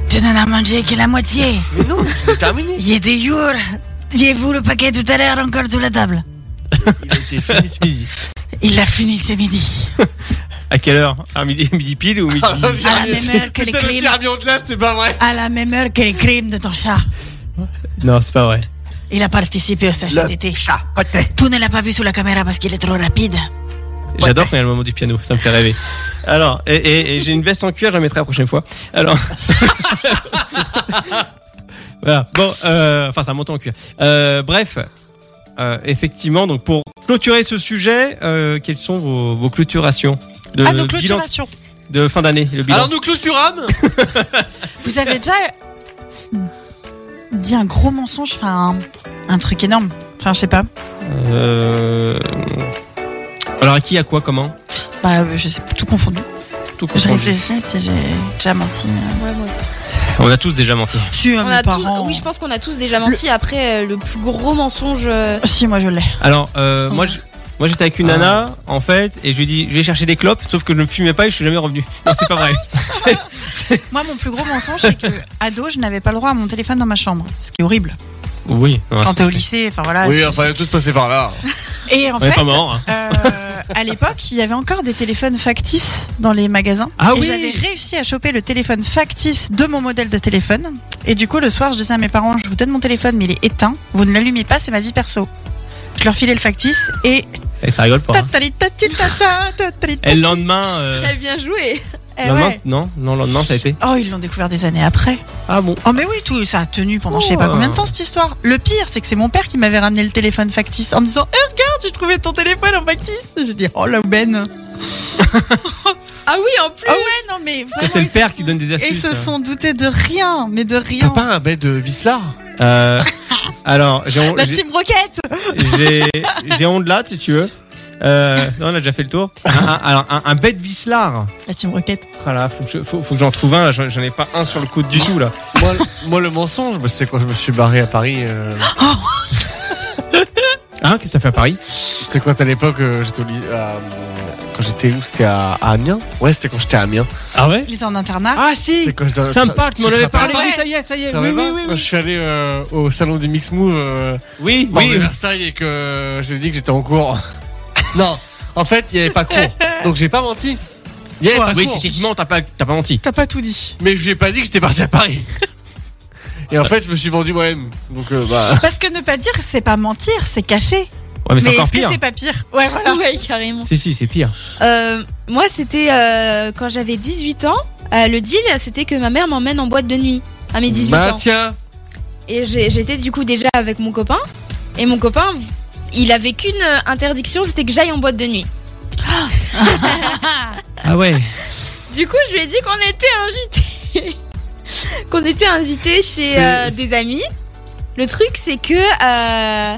S3: Tu n'en as mangé que la moitié.
S5: Mais non, il est terminé.
S3: Il y a des jours. Il est vous le paquet tout à l'heure encore sur la table.
S5: Il a été fini ce midi.
S3: Il l'a fini ce midi.
S2: À quelle heure À midi, midi pile ou
S5: Ah,
S2: midi
S3: À Ah, la même heure que les
S5: Putain, le
S3: crimes.
S5: tiramion de latte, c'est pas vrai.
S3: À la même heure que les crimes de ton chat.
S2: Non, c'est pas vrai.
S3: Il a participé au CHTT. Tout ne l'a pas vu sous la caméra parce qu'il est trop rapide.
S2: J'adore quand il y a le moment du piano, ça me fait rêver. Alors, et, et- et j'ai une veste en cuir, j'en mettrai la prochaine fois. Alors. voilà. Bon, euh, enfin, c'est un manteau en cuir. Euh, bref, euh, effectivement, donc pour clôturer ce sujet, euh, quelles sont vos, vos clôturations de,
S3: ah, donc
S2: Euh, bilan
S3: clôturation.
S2: de fin d'année Le bilan.
S5: Alors nous clôturâmes.
S3: Vous avez déjà dit un gros mensonge, enfin un, un truc énorme. Enfin, je sais pas.
S2: Euh, Alors, à qui, à quoi, comment
S3: Bah, euh, je sais pas, tout confondu.
S2: Tout
S3: Je
S2: confondu.
S3: réfléchis si j'ai déjà menti.
S4: Ouais, moi aussi.
S2: On a tous déjà menti.
S3: Si, à
S4: On
S3: mes
S4: a tous-
S3: parents.
S4: Oui,
S9: hein.
S4: je pense qu'on a tous déjà menti. Après, euh, le plus gros mensonge. euh,
S3: Si, moi je l'ai.
S2: Alors, euh, moi, je- moi j'étais avec une nana, en fait, et je lui ai dit, je vais chercher des clopes, sauf que je ne fumais pas et je suis jamais revenu. Non, c'est pas vrai.
S3: Moi, mon plus gros mensonge, c'est que ado, je n'avais pas le droit à mon téléphone dans ma chambre. Ce qui est horrible.
S2: Oui. non,
S3: Quand
S2: c'est-
S3: t'es au lycée, enfin voilà.
S5: Oui, enfin, on est tous passés par là.
S3: Et en
S2: on n'est
S3: fait,
S2: pas mort. hein.
S3: euh, à l'époque, il y avait encore des téléphones factices dans les magasins.
S2: Ah
S3: et
S2: oui
S3: j'avais réussi à choper le téléphone factice de mon modèle de téléphone. Et du coup, le soir, je disais à mes parents, je vous donne mon téléphone, mais il est éteint. Vous ne l'allumez pas, c'est ma vie perso. Je leur filais le factice et...
S2: Et ça rigole pas. hein.
S3: tatali tatitata, tatali
S2: Et le lendemain. euh,
S9: T'as bien joué.
S4: eh
S2: le lendemain
S4: ouais.
S2: Non, non, le lendemain ça a été.
S3: Oh, ils l'ont découvert des années après.
S2: Ah bon
S3: Oh, mais oui, tout ça a tenu pendant je sais pas
S2: Oh.
S3: combien de temps cette histoire. Le pire, c'est que c'est mon père qui m'avait ramené le téléphone factice en me disant Eh, Regarde, j'ai trouvé ton téléphone en factice. J'ai dit Oh la Ben.
S9: Ah oui, en plus.
S3: Ah ouais, non, mais
S2: Ça,
S3: vraiment.
S2: C'est le
S3: ils se
S2: père
S3: sont-
S2: qui donne des astuces.
S3: Et ils se
S2: hein.
S3: sont doutés de rien, mais de
S5: T'as
S3: rien.
S5: pas un bain de Vislar
S2: Euh, alors, j'ai
S3: La
S2: j'ai-
S3: Team Rocket
S2: j'ai- j'ai honte là, si tu veux. Euh, non, on a déjà fait le tour. Un- un- Alors, un, un bête vislar.
S3: La Team Rocket.
S2: Voilà, faut que je- faut- faut que j'en trouve un. là, J'en j'en ai pas un sur le coude du tout là.
S5: moi, le- moi, le mensonge, bah, c'est quand je me suis barré à Paris. euh,
S3: Ah.
S2: Hein, qu'est-ce que ça fait à Paris
S5: C'est quand à l'époque euh, j'étais au lycée. quand j'étais où C'était à, à Amiens Ouais, c'était quand j'étais à Amiens.
S2: Ah ouais
S3: Ils étaient en internat.
S2: Ah si
S5: C'est quand je-
S2: Ça me parle, tu m'en avais parlé,
S3: Ah ouais.
S2: oui, ça y est, ça y
S5: Tu
S2: est,
S5: te
S2: oui,
S5: rappelles
S2: oui,
S5: pas
S2: oui.
S5: Quand je suis allé euh, au salon du Mix Move euh,
S2: Oui,
S5: oui,
S2: oui,
S5: Versailles et que je lui ai dit que j'étais en cours. non, En fait, il n'y avait pas cours. Donc j'ai pas menti. Il n'y avait pas
S2: Oui,
S5: cours.
S2: techniquement, t'as pas, t'as pas menti.
S3: T'as pas tout dit.
S5: Mais je lui ai pas dit que j'étais parti à Paris. Et en fait, je me suis vendu moi-même. Donc euh, bah.
S3: Parce que ne pas dire, c'est pas mentir, c'est cacher.
S2: Ouais, mais
S3: Mais
S2: c'est encore
S3: est-ce que
S2: pire.
S3: c'est pas pire Ouais, voilà.
S4: Ah Ouais, carrément.
S2: Si, si, c'est pire.
S4: Euh, moi, c'était euh, quand j'avais 18 ans. euh, le deal, c'était que ma mère m'emmène en boîte de nuit à mes 18
S5: bah
S4: ans.
S5: tiens.
S4: Et j'ai- j'étais du coup déjà avec mon copain. Et mon copain, il avait qu'une euh, interdiction, c'était que j'aille en boîte de nuit.
S2: Ah ouais.
S4: Du coup, je lui ai dit qu'on était invités. qu'on était invités chez euh, des amis. Le truc, c'est que euh,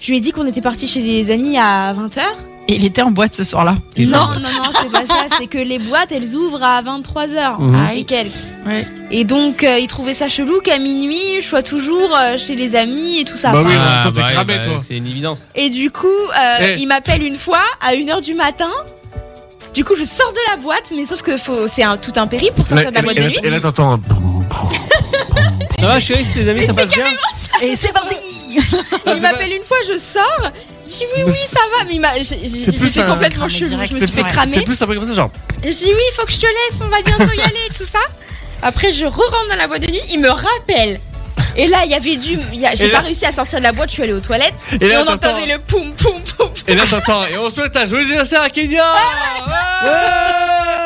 S4: je lui ai dit qu'on était parti chez des amis à 20h.
S3: Et il était en boîte ce soir-là.
S2: Et
S4: Non, non, non, c'est pas ça. C'est que les boîtes, elles ouvrent à 23h
S2: Mhm.
S4: et quelques.
S3: Ouais.
S4: Et donc, euh, il trouvait ça chelou qu'à minuit, je sois toujours euh, chez les amis et tout ça.
S5: Bah
S4: Enfin,
S5: oui, mais en même temps, t'es
S2: ouais,
S5: cramé, toi.
S2: Ah, C'est une évidence.
S4: Et du coup, euh,
S5: Eh.
S4: il m'appelle une fois à 1h du matin. Du coup, je sors de la boîte, mais sauf que faut, c'est un, tout un périple pour sortir de la boîte de nuit.
S5: Et là, t'entends un.
S2: Ça va, chérie, c'est tes amis, ça passe bien
S3: Et c'est parti
S2: Ah,
S4: Il m'appelle une fois, je sors. Je dis oui, oui, ça va. Mais il m'a- j'ai- j'ai-
S5: C'est plus
S4: j'étais
S5: un-
S4: complètement
S3: cramé
S4: chelou.
S3: direct,
S4: Je me suis
S3: c'est
S4: fait
S3: plus-
S5: C'est
S4: cramer.
S5: plus un peu comme ça, genre.
S4: Et je dis oui, faut que je te laisse, on va bientôt y aller, tout ça. Après, je re-rentre dans la boîte de nuit, il me rappelle. Et là, il y avait du. il y a-
S5: Et
S4: J'ai
S5: là-
S4: pas réussi à sortir de la boîte, je suis allée aux toilettes.
S5: Et
S4: Et,
S5: là,
S4: on
S5: t'entends-
S4: entendait le poum, poum,
S2: Oh,
S4: poum.
S5: Et là, t'entends. Et on souhaite un joyeux anniversaire à Kenya Ouais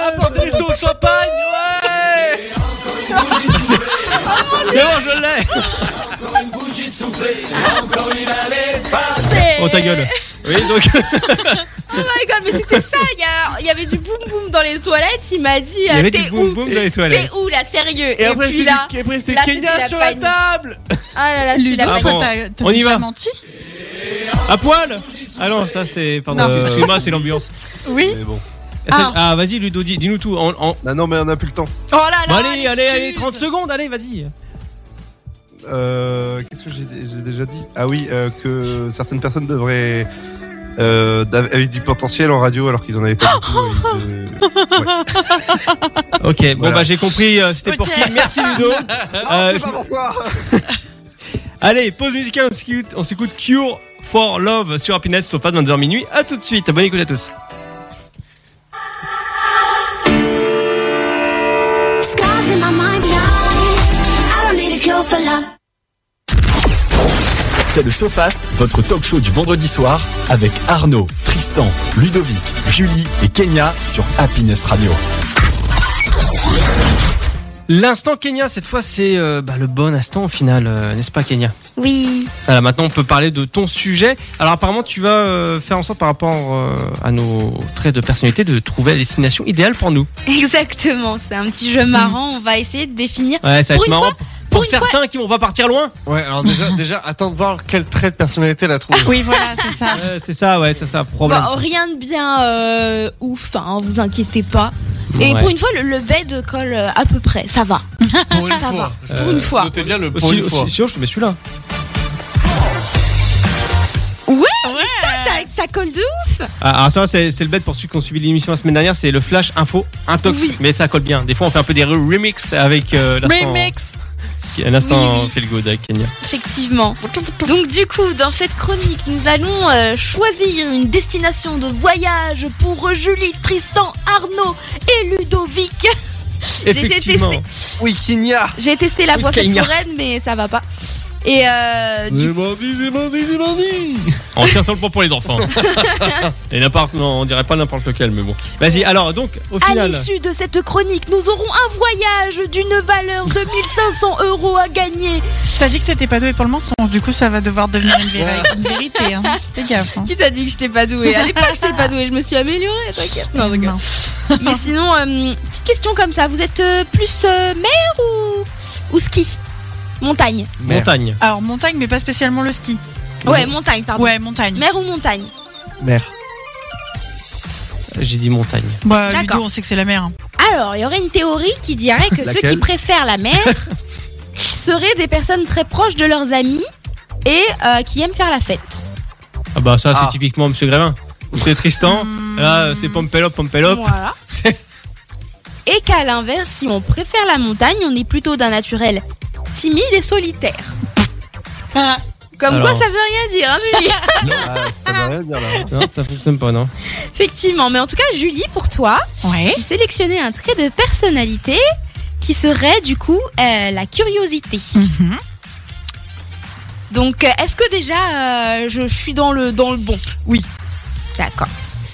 S5: Apportez les sauts de champagne Ouais
S2: C'est bon, je l'ai
S4: C'est-
S2: Oh, ta gueule. Oui, donc.
S4: Oh my god, mais c'était ça, il y, a- il y avait du boum, boum dans les toilettes. Il m'a dit,
S2: Il y avait du
S4: euh, t'es
S2: boum
S4: où
S2: boum dans les
S4: T'es
S2: toilettes.
S4: où là, sérieux
S5: Et après,
S4: puis
S5: c'était
S4: là.
S5: et après, c'était
S4: là,
S5: Kenya
S4: c'était la
S5: sur la
S4: panique.
S5: table
S4: Ah là là, c'était la
S2: Ah
S4: panique.
S2: bon,
S3: t'as t'as
S2: on y
S3: déjà
S2: va.
S3: menti
S2: À poil Ah non, ça c'est. Pardon,
S7: Non.
S2: excuse-moi, c'est l'ambiance.
S3: Oui.
S7: Mais bon.
S2: Attends, Ah, vas-y, Ludo, dis- dis-nous tout. En, en-
S7: Bah non, mais on a plus le temps.
S3: Oh là
S2: Bon,
S3: là
S2: allez, allez, allez,
S3: l'excuse.
S2: 30 secondes, allez, vas-y.
S7: Euh, Qu'est-ce que j'ai j'ai déjà dit Ah oui, euh, que certaines personnes devraient. Euh, d'av- avaient du potentiel en radio alors qu'ils en avaient pas du tout. euh, et de-
S2: Ok, bon
S7: Voilà.
S2: bah j'ai compris, euh, c'était pour
S3: Ok.
S2: qui Merci Ludo. Euh, je-
S7: pour toi
S2: Allez, pause musicale, on s'écoute- on s'écoute Cure for Love sur Happiness, sauf pas 22h minuit. A tout de suite, bonne écoute à tous.
S10: Scars in my mind, yeah. I don't need a cure for love.
S1: C'est le SoFast, votre talk show du vendredi soir avec Arnaud, Tristan, Ludovic, Julie et Kenya sur Happiness Radio.
S2: L'instant Kenya, cette fois c'est euh, bah, le bon instant au final, euh, n'est-ce pas Kenya
S4: Oui.
S2: Voilà, maintenant on peut parler de ton sujet. Alors apparemment tu vas euh, faire en sorte par rapport euh, à nos traits de personnalité de trouver la destination idéale pour nous.
S4: Exactement, c'est un petit jeu marrant. On va essayer de définir.
S2: Ouais, ça va
S4: Pour
S2: être
S4: une
S2: marrant.
S4: fois-
S2: pour
S4: pour une
S2: certains qui vont pas partir loin.
S5: Ouais, alors déjà, déjà attends de voir quel trait de personnalité elle a trouvé.
S3: Oui, voilà, c'est ça.
S2: Ouais, c'est ça, ouais, c'est ça, problème.
S4: Bah, rien de bien euh, ouf, hein, vous inquiétez pas. Et
S2: Ouais.
S4: pour une fois, le, le bed colle euh, à peu près, ça va.
S5: Pour une
S4: Ah, Ça
S5: fois. Euh,
S4: va. Pour une fois.
S5: Notez bien le pour
S2: Aussi-
S5: une fois.
S2: aussi- sinon, je te mets celui-là.
S4: Ça, ça colle de ouf.
S2: Ah, alors ça, c'est c'est le bête pour ceux qui ont suivi l'émission la semaine dernière, c'est le flash info intox.
S4: Oui.
S2: Mais ça colle bien. Des fois, on fait un peu des re- remix avec euh, l'instant-
S3: Remix
S2: l'instant
S4: Oui, oui.
S2: feel good avec Kenya.
S4: Effectivement. Donc du coup, dans cette chronique, nous allons euh, choisir une destination de voyage pour Julie, Tristan, Arnaud et Ludovic. J'essaie de
S2: Effectivement.
S4: tester. Ah. J'ai testé la voie faite
S2: Kenya.
S4: foraine, mais ça va pas. Et euh, du
S5: C'est bandit, c'est bandit, c'est bandit
S2: On tient sur le pont pour les enfants. Et n'importe, non, on dirait pas n'importe lequel, mais bon. Vas-y, alors, donc, au
S4: À
S2: final.
S4: l'issue de cette chronique, nous aurons un voyage d'une valeur de 1500 euros à gagner.
S3: T'as dit que t'étais pas doué pour le mensonge, du coup ça va devoir devenir une vérité. Une vérité hein. Fais gaffe. hein.
S4: Qui t'a dit que je t'ai pas doué À l'époque, je t'ai pas doué, je me suis améliorée, t'inquiète. Non, je rigole.
S3: Non.
S4: Mais sinon, euh, petite question comme ça, vous êtes euh, plus euh, mer ou, ou ski Montagne.
S2: Montagne.
S3: Alors montagne, mais pas spécialement le ski.
S4: Ouais, montagne, pardon.
S3: Ouais, montagne.
S4: Mer ou montagne
S2: J'ai dit montagne.
S3: Bah,
S4: D'accord.
S3: Ludo, on sait que c'est la mer. hein.
S4: Alors, il y aurait une théorie qui dirait que ceux qui
S7: Laquelle
S4: préfèrent la mer seraient des personnes très proches de leurs amis et euh, qui aiment faire la fête.
S2: Ah bah, ça,
S5: Ah.
S2: c'est typiquement Monsieur Grévin. C'est Tristan.
S4: Mm.
S2: Là, euh, c'est Pompelop, Pompelop.
S4: Voilà. Et qu'à l'inverse, si on préfère la montagne, on est plutôt d'un naturel timide et solitaire. Comme
S2: Alors.
S4: quoi, ça veut rien dire, hein, Julie
S7: ça veut rien dire là.
S2: Non, ça fonctionne pas, non
S4: Effectivement, mais en tout cas, Julie, pour toi,
S3: Ouais.
S4: j'ai sélectionné un trait de personnalité qui serait du coup euh, la curiosité.
S3: Mhm.
S4: Donc, euh, est-ce que déjà euh, je suis dans le, dans le bon
S3: Oui.
S4: D'accord.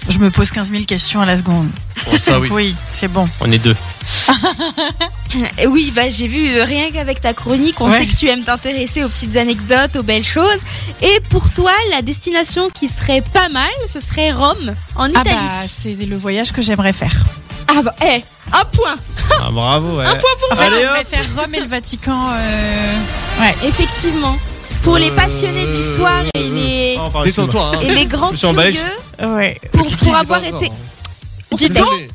S3: Je me pose 15 000 questions à la seconde.
S5: Bon, ça oui.
S3: Oui, c'est bon.
S2: On est deux.
S4: Et oui, bah, j'ai vu euh, rien qu'avec ta chronique, on
S3: Ouais.
S4: sait que tu aimes t'intéresser aux petites anecdotes, aux belles choses. Et pour toi, la destination qui serait pas mal, ce serait Rome, en
S3: Ah
S4: Italie.
S3: bah, c'est le voyage que j'aimerais faire.
S4: Ah bah, eh, un point
S2: Ah, bravo, ouais.
S4: Un point pour
S3: En fait,
S4: moi
S3: j'aimerais faire Rome et le Vatican. euh,
S4: Effectivement. Pour les
S5: Euh,
S4: passionnés d'histoire et
S5: euh,
S4: les,
S2: Ah, pardon,
S5: Détends-toi. hein.
S4: et les grands
S2: Je suis en
S4: curieux,
S2: belge.
S3: Ouais.
S4: pour,
S5: Qui- qui
S4: pour
S5: dit
S4: avoir
S5: pas
S4: été...
S5: encore
S4: Dis donc
S5: Désolé.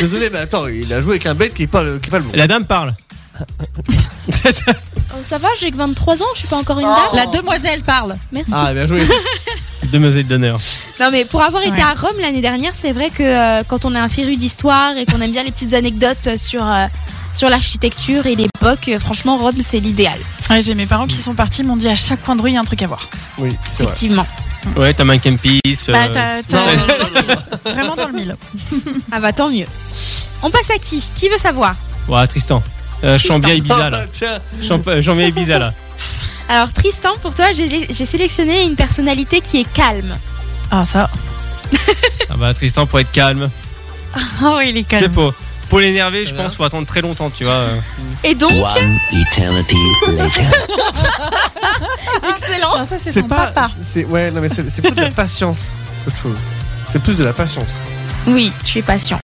S5: Désolé, mais attends, il a joué avec un bête qui est pas le, qui est pas le bon.
S2: La dame parle.
S4: Oh, Ça va, j'ai que 23 ans, je suis pas encore une dame.
S11: La demoiselle parle.
S4: Merci.
S5: Ah, bien joué.
S2: Demoiselle d'honneur.
S4: Non mais pour avoir été
S3: Ouais.
S4: à Rome l'année dernière, c'est vrai que euh, quand on est un féru d'histoire et qu'on aime bien les petites anecdotes sur, euh, sur l'architecture et l'époque, euh, franchement Rome c'est l'idéal,
S3: Ouais, J'ai mes parents qui sont partis, m'ont dit à chaque coin de rue, il y a un truc à voir.
S5: Oui, c'est vrai.
S4: effectivement.
S2: Ouais, t'as un Kempis. euh,
S3: Bah, t'as- t'as-
S5: Non,
S3: vraiment dans le mille.
S4: Ah bah tant mieux. On passe à qui Qui veut savoir
S2: Ouais, Tristan. Euh, Chambia Ibiza, là.
S5: Ah, tiens.
S2: Champ- euh, Chambia Ibiza, là.
S4: Alors Tristan, pour toi, j'ai j'ai sélectionné une personnalité qui est calme.
S3: Ah, ça.
S2: Ah, bah, Tristan, pour être calme.
S3: Oh, il est
S2: Tu sais,
S3: calme.
S2: pour, pour l'énerver, je
S5: Voilà.
S2: pense, faut attendre très longtemps, tu vois. euh.
S4: Et donc,
S6: One eternity later.
S4: excellent.
S11: Non,
S3: Ah,
S11: ça c'est son papa.
S5: C'est ouais, non mais c'est c'est plus de la patience, autre chose. C'est plus de la patience.
S4: Oui, tu es patient.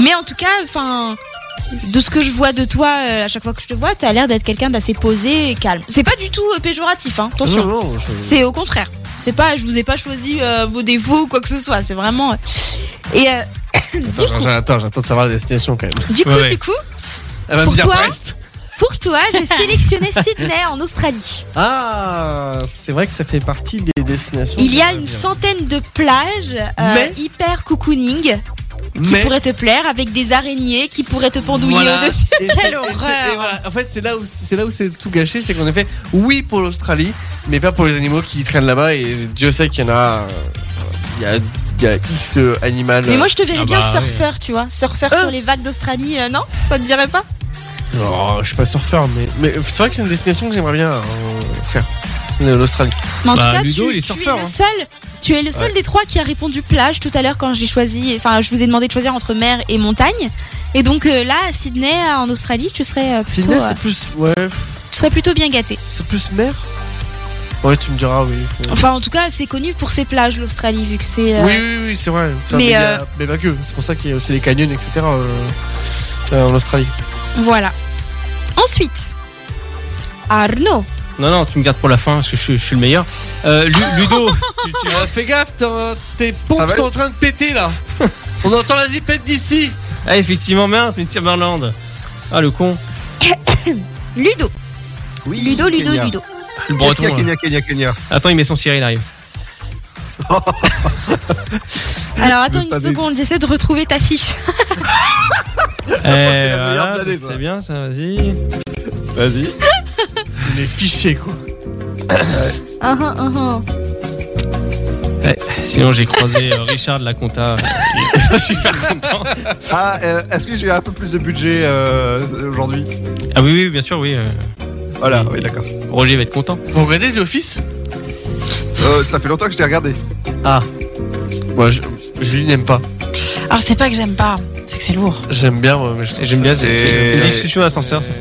S4: Mais en tout cas, enfin, de ce que je vois de toi euh, à chaque fois que je te vois, t'as l'air d'être quelqu'un d'assez posé et calme. C'est pas du tout euh, péjoratif, hein, attention.
S5: Non, non, je-
S4: C'est au contraire. C'est pas, je vous ai pas choisi euh, vos défauts ou quoi que ce soit. C'est vraiment. euh, Et euh,
S5: Attends, j'attends, j'attends, j'attends de savoir la destination quand même.
S4: du coup,
S2: Ouais, ouais.
S4: du coup,
S5: Elle va
S4: Pour
S5: me dire
S4: toi
S5: Brest.
S4: pour toi, j'ai sélectionné Sydney en Australie.
S5: Oh, Ah, c'est vrai que ça fait partie des destinations.
S4: Il y a
S5: que
S4: une
S5: j'aimerais
S4: centaine de plages euh,
S5: Mais-
S4: hyper cocooning
S5: bien.
S4: qui
S5: Mais
S4: pourraient te plaire avec des araignées qui pourraient te pendouiller
S5: voilà.
S4: au-dessus.
S5: Et c'est-
S4: Quelle
S5: et c'est-
S4: horreur.
S5: et voilà. En fait, c'est là où c'est là où c'est tout gâché, c'est qu'en effet, oui pour l'Australie, mais pas pour les animaux qui traînent là-bas. Et Dieu sait qu'il y en a, euh, il y a, il y a X animal.
S4: Mais moi, je te verrais
S2: Ah
S4: bien
S2: bah,
S4: surfeur, tu vois. Surfeur
S5: Euh.
S4: sur les vagues d'Australie, euh, non Ça te dirait pas
S5: Non, Oh, je suis pas surfeur, mais, mais c'est vrai que c'est une destination que j'aimerais bien euh, faire. L'Australie.
S4: Mais en
S2: Bah,
S4: tout cas,
S2: Ludo,
S4: tu,
S2: il est
S4: tu
S2: surfeur,
S4: es
S2: hein.
S4: le seul, tu es le seul des trois qui a répondu plage tout à l'heure quand j'ai choisi, enfin, je vous ai demandé de choisir entre mer et montagne. Et donc euh, là, à Sydney, euh, en Australie, tu serais, euh, plutôt,
S5: Sydney,
S4: euh,
S5: c'est plus, ouais,
S4: tu serais plutôt bien gâté.
S5: c'est plus mer. Ouais, tu me diras, oui. Euh,
S4: Enfin, en tout cas, c'est connu pour ses plages, l'Australie, vu que c'est. euh,
S5: Oui, oui, oui, c'est vrai. C'est un
S4: mais, euh,
S5: pays à- mais pas que. C'est pour ça qu'il y a aussi les canyons, etc. euh, euh, en Australie.
S4: Voilà. Ensuite, Arnaud.
S2: Non, non, tu me gardes pour la fin parce que je, suis- je suis le meilleur. Euh, Lu- Ludo, tu- tu-
S5: fais gaffe, tes
S7: Ça
S5: pompes
S7: va
S5: sont en train de péter là. On entend la zipette d'ici.
S2: ah, effectivement, mince, mais Timberland. Ah, le con.
S4: Ludo.
S7: Oui,
S4: Ludo, Ludo,
S7: Kenya.
S4: Ludo.
S2: Le
S7: Qu'est-ce
S2: breton.
S7: qu'il y a,
S2: là.
S7: Kenya, Kenya, Kenya.
S2: Attends, il met son ciré, il arrive.
S4: Alors
S7: Tu veux
S4: attends
S7: pas
S4: une
S7: des-
S4: seconde, j'essaie de retrouver ta fiche.
S2: Eh,
S7: c'est la meilleure
S2: voilà,
S7: de l'année,
S2: ça,
S7: ça.
S2: c'est bien, ça, vas-y.
S7: Vas-y.
S5: Les fichiers, quoi.
S4: Ah, ah, ah, ah.
S2: Ouais, sinon, j'ai croisé euh, Richard de la compta. Il était pas super content.
S7: Ah, euh, est-ce que j'ai un peu plus de budget euh, aujourd'hui
S2: Ah, oui, oui, bien sûr, oui. euh,
S7: Voilà, oui, d'accord.
S2: Roger va être content.
S5: Vous regardez The Office
S7: Euh, ça fait longtemps que je t'ai regardé.
S5: Moi, je, Julie n'aime pas.
S3: Alors, c'est pas que j'aime pas, c'est que c'est lourd.
S5: J'aime bien, moi, mais je trouve
S2: J'aime
S5: ça-
S2: bien, c'est- c'est
S7: c'est-
S2: c'est une discussion d'ascenseur. ça.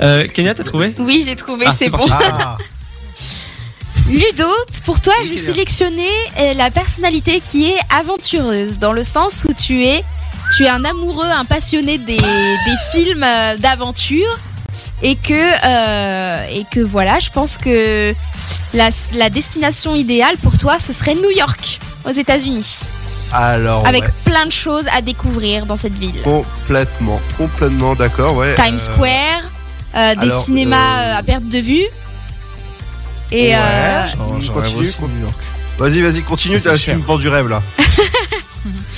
S2: Euh, Kenya, t'as trouvé
S4: Oui, j'ai trouvé,
S2: Ah,
S4: c'est
S2: c'est
S4: bon.
S7: Ah,
S4: Ludo, pour toi,
S7: Oui,
S4: j'ai
S7: c'est bien.
S4: sélectionné euh, la personnalité qui est aventureuse, dans le sens où tu es, tu es un amoureux, un passionné des, des films euh, d'aventure, et que, euh, et que voilà, je pense que la, la destination idéale pour toi, ce serait New York, aux États-Unis,
S7: alors.
S4: avec
S7: Oh, ouais.
S4: plein de choses à découvrir dans cette ville.
S7: Complètement, complètement d'accord, ouais.
S4: Times
S7: Euh,
S4: Square, euh, des
S7: alors,
S4: cinémas
S7: euh,
S4: euh, à perte de vue. Et
S7: Ouais.
S4: euh,
S5: Genre, genre,
S7: Continue,
S5: aussi,
S7: continue.
S5: New York.
S7: Vas-y, vas-y, continue,
S5: C'est
S7: là,
S5: cher.
S7: tu me vends du rêve là.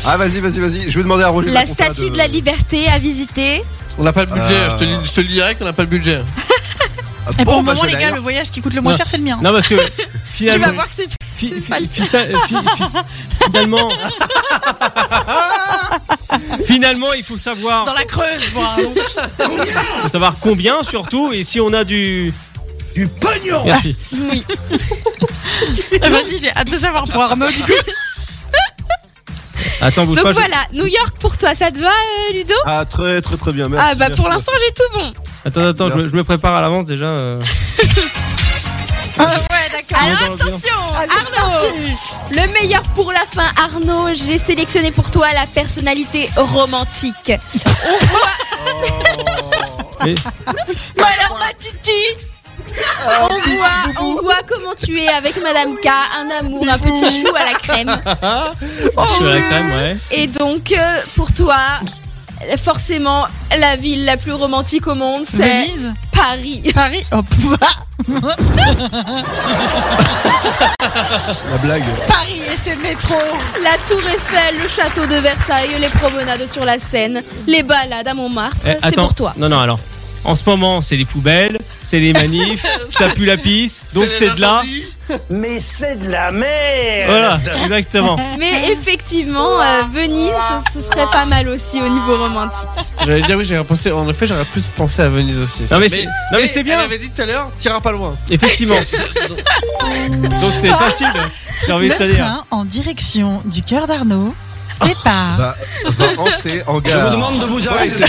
S7: ah, vas-y, vas-y, vas-y. Je vais demander à Roger.
S4: la
S7: Laconta
S4: statue de la liberté à visiter.
S5: On n'a pas le budget,
S7: Euh.
S5: Ah. je, te le dis, je te le dis direct, on n'a pas le budget.
S7: bon,
S3: Et pour le
S7: bah,
S3: moment,
S7: je vais
S3: les gars,
S7: aller.
S3: le voyage qui coûte le moins
S2: Non.
S3: cher, c'est le mien.
S2: Non, parce que
S3: tu
S2: finalement-
S3: vas voir que c'est
S2: Fi-
S3: c'est
S2: fi-
S3: pas le
S2: fi- fi- fi- finalement. Finalement, il faut savoir.
S3: Dans la Creuse, bon, pardon.
S2: Il faut savoir combien surtout et si on a du. Du pognon Merci.
S3: Oui. Vas-y, j'ai hâte de savoir pour Arnaud, du coup.
S2: Attends, bouge
S4: Donc
S2: pas. je-
S4: voilà, New York pour toi, ça te va, euh, Ludo
S7: Ah, très très très bien, merci.
S4: Ah bah pour
S7: merci.
S4: l'instant j'ai tout bon.
S2: Attends, attends, je me, je me prépare à l'avance déjà. euh.
S4: Alors attention, Arnaud, le meilleur pour la fin. Arnaud, j'ai sélectionné pour toi la personnalité romantique. On voit,
S2: Mais-
S4: alors ma titi. On voit, on voit comment tu es avec Madame K, un amour, un petit chou à la crème.
S2: Je suis à la crème, ouais.
S4: Et donc euh, pour toi, forcément, la ville la plus romantique au monde, c'est
S3: Venise
S4: Paris.
S3: Paris Oh, pouah.
S7: La blague.
S3: Paris et ses métros
S4: La tour Eiffel, le château de Versailles, les promenades sur la Seine, les balades à Montmartre,
S2: Eh,
S4: c'est
S2: attends.
S4: pour toi.
S2: Non, non, alors. En ce moment, c'est les poubelles, c'est les manifs, ça pue la pisse, donc
S12: C'est les
S2: c'est de là.
S12: Mais c'est de la merde
S2: Voilà, exactement.
S4: Mais effectivement, euh, Venise, ce serait pas mal aussi au niveau romantique.
S5: J'allais dire oui, j'aurais pensé. En effet, j'aurais plus pensé à Venise aussi.
S2: Non, mais c'est- non, mais c'est bien.
S5: Elle avait dit tout à l'heure, t'iras pas loin.
S2: Effectivement. Donc c'est facile, j'ai envie
S3: Le
S2: de te dire.
S3: train en direction du cœur d'Arnaud départ.
S7: Bah, va entrer en gare. Ouais,
S2: Ah.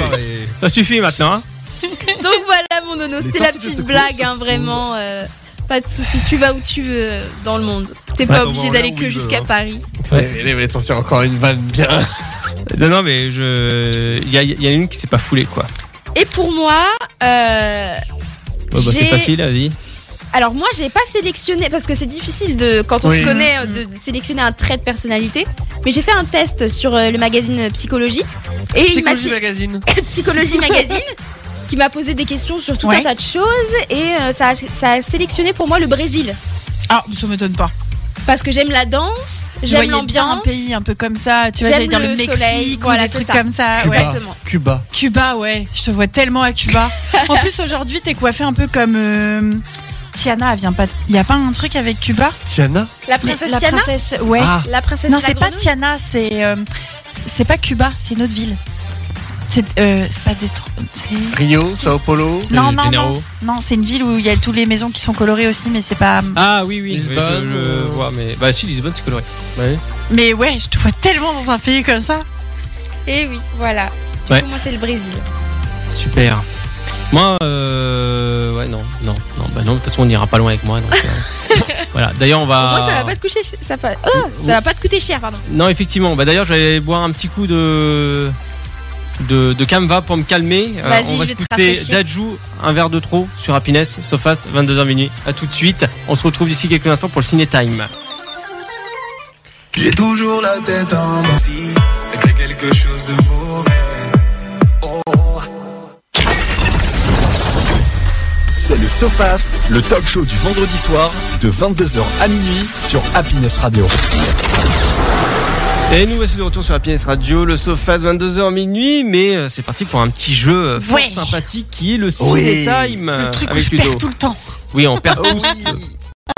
S2: Ça suffit maintenant. hein.
S4: Donc voilà mon nono,
S2: Les
S4: c'était la
S2: sorties de
S4: petite
S2: secours,
S4: blague, hein, vraiment. euh, pas de souci, tu vas où tu veux euh, dans le monde. T'es
S5: Ouais, bah,
S4: pas
S5: on
S4: obligé
S5: va là
S4: d'aller
S5: où
S4: que
S5: il
S4: jusqu'à
S5: veut, hein.
S4: Paris.
S5: Elle va sortir encore une vanne bien.
S2: Non, non, mais je. Il y, a- il y a une qui s'est pas foulée, quoi.
S4: Et pour moi, euh,
S2: Ouais, bah, c'est
S4: J'ai-
S2: facile, vas-y.
S4: alors moi j'ai pas sélectionné parce que c'est difficile de quand on
S2: Oui.
S4: se connaît euh,
S3: Mm.
S4: de sélectionner un trait de personnalité. Mais j'ai fait un test sur euh, le magazine Psychologie et il m'a
S5: Psychologie
S4: sé-
S5: Magazine.
S4: Psychologie Magazine qui m'a posé des questions sur tout un tas de choses et euh, ça, a, ça a sélectionné pour moi le Brésil.
S3: Ah, ça m'étonne pas.
S4: Parce que j'aime la danse, j'aime
S3: voyez bien
S4: l'ambiance.
S3: un pays un peu comme ça, tu vois,
S4: J'aime
S3: j'allais dire le,
S4: le
S3: Mexique
S4: soleil,
S3: ou
S4: voilà,
S3: des
S4: c'est
S3: trucs
S4: ça.
S3: comme ça.
S4: Cuba.
S3: ouais.
S4: Exactement.
S5: Cuba.
S3: Cuba, ouais, je te vois tellement à Cuba. en plus, aujourd'hui, t'es coiffée un peu comme. euh, Tiana, elle vient pas. Il y a pas un truc avec Cuba
S5: Tiana.
S4: La princesse
S3: La
S4: Tiana
S3: princesse, ouais.
S5: Ah.
S4: La princesse
S3: Non,
S4: la
S3: c'est pas
S4: grenouille
S3: Tiana, c'est. euh, c'est c'est pas Cuba, c'est une autre ville. C'est euh, c'est pas des. tr- c'est-
S5: Rio, Sao Paulo.
S2: Euh,
S3: Non, non, non. Non, c'est une ville où il y a toutes les maisons qui sont colorées aussi, mais c'est pas.
S2: Ah oui, oui.
S5: Lisbonne,
S2: Oui, je, je
S5: euh,
S2: vois, mais. Bah si, Lisbonne, c'est coloré.
S3: Mais ouais, je te vois tellement dans un pays comme ça.
S4: Et Eh oui, voilà.
S2: Ouais.
S4: Pour moi c'est le Brésil.
S2: Super. Moi, euh. Ouais, non, non, non. Bah non, de toute façon, on n'ira pas loin avec moi. donc, euh, voilà, d'ailleurs, on va.
S4: Pour moi ça va pas te coucher, ça, va- oh, ça va pas te coûter cher, pardon.
S2: Non, effectivement. Bah d'ailleurs, j'allais boire un petit coup de de, de Camva pour me calmer. Euh,
S4: Vas-y,
S2: on va
S4: je vais te
S2: écouter
S4: rafraîchir.
S2: Dajou, un verre de trop sur Happiness, SoFast, 22h minuit. À tout de suite. On se retrouve d'ici quelques instants pour le Ciné Time.
S13: J'ai toujours la tête en bas. Si t'as fait quelque chose de mauvais. Oh.
S1: C'est le SoFast, le talk show du vendredi soir de 22h à minuit sur Happiness Radio.
S2: Et nous voici de retour sur Happiness Radio, le SoFast, 22h minuit. Mais euh, c'est parti pour un petit jeu euh, fort
S3: Ouais.
S2: sympathique qui est le
S3: Oui.
S2: Ciné Time. euh,
S3: Le truc où
S2: avec
S3: je
S2: Ludo.
S3: perds tout le temps.
S2: Oui, on perd tous.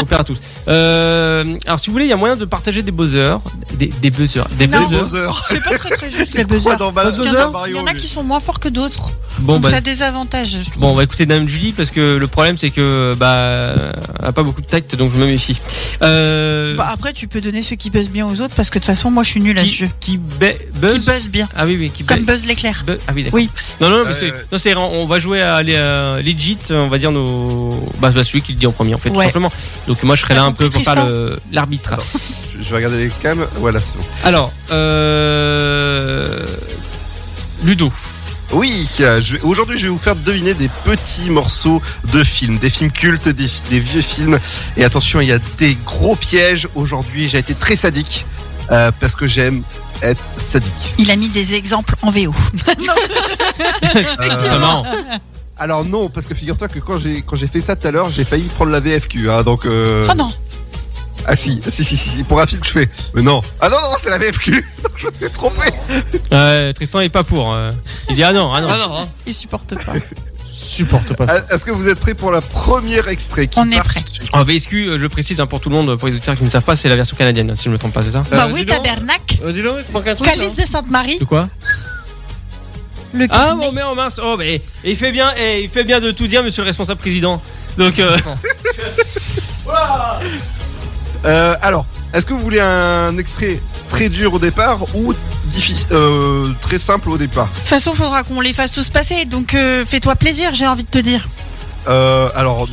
S2: On perd tous. Euh, alors, si vous voulez, il y a moyen de partager des buzzers. Des, des buzzers. Des
S3: Non.
S2: buzzers.
S3: C'est pas très très juste les buzzers.
S7: dans Bal-
S3: Parce qu'il y en a-
S7: dans Mario,
S3: Il y en a
S7: lui.
S3: qui sont moins forts que d'autres.
S2: Bon,
S3: Donc
S2: bah-
S3: ça désavantage. je trouve.
S2: Bon, on va écouter Dame Julie parce que le problème c'est que bah elle a pas beaucoup de tact donc je me méfie. Euh,
S3: Bah, après, tu peux donner ceux qui buzzent bien aux autres parce que de toute façon, moi je suis nulle à ce jeu.
S2: qui ba- buzz
S3: Qui buzz bien.
S2: Ah oui oui qui
S3: Comme
S2: ba-
S3: Buzz l'éclair.
S2: buzz- Ah oui d'accord.
S3: Oui.
S2: Non non,
S3: Ah,
S2: mais c'est-
S3: ouais,
S2: non, c'est on va jouer à les, euh, legit on va dire nos bah, bah, celui qui le dit en premier en fait tout
S3: Ouais.
S2: simplement. Donc moi je serai là un peu pour faire
S3: Tristan
S2: le- l'arbitre.
S7: Je je vais regarder les cams. Voilà, c'est bon.
S2: Alors euh, Ludo.
S7: Oui, euh, je vais- aujourd'hui je vais vous faire deviner des petits morceaux de films, des films cultes, des, des vieux films. Et attention, il y a des gros pièges. Aujourd'hui, j'ai été très sadique euh, parce que j'aime être sadique.
S3: Il a mis des exemples en VO.
S2: Ah,
S7: Euh, alors non, parce que figure-toi que quand j'ai quand j'ai fait ça tout à l'heure, j'ai failli prendre la VFQ. hein, donc euh,
S3: Oh non.
S7: ah si, si si si, si, pour un film que je fais. Mais non, ah non non, non, c'est la VFQ. je me suis trompé.
S5: hein.
S2: Ouais, Tristan est pas pour. euh. Il dit ah non ah non.
S3: Bah Il supporte pas.
S5: supporte pas ça.
S7: Est-ce que vous êtes prêts pour le premier extrait qui
S3: Ah, On est
S7: part
S3: prêts.
S2: En VSQ, euh, je précise hein, pour tout le monde, pour les auditeurs qui ne savent pas, c'est la version canadienne, si je ne me trompe pas, c'est ça
S3: Bah oui, tabernacle.
S2: Euh,
S5: dis donc, il te manque un truc.
S3: Calice de Sainte-Marie.
S2: De quoi
S3: Le
S2: Ah, on met en mince. Oh, mais il fait bien, eh, il fait bien de tout dire, monsieur le responsable président. Donc, euh,
S7: Euh, alors, est-ce que vous voulez un extrait très dur au départ ou difficile, euh, très simple au départ
S3: De toute façon, faudra qu'on les fasse tous passer. Donc euh, fais-toi plaisir, j'ai envie de te dire.
S7: Euh, Alors,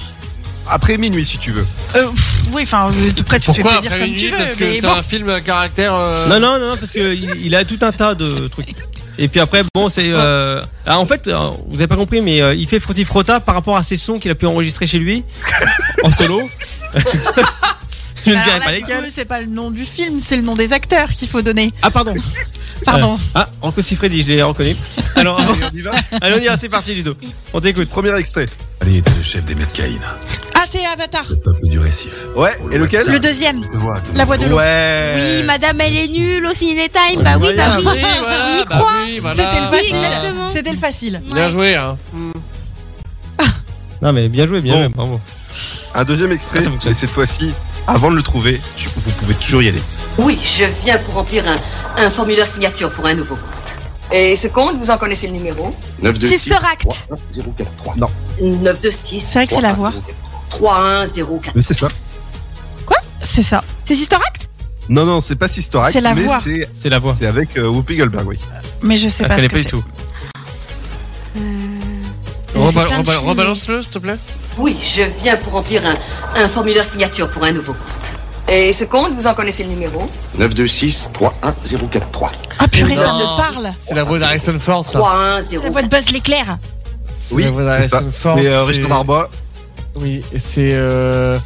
S7: après minuit si tu veux.
S3: Euh, pff, oui, enfin, euh, de près, tu te fais
S5: Pourquoi
S3: plaisir
S5: après
S3: comme
S5: minuit
S3: tu veux.
S5: Parce que
S3: mais
S5: c'est
S3: bon.
S5: un film à caractère. euh,
S2: non, non, non, non, parce qu'il il a tout un tas de trucs. Et puis après, bon, c'est. euh, ah, en fait, euh, vous n'avez pas compris, mais euh, il fait frotti frotta par rapport à ses sons qu'il a pu enregistrer chez lui, en solo. je ne
S3: Bah,
S2: dirais
S3: alors
S2: pas
S3: là,
S2: lesquels.
S3: du coup, C'est pas le nom du film, c'est le nom des acteurs qu'il faut donner.
S2: Ah, pardon.
S3: Pardon.
S2: Euh, ah, Rocco Siffredi, je l'ai reconnu. Alors,
S7: Allez, on y va
S2: allez, on y va, c'est parti, Ludo. On t'écoute.
S7: Premier extrait.
S14: Ali était le chef des Medcaïnes,
S3: Ah, c'est Avatar.
S14: le peuple du récif.
S7: Ouais, et lequel
S3: Le deuxième.
S14: Voix à tout
S3: La voix de l'eau.
S7: Ouais.
S4: Oui, madame, elle est nulle au ciné time. Bah oui, bah oui.
S5: Oui, voilà,
S4: Il y
S5: bah
S4: croit.
S5: oui, voilà. hein.
S3: C'était le
S4: Oui,
S3: facile.
S4: exactement.
S3: C'était le facile.
S5: Bien joué, hein.
S2: Non, mais bien joué, bien
S7: Bon.
S2: joué, bravo.
S7: Un deuxième extrait,
S2: Ah, ça fonctionne.
S7: et cette fois-ci, avant de le trouver, tu- vous pouvez toujours y aller.
S15: Oui, je viens pour remplir un, un formulaire signature pour un nouveau compte. Et ce compte, vous en connaissez le numéro
S14: 9 2 6
S4: Sister
S14: 3 0 4 3.
S7: Non,
S15: 926.
S3: C'est vrai que c'est la voix.
S15: 3104.
S7: mais c'est ça.
S3: C'est ça.
S4: C'est Sister Act
S7: Non, non, c'est pas Sistorak,
S3: C'est la
S7: mais
S3: voix.
S7: c'est,
S2: C'est la voix. Ah,
S7: c'est avec euh, Whoopi Goldberg, oui.
S3: Mais je sais
S2: Je
S3: pas
S2: connais
S3: ce que
S2: pas du
S3: c'est.
S2: tout.
S5: Rebal-
S4: plein de
S5: rebal-
S4: films.
S5: Rebalance-le, s'il te plaît.
S15: Oui, je viens pour remplir un, un formulaire signature pour un nouveau compte. Et ce compte, vous en connaissez le numéro
S14: 9 2 6 3 1 0 4 3.
S3: Ah purée, ça
S5: Non.
S3: me parle.
S5: C'est la voix d'Harrison Ford, ça.
S15: 3104.
S3: La voix de Buzz l'éclair.
S5: C'est
S7: Oui,
S5: la voix
S7: c'est ça.
S5: d'Harrison Ford.
S7: mais euh,
S5: c'est-
S7: Richard Darbois,
S5: Oui, et c'est. euh,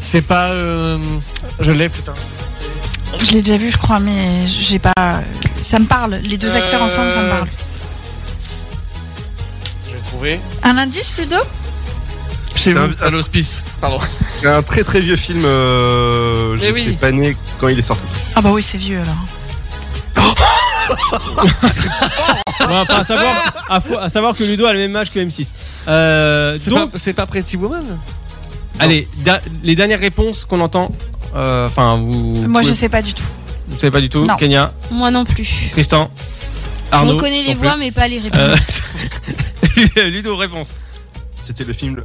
S5: C'est pas. euh, Je l'ai, putain.
S3: Je l'ai déjà vu, je crois, mais j'ai pas. Ça me parle. Les deux acteurs
S5: Euh,
S3: ensemble, ça me parle.
S5: Je l'ai trouvé.
S3: Un indice, Ludo
S5: Chez
S7: vous,
S5: vous, à l'hospice. Pardon.
S7: c'est un très très vieux film. Euh,
S5: Eh
S7: j'étais
S5: oui.
S7: pas né quand il est sorti.
S3: Ah bah oui, c'est vieux alors.
S2: Bon, enfin, à, savoir, à, fo- à savoir que Ludo a le même âge que M6. Euh,
S5: C'est
S2: donc,
S5: pas, c'est pas Pretty Woman
S2: allez, da- les dernières réponses qu'on entend. euh, Enfin, vous.
S3: Moi,
S2: pouvez-
S3: je sais pas du tout.
S2: Vous savez pas du tout.
S3: Non.
S2: Kenya,
S4: Moi non plus.
S2: Tristan,
S4: je
S2: Arnaud.
S4: reconnais les
S2: non plus.
S4: voix, mais pas les réponses.
S2: Euh, Ludo, réponse.
S7: C'était le film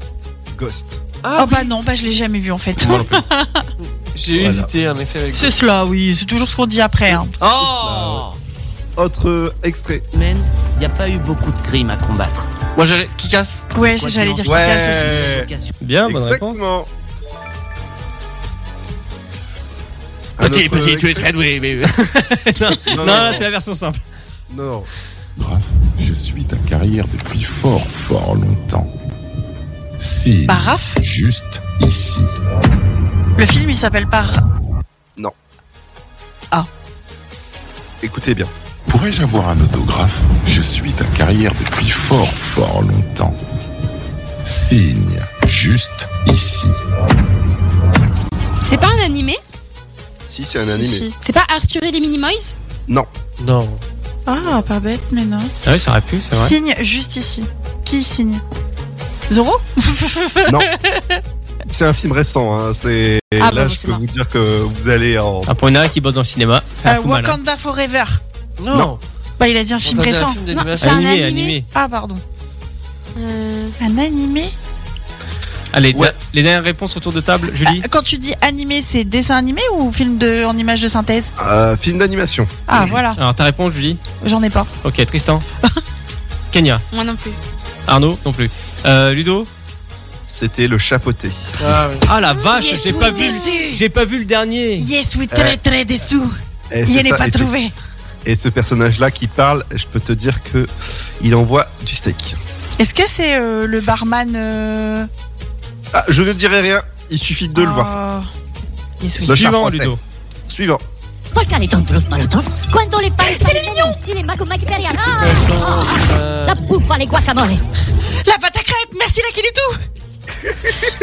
S7: Ghost.
S3: oh bah non, bah je l'ai jamais vu en fait.
S7: Moi non plus.
S5: J'ai
S7: Voilà.
S5: hésité, en effet, avec.
S3: C'est cela, oui. C'est toujours ce qu'on dit après. hein.
S5: Oh
S7: Autre extrait.
S6: Mais il n'y a pas eu beaucoup de crimes à combattre.
S5: Moi, je l'ai. Qui casse
S3: Ouais,
S6: Quoi
S3: j'allais
S6: qu'il
S3: dire
S6: en
S7: soit.
S3: Kikas aussi.
S7: Ouais.
S6: Occasion.
S2: Bien, Ah, bonne réponse.
S7: Exactement. Un
S5: Petit,
S7: autre euh,
S5: petit, tu es
S7: extrait.
S5: très doué. Mais...
S2: Non,
S7: Non,
S2: là,
S7: non,
S2: c'est la version simple.
S7: non, non.
S16: Raph, je suis ta carrière depuis fort, fort longtemps. Si,
S3: Bah Raph,
S16: juste ici.
S3: le film il s'appelle pas. Ra-
S7: Écoutez bien.
S16: Pourrais-je avoir un autographe Je suis ta carrière depuis fort, fort longtemps. Signe, juste ici.
S4: C'est pas un animé
S7: Si, c'est un
S3: Si,
S7: animé.
S3: si.
S4: C'est pas Arthur et les Minimoys
S7: Non.
S5: Non.
S3: Ah, pas bête, mais non.
S2: Ah oui, ça aurait pu, c'est
S3: Signe juste ici. Qui signe Zoro Euh,
S7: Non. C'est un film récent, hein. C'est
S3: Ah,
S7: là
S3: bah,
S7: je
S3: c'est
S7: peux
S3: marrant.
S7: vous dire que vous allez en.
S2: Ah, pour une nana qui bosse dans le cinéma, ça
S3: Euh,
S2: fout mal, hein.
S3: Wakanda Forever.
S5: Non.
S3: Bah il a dit un film
S5: On t'a dit un
S3: récent.
S5: film
S3: Non, c'est
S5: d'animation.
S3: un
S2: Animé,
S3: animé.
S2: animé.
S3: Ah pardon.
S4: Euh,
S3: Un animé
S2: Allez,
S7: Ouais.
S2: da- les dernières réponses autour de table, Julie.
S3: Quand tu dis animé, c'est dessin animé ou film de, en image de synthèse
S7: Euh, film d'animation.
S3: Ah voilà,
S2: Alors, ta réponse, Julie
S3: j'en ai pas.
S2: Ok, Tristan. Kenya,
S4: Moi non plus.
S2: Arnaud, non plus. Euh, Ludo
S7: C'était le chapeauté.
S5: Ah, oui.
S2: Ah la vache,
S3: Yes,
S2: j'ai
S3: oui,
S2: pas vu.
S3: déçu.
S2: J'ai pas vu le dernier.
S3: Yes, oui, très très déçu.
S7: Et
S3: Il
S7: c'est
S3: n'est
S7: ça,
S3: pas
S7: et c'est-
S3: trouvé.
S7: Et ce personnage-là qui parle, je peux te dire que il envoie du steak.
S3: Est-ce que c'est euh, le barman euh,
S7: Ah, je ne dirai rien. Il suffit de le
S3: ah,
S7: voir.
S3: Yes, oui.
S7: Le
S2: Suivant,
S7: charpentier.
S2: Ludo.
S7: Suivant.
S10: Molotov, Molotov, quando le pare C'est mignon Il est Ah,
S7: euh,
S10: La bouffe alle guacamole
S3: La pâte à crêpes, merci la tout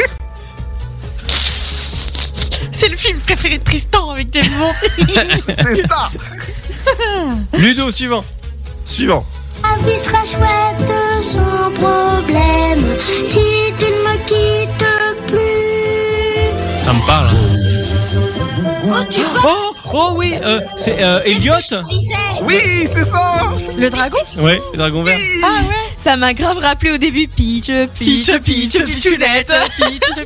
S3: C'est le film préféré de Tristan avec James Bond.
S7: C'est ça.
S2: Ludo, suivant.
S7: Suivant.
S10: La vie sera chouette sans problème si tu ne me quittes plus.
S2: Ça me parle.
S10: Oh, tu vois
S2: Oh, oh oui, euh, c'est euh, Elliot
S10: Oui, c'est ça
S4: Le dragon
S2: Ouais, le dragon vert.
S4: Ah ouais Ça m'a grave rappelé au début Peach, Peach, Peach, Peach, Pichounette Peach.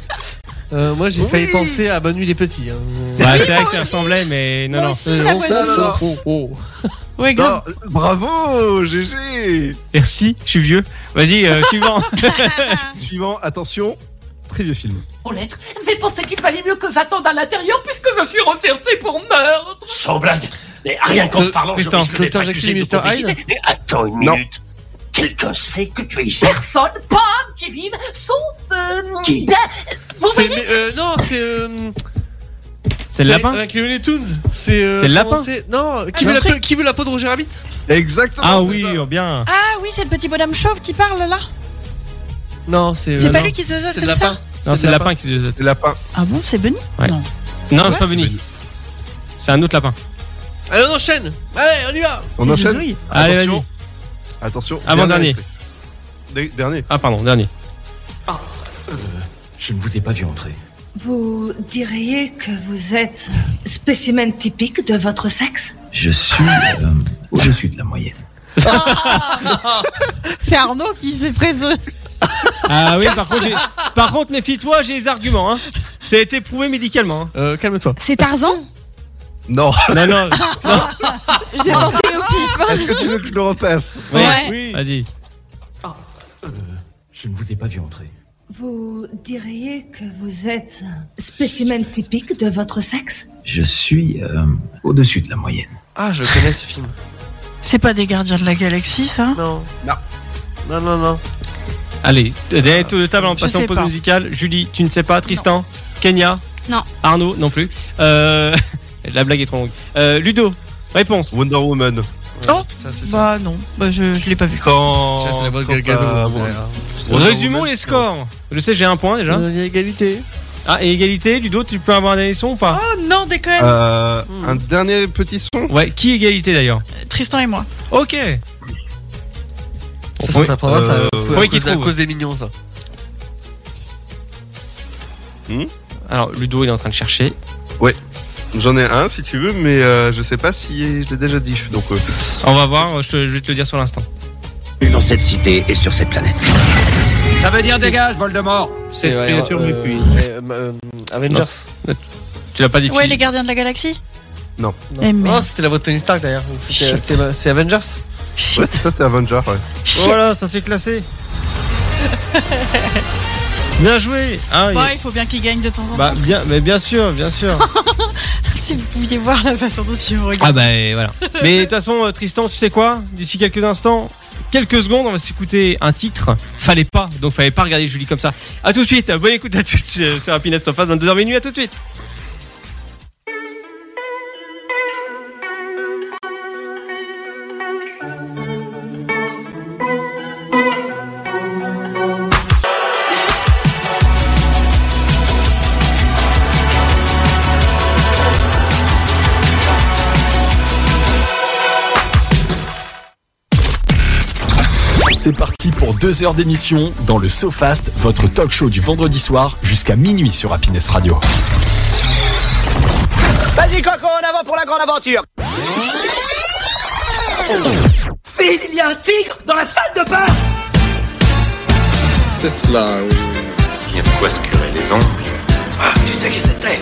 S5: Euh, moi j'ai failli penser à Bonne nuit les petits. hein. oh,
S2: Bah, c'est vrai que ça ressemblait, mais non,
S5: Moi
S2: non.
S5: aussi, la bonne
S7: Non, non,
S5: nuit.
S7: non.
S2: Ouais, grave.
S7: Non, bravo, GG.
S2: Merci, je suis vieux. Vas-y, euh, suivant.
S7: Suivant, attention, très vieux film.
S17: Pour l'être, c'est pour ça qu'il valait mieux que j'attende à l'intérieur puisque je suis recherché pour meurtre.
S18: Sans blague. Mais rien qu'en
S5: Euh,
S18: parlant,
S5: Tristan,
S18: je risque d'être
S5: Dr.
S18: accusé de
S5: Jekyll et Mr. Hyde
S18: complicité. Mais attends une
S5: Non.
S18: minute. Quelqu'un sait que tu es ici
S17: Personne, pas âme qui vive, sauf. euh,
S18: Qui
S17: ben, vous
S5: C'est-
S17: voyez
S5: mais, euh, non, c'est. euh,
S2: C'est le lapin
S5: Avec les Looney Tunes. C'est euh,
S2: C'est le
S5: comment
S2: lapin
S5: c'est- Non, qui,
S2: Ah,
S5: veut la
S2: truc.
S5: peau- qui veut la peau de Roger Rabbit
S7: Exactement.
S2: Ah oui, oh, bien.
S11: Ah oui, c'est le petit bonhomme chauve qui parle là.
S5: Non, c'est.
S11: C'est pas lui qui se zozote
S5: C'est
S11: comme
S5: le lapin.
S2: Non, c'est le lapin qui se
S7: C'est lapin.
S11: Ah bon, c'est Benny
S2: Ouais. Non, non c'est pas Benny. C'est un autre lapin.
S5: Allez, on enchaîne. Allez, on y va.
S7: On
S2: C'est
S7: enchaîne
S2: Zouille. Allez,
S7: Attention. Attention.
S2: Avant-dernier.
S7: Dernier. D- dernier.
S2: Ah, pardon, dernier.
S18: Je ne vous ai pas vu entrer.
S19: Vous diriez que vous êtes spécimen typique de votre sexe
S18: Je suis euh, au-dessus de la moyenne.
S3: C'est Arnaud qui s'est présent.
S2: Ah oui, par contre, j'ai- par contre méfie-toi, j'ai les arguments. Hein. Ça a été prouvé médicalement. hein.
S5: Euh, calme-toi.
S4: C'est Tarzan
S7: Non.
S2: Non, non.
S4: J'ai tenté au
S7: Est-ce
S4: pif
S7: que tu veux que je le repasse
S19: Ouais.
S2: Oui. Vas-y.
S18: Je ne vous ai pas vu entrer.
S19: Vous diriez que vous êtes spécimen typique de votre sexe
S18: Je suis euh, au-dessus de la moyenne.
S5: Ah, je connais ce film.
S3: C'est pas des gardiens de la galaxie, ça
S5: Non. Non, non, non.
S2: Allez, euh, dernier tour de table en
S3: Je
S2: passant
S3: sais
S2: pause
S3: pas.
S2: musicale. Julie, tu ne sais pas. Tristan, Kenya,
S4: Non.
S2: Arnaud, non plus. Euh, la blague est trop longue. Euh, Ludo, réponse.
S7: Wonder Woman.
S3: Oh Bah non, bah, je, je l'ai pas vu.
S7: Quand.
S5: Ça, c'est la voix de
S7: quand
S5: Gal Gadot.
S7: t'as-
S5: Ouais.
S7: Wonder
S2: Résumons
S7: Woman.
S2: les scores. Je sais, j'ai un point déjà.
S5: Il y a Euh, égalité.
S2: Ah, et égalité, Ludo, tu peux avoir un dernier son ou pas
S5: Ah.
S3: Oh non, déconne
S7: Euh, Un dernier petit son.
S2: Ouais, qui égalité d'ailleurs
S3: Tristan et moi.
S2: Ok.
S5: Ça, ça t'apprendra, ça.
S7: Euh,
S5: à
S2: premier qui
S5: cause- à
S2: trouve.
S5: cause des mignons, ça.
S2: Alors, Ludo, il est en train de chercher.
S7: J'en ai un si tu veux, mais euh, je sais pas si je l'ai déjà dit. Donc, euh,
S2: On va voir, je, te- je vais te le dire sur l'instant.
S18: Dans cette cité et sur cette planète.
S20: Ça veut dire dégage, Voldemort
S2: Cette
S5: ouais,
S2: créature
S5: euh,
S2: m'épuise.
S5: euh, euh, Avengers.
S2: Tu l'as pas dit
S3: Ouais,
S2: fille.
S3: les gardiens de la galaxie
S7: non.
S5: Non,
S3: Eh merde.
S5: Non, Oh, c'était la voix de Tony Stark d'ailleurs. C'était-
S3: Shit.
S5: C'est c'est Avengers.
S7: Ouais, c'est ça, c'est Avenger. Ouais.
S2: Voilà, ça s'est classé. bien joué. Hein,
S3: Bon,
S2: il-
S3: il faut bien qu'il gagne de temps en temps.
S2: Bah, bien, mais bien sûr, bien sûr.
S3: Si vous pouviez voir la façon dont il me regarde.
S2: ah bah et voilà. Mais de toute façon, euh, Tristan, tu sais quoi D'ici quelques instants, quelques secondes, on va s'écouter un titre. Fallait pas, donc fallait pas regarder Julie comme ça. À tout de suite. Bonne écoute à tout de suite, euh, sur Happiness sur Face 22h minuit. À tout de suite.
S1: C'est parti pour deux heures d'émission dans le SoFast, votre talk show du vendredi soir jusqu'à minuit sur Happiness Radio.
S12: Vas-y, Coco, en avant pour la grande aventure Phil, il y a un tigre dans la salle de bain
S14: C'est cela, oui. Il y a de quoi curer les angles.
S18: Ah, tu sais qui c'était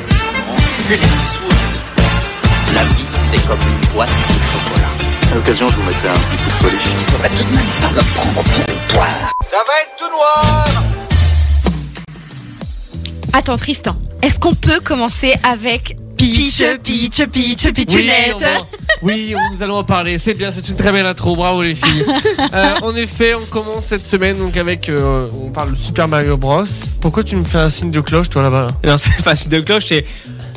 S18: La vie, c'est comme une boîte de chocolat.
S14: À l'occasion, je vous mettrai un petit coup de polish.
S18: Il faudrait tout de même pas la prendre pour une poire.
S12: Ça va être tout noir
S4: Attends, Tristan, est-ce qu'on peut commencer avec Peach, Peach, Peach,
S5: Oui, on
S4: Pichounette
S5: va- oui, on- nous allons en parler. C'est bien, c'est une très belle intro. Bravo les filles. Euh, en effet, on commence cette semaine donc avec. euh, on parle de Super Mario Bros. Pourquoi tu me fais un signe de cloche toi là-bas
S2: Non, c'est pas de cloche, c'est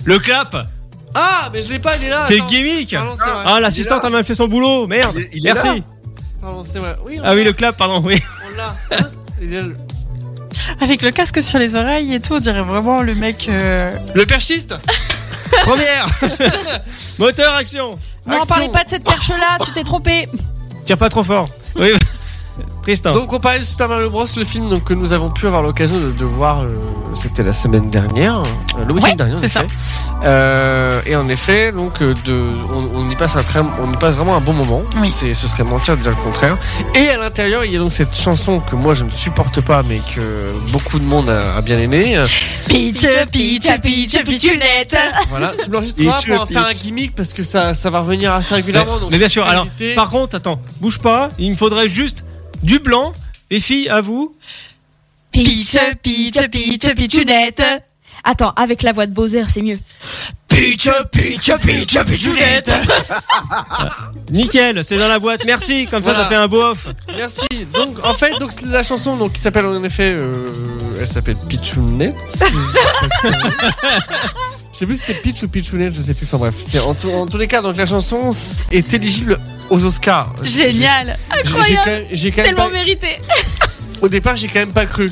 S2: le clap.
S5: Ah, mais je l'ai pas, il est là.
S2: C'est le
S5: attends.
S2: gimmick.
S5: Pardon, c'est vrai.
S2: Ah, l'assistante a mal fait son boulot. Merde.
S7: Il est- il est
S2: Merci.
S7: là.
S5: Pardon, c'est vrai. Oui, on
S2: Ah oui,
S5: l'a.
S2: le clap, pardon. Oui.
S5: On l'a. Hein Il est là, le-
S3: Avec le casque sur les oreilles et tout, on dirait vraiment le mec. euh,
S5: Le perchiste
S2: Première. Moteur action.
S3: Non,
S5: Action.
S3: parlez pas de cette perche là, tu t'es trompé.
S2: Tire pas trop fort. Oui. Tristan.
S5: Donc on parlait de Super Mario Bros, le film donc, que nous avons pu avoir l'occasion de, de voir, euh, c'était la semaine dernière, euh, le week-end
S3: Ouais,
S5: dernier. en
S3: c'est
S5: effet.
S3: ça.
S5: Euh, et en effet, donc euh, de, on, on y passe un très, on y passe vraiment un bon moment. C'est, ce serait mentir de dire le contraire. Et à l'intérieur, il y a donc cette chanson que moi je ne supporte pas, mais que beaucoup de monde a, a bien aimée. Euh,
S3: Peach, Peach, Peach, Peachunette.
S5: Voilà, tu me l'enregistreras
S2: Peach,
S5: pour en faire un
S2: Peach.
S5: gimmick parce que ça, ça va revenir assez régulièrement. donc
S2: mais bien
S5: c'est
S2: sûr,
S5: pas
S2: alors,
S5: évité.
S2: par contre, attends, bouge pas, il me faudrait juste du blanc. Les filles, à vous.
S3: Peach, Peach, Peach, Peachunette.
S9: Attends, avec la voix de Bowser, c'est mieux.
S12: Pitch, pitch, pitch, pitchounette.
S2: Nickel, c'est dans la boîte, merci, comme ça
S5: Voilà.
S2: ça fait un beau off.
S5: Merci. Donc en fait, donc la chanson donc qui s'appelle en effet, euh, elle s'appelle Pichounette. je sais plus si c'est Pitch ou Pichounette, je sais plus. Enfin bref, c'est en, tout- en tous les cas donc la chanson s- est éligible aux Oscars.
S3: Génial.
S5: J'ai- j'ai quand même- J'ai
S4: Eh
S5: quand, même
S9: Tellement
S5: pas-
S4: ben,
S9: mérité.
S5: au départ j'ai quand même pas cru.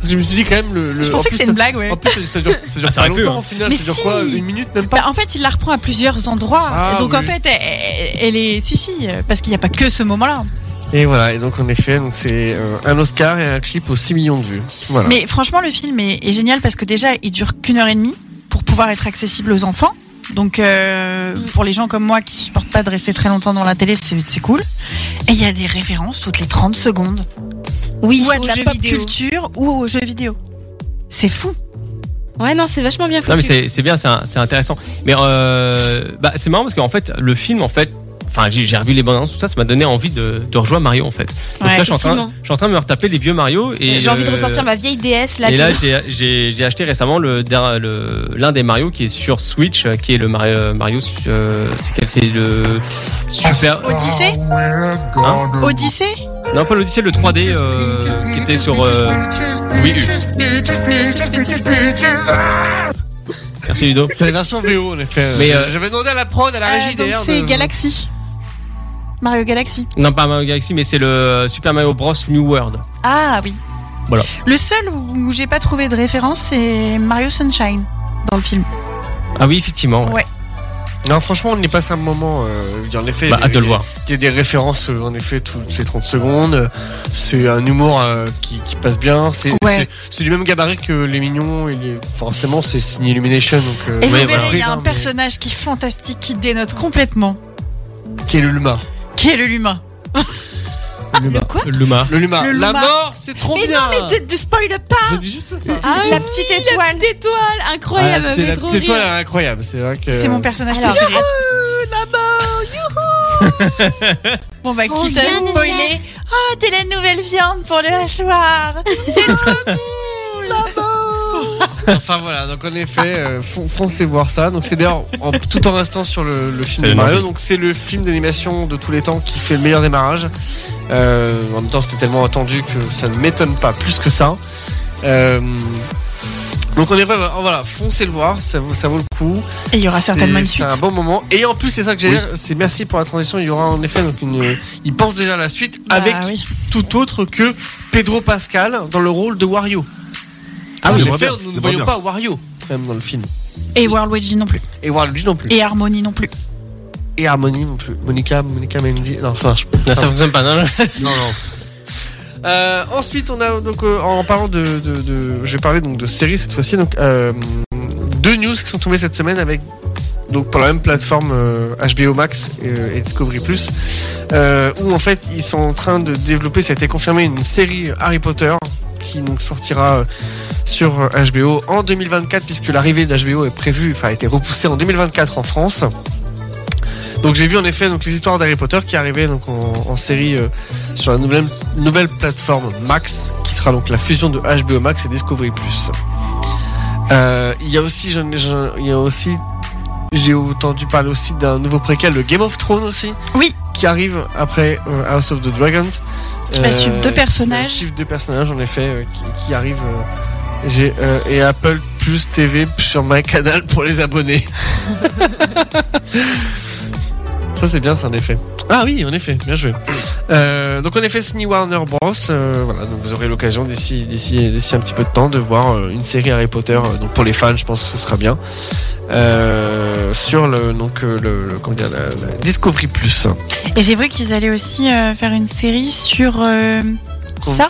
S5: Parce que je me suis dit quand même le. le-
S3: Je
S5: en
S3: pensais que c'était
S5: plus, ça-
S3: une blague, ouais.
S5: En plus ça- ça dure, ça dure
S2: Ah, ça
S5: pas
S2: aurait pu,
S5: longtemps
S2: hein.
S5: au final,
S3: Mais
S5: ça dure
S3: si.
S5: quoi Une minute même pas.
S3: Bah, en fait, il la reprend à plusieurs endroits.
S5: Ah,
S3: Donc en
S5: oui.
S3: fait, elle, elle est. Si, si, parce qu'il n'y a pas que ce moment-là.
S5: Et voilà, et donc en effet, donc c'est euh, un Oscar et un clip aux 6 millions de vues. Voilà.
S3: Mais franchement, le film est, est génial parce que déjà, il dure qu'une heure et demie pour pouvoir être accessible aux enfants. Donc, euh, pour les gens comme moi qui supportent pas de rester très longtemps dans la télé, c'est c'est cool. Et il y a des références toutes les 30 secondes.
S4: Oui,
S3: ou à
S4: aux
S3: de la
S4: jeux
S3: pop
S4: vidéo.
S3: culture ou aux jeux vidéo. C'est fou.
S4: Ouais, non, c'est vachement bien foutu.
S2: Non mais c'est c'est bien, c'est un- c'est intéressant. Mais euh, bah, c'est marrant parce qu'en fait le film en fait, enfin j'ai j'ai revu les bandes annonces tout ça, ça m'a donné envie de, de rejoindre Mario en fait. Donc
S4: Ouais,
S2: là je suis en train,
S4: effectivement.
S2: je suis en train de me retaper les vieux Mario et
S4: J'ai envie de
S2: euh,
S4: ressortir ma vieille DS là.
S2: Et là
S4: qui-
S2: j'ai- j'ai j'ai acheté récemment le der- le- l'un des Mario qui est sur Switch, euh, qui est le Mario, euh, Mario euh, c'est quel c'est le super.
S3: Odyssée
S2: Hein
S3: Odyssée
S2: non pas l'Odyssée, le 3D euh, qui était sur euh, Wii U. Merci Ludo.
S5: C'est la version VO en effet.
S2: Mais, euh,
S5: j'avais demandé à la prod, à la régie
S3: donc
S5: d'ailleurs.
S3: c'est
S5: de-
S3: Galaxy. Mario Galaxy.
S2: Non pas Mario Galaxy mais c'est le Super Mario Bros New World.
S3: Ah oui.
S2: Voilà.
S3: Le seul où, où j'ai pas trouvé de référence, c'est Mario Sunshine dans le film.
S2: Ah oui effectivement. ouais.
S3: Ouais.
S5: Non, franchement, on y passe un moment. euh, je veux dire, en effet,
S2: Bah,
S5: il y a-
S2: hâte de le voir.
S5: Il y a des références, euh, en effet, toutes ces 30 secondes. C'est un humour euh, qui, qui passe bien. C'est
S3: Ouais.
S5: c'est- c'est du même gabarit que Les Mignons. Et les- Forcément, c'est signé Illumination. Donc, euh,
S3: Et vous
S5: ouais,
S3: verrez,
S5: voilà.
S3: il y a un
S5: Mais-
S3: personnage qui est fantastique, qui dénote complètement,
S5: Qui est le Luma.
S3: qui est le Luma.
S5: Le Luma.
S4: quoi
S2: Le Luma.
S5: Le Luma.
S3: Le
S5: La
S3: Luma.
S5: mort, c'est trop
S3: Oh, Mais
S5: bien.
S3: non, mais te, te spoil pas
S5: Je dis juste ça.
S4: Ah
S3: La
S4: oui,
S3: petite étoile.
S4: La petite étoile, incroyable,
S5: Ah,
S4: elle me
S5: c'est
S4: fait
S5: la
S4: trop
S5: petite étoile
S4: rire.
S5: elle est incroyable. C'est vrai que.
S3: C'est mon personnage
S4: Alors,
S3: préféré.
S4: youhou, la mort, youhou.
S3: Bon bah
S4: Oh,
S3: quitte à
S4: Yann,
S3: spoiler. Oh, t'es la nouvelle viande pour le hachoir.
S5: Enfin voilà, donc en effet, euh, fon- foncez voir ça. Donc c'est d'ailleurs en- tout en restant sur le, le film
S2: Ça
S5: de
S2: donne
S5: Mario.
S2: envie.
S5: Donc c'est le film d'animation de tous les temps qui fait le meilleur démarrage. Euh, en même temps, c'était tellement attendu que ça ne m'étonne pas plus que ça. Euh, donc en effet, voilà, foncez le voir, ça vaut, ça vaut le coup.
S3: Et il y aura
S5: C'est-
S3: certainement une
S5: c'est
S3: suite.
S5: un bon moment. Et en plus, c'est ça que j'ai dire, c'est merci pour la transition. Il y aura en effet donc une. Il pense déjà à la suite
S3: Bah
S5: avec
S3: oui.
S5: tout autre que Pedro Pascal dans le rôle de Wario.
S2: Ah oui,
S5: En
S2: j'aimerais
S5: effet,
S2: bien,
S5: nous ne
S2: j'aimerais
S5: voyons
S2: bien.
S5: pas Wario quand même dans le film.
S3: Et Waluigi non plus.
S5: Et Waluigi non plus.
S3: Et Harmony non plus.
S5: Et Harmony non plus. Monica, Monica Mendy. Non, ça marche.
S2: Non, ça fonctionne pas non, non.
S5: Non, non. Euh, ensuite, on a donc euh, en parlant de, de, de- je vais parler donc de séries cette fois-ci. Donc euh, deux news qui sont tombées cette semaine avec donc pour la même plateforme euh, HBO Max et, et Discovery Plus, euh, où en fait ils sont en train de développer. Ça a été confirmé une série Harry Potter qui donc sortira euh, sur euh, HBO en 2024 puisque l'arrivée d'HBO est prévue, enfin a été repoussée en 2024 en France. Donc j'ai vu en effet donc les histoires d'Harry Potter qui arrivaient donc en, en série euh, sur la nouvelle, nouvelle plateforme Max, qui sera donc la fusion de HBO Max et Discovery Plus. Euh, Il y a aussi, j'en ai- j'en- il y a aussi, j'ai entendu parler aussi d'un nouveau préquel, le Game of Thrones aussi,
S3: Oui.
S5: qui arrive après euh, House of the Dragons.
S3: Qui va suivre deux
S5: qui
S3: personnages.
S5: va suivre deux personnages en effet, euh, qui, qui arrivent. euh, j'ai, euh, et Apple Plus TV sur ma canal pour les abonnés. Ça, Ça, c'est bien, c'est un effet. Ah oui, en effet, bien joué. Euh, donc, en effet, Sony Warner Bros. euh, voilà, donc vous aurez l'occasion d'ici, d'ici, d'ici un petit peu de temps de voir euh, une série Harry Potter. euh, donc, pour les fans, je pense que ce sera bien. Euh, sur le, donc, euh, le, le- comment dire, la, la Discovery Plus.
S3: Et j'ai vu qu'ils allaient aussi euh, faire une série sur euh, ça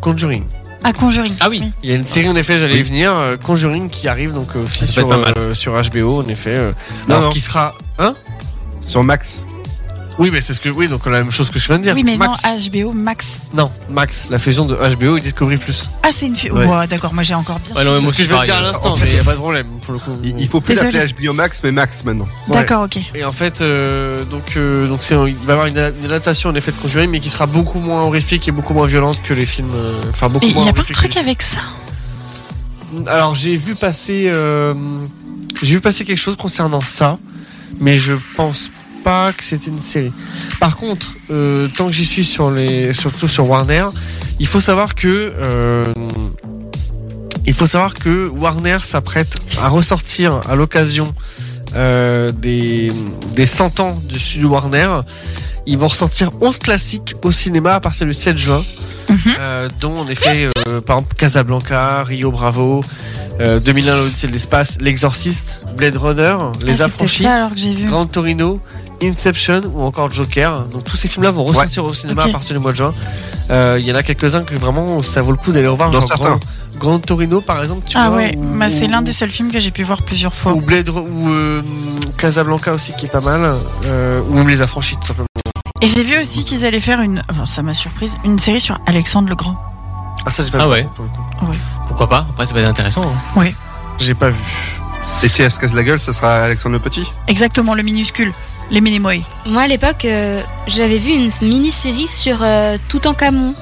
S5: Conjuring.
S3: à Conjuring.
S2: Ah oui.
S5: Il y a une série en effet, j'allais y venir, euh, Conjuring qui arrive donc euh, aussi
S2: Ça peut être
S5: sur,
S2: pas mal.
S5: euh, sur HBO en effet. euh,
S7: Non,
S5: alors,
S7: non.
S5: qui sera hein
S7: Sur Max.
S5: Oui, mais c'est ce que oui, donc la même chose que je viens de dire.
S3: Oui, mais
S5: Max.
S3: non, HBO Max.
S5: Non, Max, la fusion de HBO et Discovery Plus.
S3: Ah, c'est une fille.
S5: Ouais.
S3: Ouah, D'accord, moi j'ai encore bien.
S5: C'est ce que je vais
S7: pareil.
S5: dire à
S2: euh,
S5: l'instant, mais il n'y a pas de problème pour le coup.
S7: Il, il faut plus
S3: Désolé.
S7: l'appeler HBO Max, mais Max maintenant.
S3: D'accord, ok.
S5: Et en fait, euh, donc, euh, donc c'est, il va y avoir une, une adaptation en effet de Conjuring, mais qui sera beaucoup moins horrifique et beaucoup moins violente que les films. euh, Enfin, beaucoup
S3: Et il
S5: moins.
S3: y a pas un
S5: horrifique que les
S3: truc avec ça
S5: Alors j'ai vu passer, euh, j'ai vu passer quelque chose concernant ça, mais je pense pas que c'était une série. Par contre, euh, tant que j'y suis sur les, surtout sur Warner, il faut savoir que, euh, il faut savoir que Warner s'apprête à ressortir à l'occasion euh, des, des 100 ans du studio Warner. Ils vont ressortir 11 classiques au cinéma à partir du 7 juin.
S3: Mhm.
S5: Euh, dont en effet, euh, par exemple, Casablanca, Rio Bravo, euh, 2001 l'Odyssée de l'espace, L'Exorciste, Blade Runner,
S3: Ah,
S5: Les
S3: c'était
S5: Affranchis,
S3: ça alors que j'ai vu.
S5: Grand Torino, Inception ou encore Joker. Donc tous ces films-là vont ressortir au cinéma
S3: Ok.
S5: à partir du mois de juin. Euh, Il y en a quelques-uns que vraiment ça vaut le coup d'aller revoir.
S7: Dans
S5: genre
S7: certains.
S5: Grand, Grand Torino par exemple. Tu
S3: Ah
S5: vois,
S3: ouais,
S5: ou-
S3: bah, c'est
S5: ou-
S3: l'un des seuls films que j'ai pu voir plusieurs fois.
S5: Ou Blade Ru- ou euh, Casablanca aussi qui est pas mal. euh, ou même Les Affranchis tout simplement.
S3: Et j'ai vu aussi qu'ils allaient faire une. Enfin, ça m'a surprise, une série sur Alexandre le Grand.
S5: Ah ça j'ai pas
S2: Ah
S5: vu,
S2: ouais.
S5: pour le coup.
S2: Pourquoi pas Après, ça peut être intéressant. hein.
S5: J'ai pas vu.
S7: Et si elle se casse la gueule, ça sera Alexandre le Petit
S3: Exactement, le minuscule, les Minimoy.
S4: Moi, à l'époque, euh, j'avais vu une mini-série sur euh, Toutankhamon,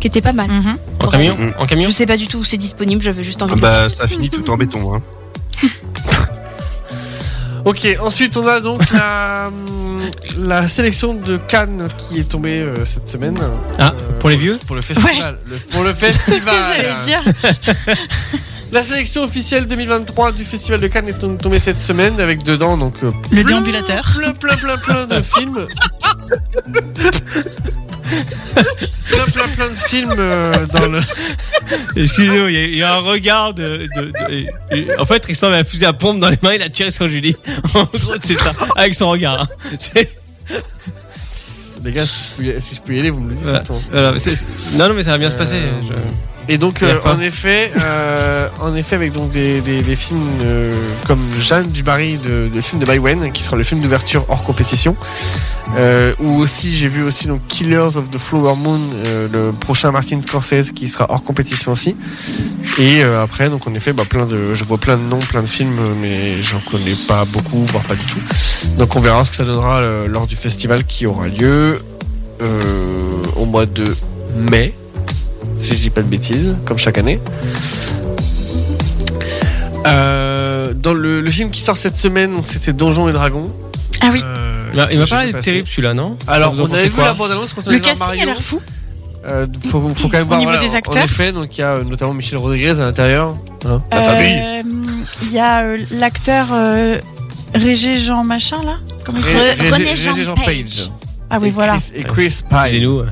S4: qui était pas mal.
S3: Mmh.
S2: En camion En camion
S4: Je sais pas du tout où c'est disponible, j'avais juste envie
S7: Ah
S4: de
S7: Bah, ça finit tout en béton. Hein.
S5: Ok, ensuite on a donc la, la sélection de Cannes qui est tombée euh, cette semaine.
S2: Ah,
S5: Euh,
S2: pour les vieux
S5: Pour le festival. Le- pour le festival. la sélection officielle 2023 du festival de Cannes est tom- tombée cette semaine avec dedans donc euh,
S3: Le
S5: plein,
S3: déambulateur.
S5: Plein, plein, plein, plein de films. plein, plein, plein de films euh, dans le.
S2: Excusez-moi, il y a- il y, a un regard de. de- de- et- en fait, Tristan avait la fusil à pompe dans les mains, il a tiré sur Julie. En gros, c'est ça, avec son regard. hein. C'est-
S5: Les gars, si je peux y, si je peux y aller, vous me le dites.
S2: Voilà.
S5: surtout.
S2: Voilà, mais c'est- non, non, mais ça va bien se passer.
S5: Euh,
S2: je-
S5: Et donc,
S2: Il y a
S5: euh,
S2: pas.
S5: en effet, euh, en effet, avec donc des, des- des films euh, comme Jeanne Dubarry, de, le film de Bywen, qui sera le film d'ouverture hors compétition, euh, ou aussi j'ai vu aussi donc Killers of the Flower Moon, euh, le prochain Martin Scorsese, qui sera hors compétition aussi. Et euh, après, donc en effet, bah, plein de, je vois plein de noms, plein de films, mais j'en connais pas beaucoup, voire pas du tout. Donc on verra ce que ça donnera euh, lors du festival qui aura lieu euh, au mois de mai, si je dis pas de bêtises, comme chaque année. Euh, dans le, le film qui sort cette semaine, donc, c'était Donjons et Dragons.
S3: Ah oui.
S5: Euh,
S2: Il m'a- il m'a
S5: que j'ai
S2: parlé
S5: vu
S2: de
S5: passer.
S2: terrible celui-là, non
S5: Alors,
S2: Vous en
S5: on
S2: pensez
S5: avait vu
S2: quoi
S5: la bande-annonce quand on
S3: Le
S5: allait voir
S3: casting a
S5: Marion.
S3: l'air fou.
S5: Euh, faut, faut quand même
S3: Au
S5: voir.
S3: niveau
S5: voilà,
S3: des
S5: En
S3: acteurs.
S5: effet, donc il y a euh, notamment Michel Rodriguez à l'intérieur. hein.
S3: Euh, Il y a euh, l'acteur euh, Régé Jean Machin là Comment il
S5: Ré-
S3: s'appelle
S5: Régé-
S4: René
S5: Régé
S4: Jean
S5: Jean
S4: Page.
S3: Ah oui,
S5: Et
S3: voilà.
S5: Chris- et Chris Pine.
S2: Dis-nous.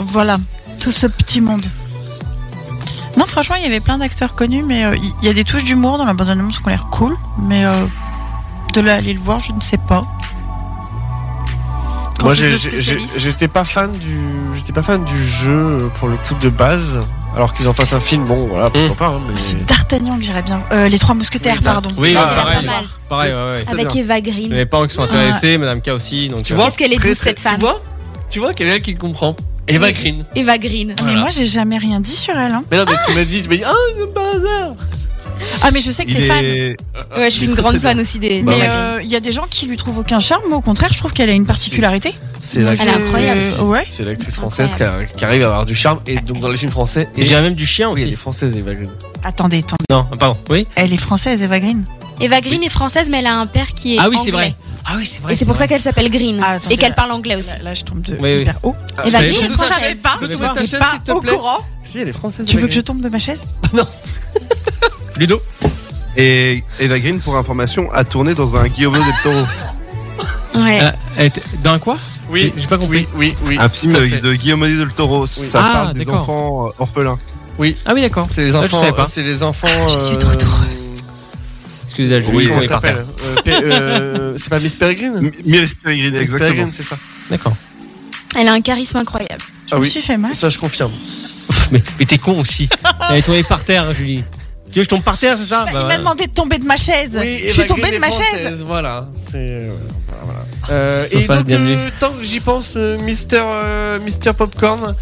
S3: Voilà, tout ce petit monde. Non, franchement, il y avait plein d'acteurs connus, mais euh, il y, a des touches d'humour dans la bande-annonce qui ont l'air cool, mais euh, de là à aller le voir, je ne sais pas. Quand
S5: Moi,
S3: tu
S5: j'ai-
S3: le
S5: j'ai- j'ai-
S3: spécialiste.
S5: j'étais pas fan du, j'étais pas fan du jeu euh, pour le coup de base. Alors qu'ils en fassent un film, bon, voilà,
S2: Mm.
S5: pourquoi pas. hein,
S2: Ah,
S5: mais...
S3: Ah, C'est D'Artagnan que j'irais bien. Euh, les Trois Mousquetaires,
S5: Oui, bah,
S3: pardon.
S2: Oui,
S5: Ah,
S2: pareil.
S4: pas mal.
S2: Pareil, ouais, ouais.
S4: Avec Eva Green.
S2: Il y en a pas un qui sont intéressés, Madame K aussi. Donc,
S5: Tu
S2: euh,
S5: vois
S4: Est-ce qu'elle est
S5: Très,
S4: douce
S5: très-
S4: Ah. cette femme
S5: Tu vois, tu vois quelqu'un qui comprend. Eva
S4: Oui.
S5: Green.
S4: Eva Green.
S3: Ah, Mais
S5: Voilà.
S3: moi, j'ai jamais rien dit sur elle. hein.
S5: Mais non, mais tu m'as dit, tu m'as dit, ah, comme par hasard.
S3: Ah, mais je sais que
S2: il
S3: t'es fan. Mais
S2: est.
S4: Ouais, je suis une grande fan aussi
S5: Bah
S4: des.
S3: euh,
S4: des-
S3: il y a des gens qui lui trouvent aucun charme. Moi, au contraire, je trouve qu'elle a une particularité.
S5: C'est
S3: Moi,
S5: l'actrice,
S4: je- Elle est
S5: c'est-
S3: incroyable. Ouais.
S5: c'est l'actrice française qui, a- qui arrive à avoir du charme. Et donc dans les films français,
S2: Et
S5: et
S2: j'ai même du chien
S5: oui, elle est
S2: aussi.
S5: française, Eva Green.
S3: Attendez, attendez.
S2: Non, ah, pardon. Oui
S3: Elle est française, Eva Green.
S4: Eva Green est française, mais elle a un père qui est.
S2: Ah oui, c'est
S4: anglais.
S2: vrai. Ah oui, c'est vrai.
S4: Et c'est pour ça qu'elle s'appelle Green.
S3: Ah, attendez,
S4: et qu'elle
S3: là-
S4: parle anglais aussi.
S3: Là, là, je tombe de
S2: Oui, oui.
S3: hyper haut.
S5: Ah,
S4: Eva
S5: ça y est,
S4: Green
S5: je
S4: est
S5: te-
S3: Je
S4: française.
S3: savais pas.
S5: Sous
S3: Je
S5: ta chaise,
S3: n'étais pas
S5: s'il te
S3: au
S5: plaît.
S3: courant.
S5: Si, elle est française.
S3: Tu
S5: Eva
S3: veux que je
S5: Green.
S3: tombe de ma chaise
S2: Ludo.
S7: Et Eva Green, pour information, a tourné dans un Guillaume del Toro.
S4: Ouais.
S2: Elle- Euh, elle était- D'un quoi
S5: Oui, j'ai pas compris. Oui, oui.
S7: Un film
S5: tout à
S7: de
S5: fait.
S7: de Guillermo del Toro. Ça
S2: Ah,
S7: parle des
S2: d'accord.
S7: enfants euh, orphelins.
S5: Oui.
S2: Ah oui, d'accord.
S5: C'est les
S2: Ah, je
S5: enfants. euh,
S2: savais pas.
S5: C'est les enfants.
S2: je suis
S5: euh,
S2: trop drôle. Excusez-la, je
S5: Oui,
S2: vais
S5: comment ça
S2: par terre.
S5: s'appelle Euh, Pe- euh, C'est pas Miss Peregrine
S7: Miss Peregrine,
S2: exactement.
S5: c'est ça.
S2: D'accord.
S4: Elle a un charisme incroyable.
S5: Ah
S4: me
S5: oui.
S4: suis fait
S3: hein
S4: mal.
S5: Ça, je confirme.
S2: Mais, mais t'es con aussi. Elle est tombée par terre, Julie. Tu veux que je tombe par terre, c'est ça
S3: Bah,
S2: Bah,
S3: Il m'a demandé de tomber de ma chaise. je suis tombée de ma chaise.
S5: Voilà. C'est. euh, voilà. Euh,
S2: Se
S5: et
S2: passe
S5: donc,
S2: bien
S5: euh,
S2: mieux.
S5: tant que j'y pense, euh, Mister, euh, Mister Popcorn,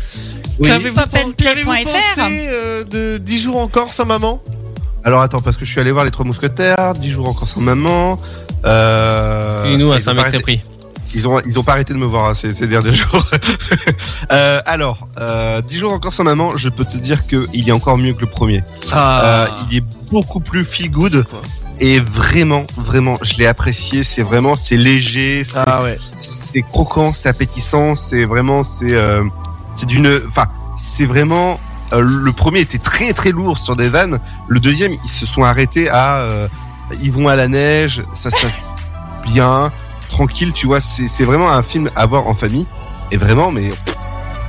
S7: Oui.
S5: qu'avez-vous pen- qu'avez-vous pensé
S3: Popandplay.fr.
S5: euh, de 10 jours encore sans maman
S7: Alors attends, parce que je suis allé voir Les Trois Mousquetaires, 10 jours encore sans maman. Euh,
S2: Et nous, à
S7: ils ont
S2: 5
S7: pas
S2: mètres
S7: arrêté-
S2: pris.
S7: Ils ont, ils ont pas arrêté de me voir hein, ces, ces derniers jours. Euh, alors, euh, 10 jours encore sans maman, je peux te dire qu'il est encore mieux que le premier.
S5: Ah.
S7: Euh, il est beaucoup plus feel good. Et vraiment, vraiment, je l'ai apprécié. C'est vraiment, c'est léger, c'est
S5: Ah ouais.
S7: c'est croquant, c'est appétissant, c'est vraiment, c'est euh, c'est d'une, enfin, c'est vraiment. euh, le premier était très très lourd sur des vannes. Le deuxième, ils se sont arrêtés à, euh, ils vont à la neige, ça se passe bien, tranquille, tu vois. C'est c'est vraiment un film à voir en famille. Et vraiment, mais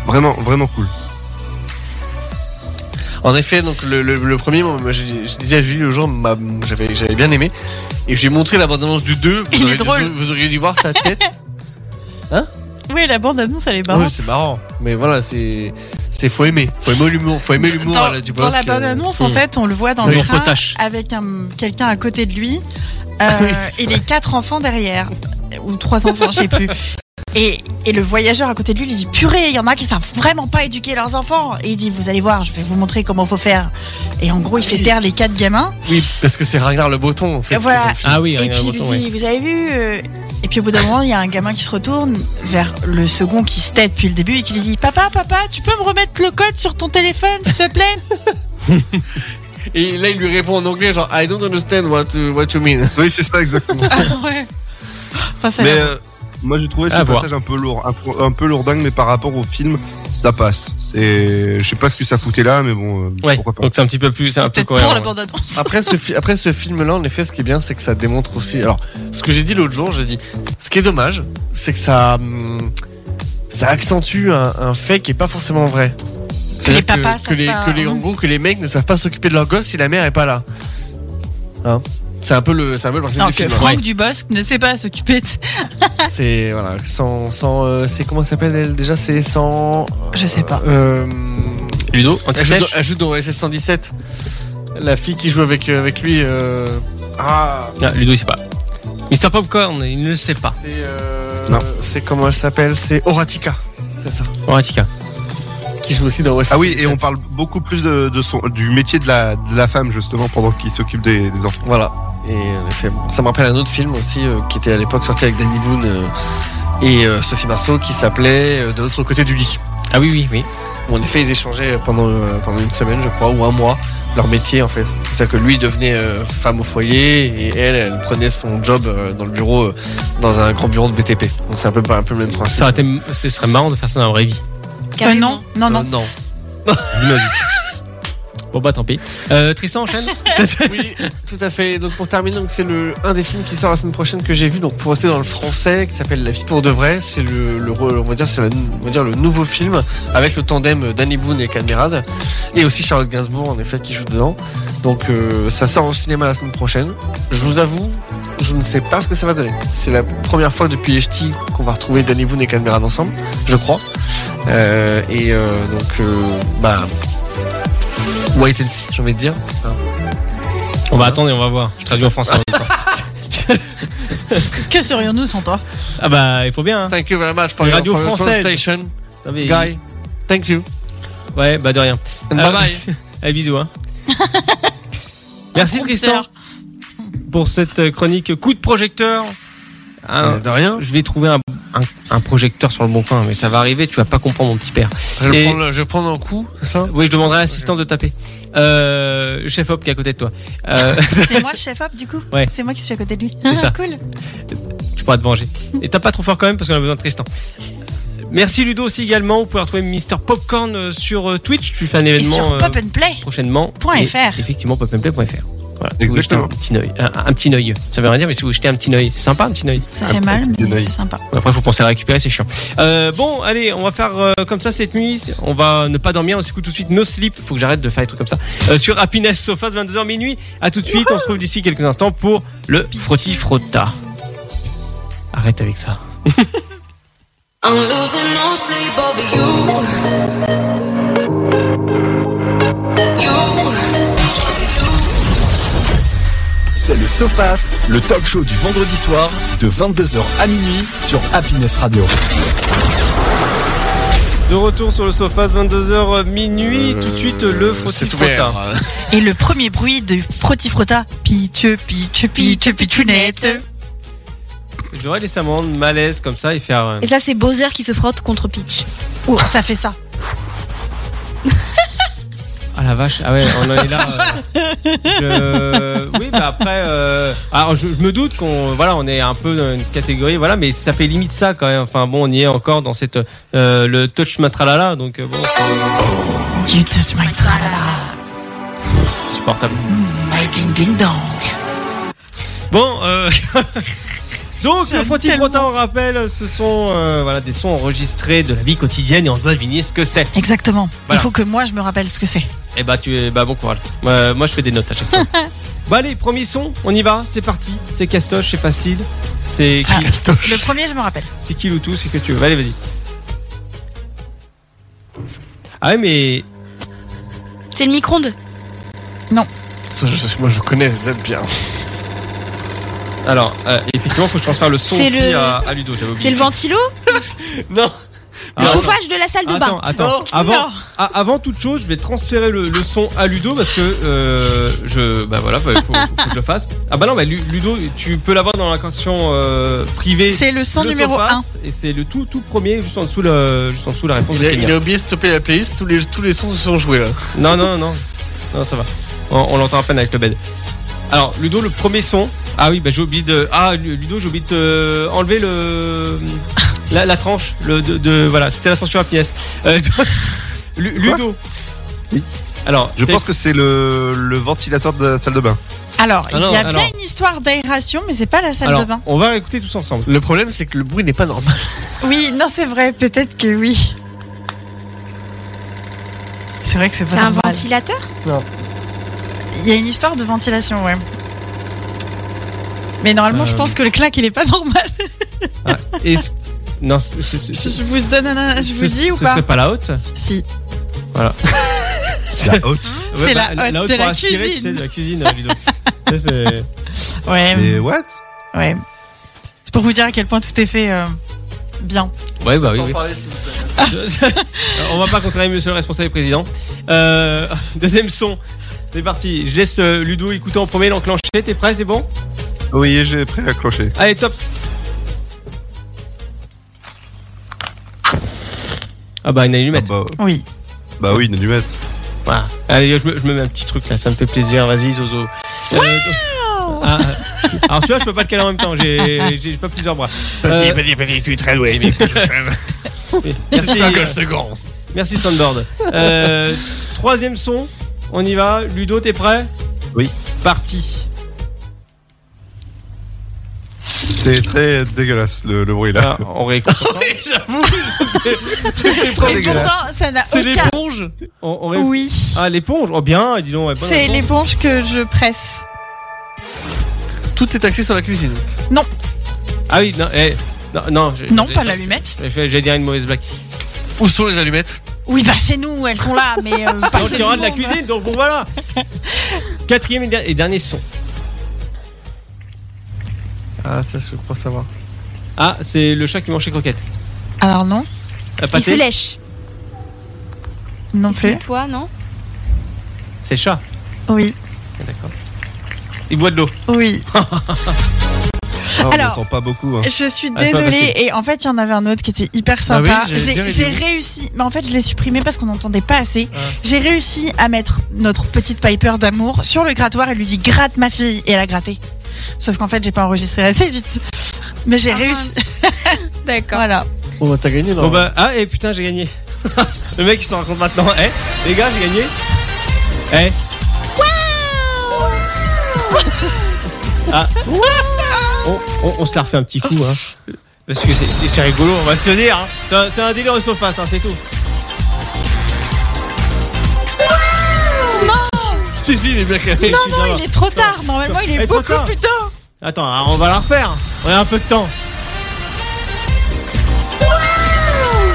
S7: vraiment, vraiment cool.
S5: En effet, donc le, le- le premier, moi, je, je disais à Julie le jour, ma- j'avais j'avais bien aimé. Et j'ai montré la bande-annonce du 2. Vous,
S3: Il est
S5: auriez dû-
S3: drôle.
S5: vous auriez dû voir sa tête.
S3: Oui, la bande annonce, elle est
S5: Ah
S3: barrante.
S5: oui, c'est marrant. Mais voilà, c'est. C'est faut aimer. Faut aimer l'humour. Faut aimer l'humour
S3: dans,
S5: à la Dubosc.
S3: dans la bonne annonce, en
S5: Mm.
S3: fait, on le voit dans
S5: Oui.
S3: le
S5: Dans
S3: train
S5: Potache.
S3: avec un- quelqu'un à côté de lui euh,
S5: Oui, c'est
S3: et les quatre enfants derrière ou trois enfants, je sais plus. Et, et le voyageur à côté de lui lui dit purée, il y en a qui savent vraiment pas éduquer leurs enfants. Et il dit vous allez voir, je vais vous montrer comment faut faire. Et en gros, il fait taire les quatre gamins.
S5: Oui, parce que c'est Ragnar le Breton en fait.
S3: Et voilà.
S2: Ah oui,
S3: et puis
S2: Ragnar
S3: il
S2: le
S3: lui dit
S2: Breton,
S3: vous avez vu. euh, Et puis au bout d'un moment, il y a un gamin qui se retourne vers le second qui se tait depuis le début et qui lui dit papa, papa, tu peux me remettre le code sur ton téléphone, s'il te plaît.
S5: Et là, il lui répond en anglais, genre I don't understand what, uh, what you mean.
S7: Oui, c'est ça exactement.
S3: ouais. Ah, Enfin, ça a
S7: Mais
S3: l'air-
S7: euh, moi j'ai trouvé ce
S2: À voir.
S7: passage un peu lourd, un, peu- un peu lourdingue, mais par rapport au film, ça passe. C'est, je sais pas ce que ça foutait là, mais bon, euh,
S2: Ouais,
S7: pourquoi pas.
S2: donc c'est un petit peu plus. C'est un peu
S3: pour
S2: cohérent.
S3: la
S2: ouais. Ah,
S3: bande annonce.
S5: Après ce, fi- après ce film-là, en effet, ce qui est bien, c'est que ça démontre aussi. Alors, ce que j'ai dit l'autre jour, j'ai dit ce qui est dommage, c'est que ça. hum, ça accentue un, un fait qui est pas forcément vrai. C'est-à-dire
S3: papas
S5: que,
S3: savent
S5: les,
S3: pas- hein.
S5: que les, en gros, que les mecs ne savent pas s'occuper de leur gosse si la mère est pas là. Hein c'est un peu le, c'est un peu le principe
S3: Non,
S5: du
S3: que
S5: film.
S3: Franck Dubosc ne sait pas s'occuper de.
S5: C'est voilà, sans, sans euh, c'est comment ça s'appelle elle déjà C'est sans.
S3: Je sais pas.
S5: Euh,
S2: Ludo,
S5: elle, joue
S2: anti-sèche
S5: dans, elle joue dans SS 117. La fille qui joue avec euh, avec lui. euh, Ah.
S2: Ah, Ludo, il sait pas. Mister Popcorn, il ne le sait pas.
S5: C'est euh,
S7: Non.
S5: c'est comment elle s'appelle C'est Horatica. C'est ça.
S2: Horatica.
S5: Qui joue aussi dans SS
S7: Ah oui, et on parle beaucoup plus de, de son, du métier de la, de la femme justement pendant qu'il s'occupe des, des enfants.
S5: Voilà. Et en effet, bon, ça me rappelle un autre film aussi euh, qui était à l'époque sorti avec Danny Boone euh, et euh, Sophie Marceau qui s'appelait euh, De l'autre côté du lit.
S2: Ah oui, oui, oui.
S5: Où, en effet, ils échangeaient pendant, euh, pendant une semaine, je crois, ou un mois, leur métier en fait. C'est-à-dire que lui devenait euh, femme au foyer et elle, elle prenait son job euh, dans le bureau, euh, dans un grand bureau de BTP. Donc c'est un peu, un peu le même principe.
S2: Ça aurait été, ce serait marrant de faire ça dans la vraie vie.
S3: Euh, non, non,
S5: Euh,
S3: non.
S5: non.
S2: Bon bah tant pis. Euh, Tristan enchaîne.
S5: oui, tout à fait. Donc pour terminer, donc c'est le un des films qui sort la semaine prochaine que j'ai vu. Donc pour rester dans le français, qui s'appelle La vie pour de vrai, c'est le, le re- on va dire c'est le, on va dire le nouveau film avec le tandem Danny Boone et Camerad et aussi Charlotte Gainsbourg en effet qui joue dedans. Donc euh, ça sort au cinéma la semaine prochaine. Je vous avoue, je ne sais pas ce que ça va donner. C'est la première fois depuis Echti qu'on va retrouver Danny Boone et Camerad ensemble, je crois. Euh, et euh, donc euh, bah wait and see, j'ai envie de dire.
S2: On va attendre et on va voir. Je traduis en français. en même temps.
S3: Que serions-nous sans toi
S2: Ah bah il faut bien. hein.
S5: Thank you very much for
S2: Les
S5: your,
S2: radios
S5: for your
S2: françaises.
S5: translation,
S2: Non, mais-
S5: guy. Thank you.
S2: Ouais bah de rien.
S5: And
S2: Euh,
S5: bye bye.
S2: Allez bisous. Hein. Merci Tristan pour cette euh, chronique coup de projecteur. Un-
S5: Euh, de rien.
S2: je vais trouver un, un- un projecteur sur le bon coin, mais ça va arriver. Tu vas pas comprendre mon petit père.
S5: Je vais
S2: Et-
S5: prendre, le- je vais prendre un coup, c'est ça
S2: Oui, je demanderai à l'assistant de taper. Euh, chef Hop qui est à côté de toi. Euh,
S3: C'est moi le chef hop du coup
S2: Ouais.
S3: C'est moi qui suis à côté de lui.
S2: C'est ça.
S3: Ah, cool.
S2: tu pourras te venger. Et tape pas trop fort quand même parce qu'on a besoin de Tristan. Merci Ludo aussi également. Vous pouvez retrouver Mister Popcorn euh, sur euh, Twitch. Tu fais un
S3: Et
S2: événement
S3: sur
S2: euh,
S3: pop and play.
S2: prochainement.
S3: Point
S2: Et
S3: fr.
S2: Effectivement, popandplay.fr. Voilà, si vous jetez
S7: Exactement.
S2: Un petit œil. Un, un petit œil. Ça veut rien dire, mais si vous jetez un petit œil, c'est sympa, un petit œil.
S3: Ça fait mal, mais c'est sympa.
S2: Après, faut penser à le récupérer, c'est chiant. Euh, bon, allez, on va faire euh, comme ça cette nuit. On va ne pas dormir. On s'écoute tout de suite No Sleep. Faut que j'arrête de faire des trucs comme ça. Euh, sur Happiness Sofa, 22h minuit. À tout de suite. On se retrouve d'ici quelques instants pour le frotti frotta. Arrête avec ça.
S10: I'm losing no sleep over you.
S1: C'est le SoFast, le talk show du vendredi soir de 22h à minuit sur Happiness Radio.
S2: De retour sur le sofa, 22h minuit.
S5: Euh,
S2: tout de suite, le frotti frotta.
S3: Et le premier bruit de frotti frotta, piteux, piteux, piteux, pitounette.
S2: J'aurais laissé un moment de malaise comme ça et faire. euh,
S4: Et ça, c'est Bowser qui se frotte contre Peach.
S3: Ouh, ça fait ça.
S2: Ah la vache, ah ouais, on en est là. euh, je- Oui, bah après, euh, alors je, je me doute qu'on, voilà, on est un peu dans une catégorie, voilà, mais ça fait limite ça quand même. Enfin bon, on y est encore dans cette euh, le touch matralala, donc euh, bon, c'est
S3: You touch my tralala,
S2: supportable.
S3: my ding ding dong.
S2: Bon, euh, donc le frottis frottin, on rappelle, ce sont euh, voilà des sons enregistrés de la vie quotidienne et on doit deviner ce que c'est.
S3: Exactement.
S2: Voilà.
S3: Il faut que moi je me rappelle ce que c'est.
S2: Et bah tu es, bah bon courage. Euh, moi je fais des notes à chaque fois. Bon Bah, allez, premier son, on y va, c'est parti, c'est Castoche, c'est facile, c'est qui
S3: Le premier, je me rappelle.
S2: C'est qui Loutou, c'est que tu veux. Allez, vas-y. Ah ouais, mais.
S4: C'est le micro-ondes.
S5: Ça, je- je- moi, je connais, vous êtes bien.
S2: Alors, euh, effectivement, faut que je transfère le son
S4: C'est
S2: aussi
S4: le-
S2: à, à Ludo, j'avais oublié.
S4: C'est le ventilo
S2: Ah, Non
S4: Le chauffage de la salle de Oh,
S2: Attends,
S4: bain.
S2: attends.
S3: Oh,
S2: avant, a- avant toute chose, je vais transférer le, le son à Ludo parce que euh, je, bah voilà, faut, faut- faut que je le fasse. Ah bah non, bah Lu- Ludo, tu peux l'avoir dans la question euh, privée.
S3: C'est le son numéro
S2: Sofast,
S3: un.
S2: et c'est le tout tout premier juste en dessous le, juste en dessous la réponse
S5: Il
S2: de
S5: a,
S2: Kenya.
S5: il a oublié de stopper la playlist, tous les, tous les sons se sont joués là.
S2: Non, non, non. Non, ça va. On, on l'entend à peine avec le bed. Alors, Ludo, le premier son. Ah oui, bah, j'ai oublié de. Ah, Lu- Ludo, j'ai oublié de te euh, enlever le. La, la tranche. Le, de, de- voilà, c'était la censure à pièce. Euh, Ludo. Alors,
S7: Je
S2: t'as-
S7: pense que c'est le, le ventilateur de la salle de bain.
S3: Alors,
S2: Ah non,
S3: il y a
S2: alors-
S3: bien une histoire d'aération, mais c'est pas la salle
S2: Alors,
S3: de bain.
S2: on va écouter tous ensemble.
S5: Le problème, c'est que le bruit n'est pas normal.
S3: Oui, non, c'est vrai, peut-être que oui. C'est vrai que c'est pas
S4: C'est un
S3: normal.
S4: ventilateur
S5: Non.
S3: Il y a une histoire de ventilation, ouais. Mais normalement, je
S2: Euh.
S3: pense que le claque, il est pas normal.
S2: Ah, est-ce- Non, c'est- c'est- c'est-
S3: Je vous donne un- je vous
S2: ce-
S3: dis ou
S2: ce
S3: pas
S2: serait pas la haute
S3: Si.
S2: Voilà.
S7: La haute.
S3: C'est la haute de
S2: bah, pour
S3: la
S2: aspirer,
S3: cuisine.
S2: tu sais, de la cuisine, Ludo. Ça, c'est-
S3: Ouais.
S2: Euh,
S7: Mais what
S3: Ouais. C'est pour vous dire à quel point tout est fait euh, bien.
S2: Ouais, bah oui. oui. Euh, On va pas contrarier monsieur le responsable et président. Euh, deuxième son, c'est parti. Je laisse euh, Ludo écouter en premier, l'enclencher. T'es prêt, c'est bon
S7: Oui, j'ai prêt à clocher.
S2: Allez, top Ah bah une allumette.
S3: Oui.
S7: Bah oui, une allumette.
S2: Voilà. Allez, je me, je me mets un petit truc là, ça me fait plaisir. Vas-y, Zozo. Euh, ah, euh, alors celui-là, je peux pas le caler en même temps, j'ai j'ai pas plusieurs bras. Euh,
S5: petit, petit, tu es très doué, mais
S2: Merci.
S5: C'est un goal second.
S2: Merci Soundboard. Euh, troisième son, on y va. Ludo, t'es prêt
S7: Oui.
S2: Parti.
S7: C'est très dégueulasse le, le bruit là.
S2: Ah, on réécoute.
S5: J'avoue,
S7: c'est
S3: Et pourtant, ça n'a
S5: c'est
S3: aucun.
S5: l'éponge.
S2: On- on ré-
S3: Oui.
S2: Ah, l'éponge Oh bien, dis donc. ouais, bonne
S3: C'est
S2: réponse.
S3: l'éponge que je presse.
S5: Tout est axé sur la cuisine.
S2: Ah oui, non, eh, non, non, j'ai-
S3: Non,
S2: j'ai-
S3: pas l'allumette.
S2: j'ai fait- J'allais dire une mauvaise blague.
S5: Où sont les allumettes
S3: Oui, bah c'est nous, elles sont là, mais euh, pas
S2: On
S3: chez
S2: tirera
S3: tout
S2: de
S3: le
S2: la
S3: monde.
S2: cuisine, donc bon voilà. Quatrième et der- et dernier son.
S5: Ah, ça, je crois savoir.
S2: Ah, c'est le chat qui mange ses croquettes.
S3: Alors non,
S2: Ah,
S4: Il se
S2: pâté,
S4: lèche.
S3: non
S4: Il se
S3: plus.
S4: nettoie, non
S2: c'est le chat.
S3: Oui,
S2: Ah, D'accord. Il boit de l'eau.
S3: oui.
S7: Ah, on
S3: Alors,
S7: n'entend pas beaucoup. hein.
S3: Je suis
S2: Ah, c'est pas
S3: désolée.
S2: facile.
S3: Et en fait, il y en avait un autre qui était hyper sympa.
S5: Ah oui, j'ai bien
S3: J'ai
S5: aimé.
S3: j'ai réussi, mais en fait, je l'ai supprimé parce qu'on n'entendait pas assez. J'ai réussi à mettre notre petite Piper d'amour sur le grattoir et lui dit gratte ma fille et elle a gratté. Sauf qu'en fait, j'ai pas enregistré assez vite. Mais j'ai
S4: Ah,
S3: réussi.
S4: D'accord.
S3: Voilà.
S5: Bon, bah, t'as gagné là.
S2: Bon bah, ah, et putain, j'ai gagné. le mec, il s'en rend compte maintenant. Eh, les gars, j'ai gagné. Eh. Ah. On, on- on se la refait un petit coup. Hein. Parce que c'est- c'est c'est rigolo, on va se tenir. hein. C'est un- C'est un, délire au surface, hein, c'est tout.
S3: Non
S2: Si, si, mais bien quand
S3: Non, non, il est trop tard. Normalement, il
S2: Eh,
S3: est
S2: trop
S3: beaucoup
S2: tard.
S3: plus tôt.
S2: Attends, hein, on va la refaire. On a un peu de temps.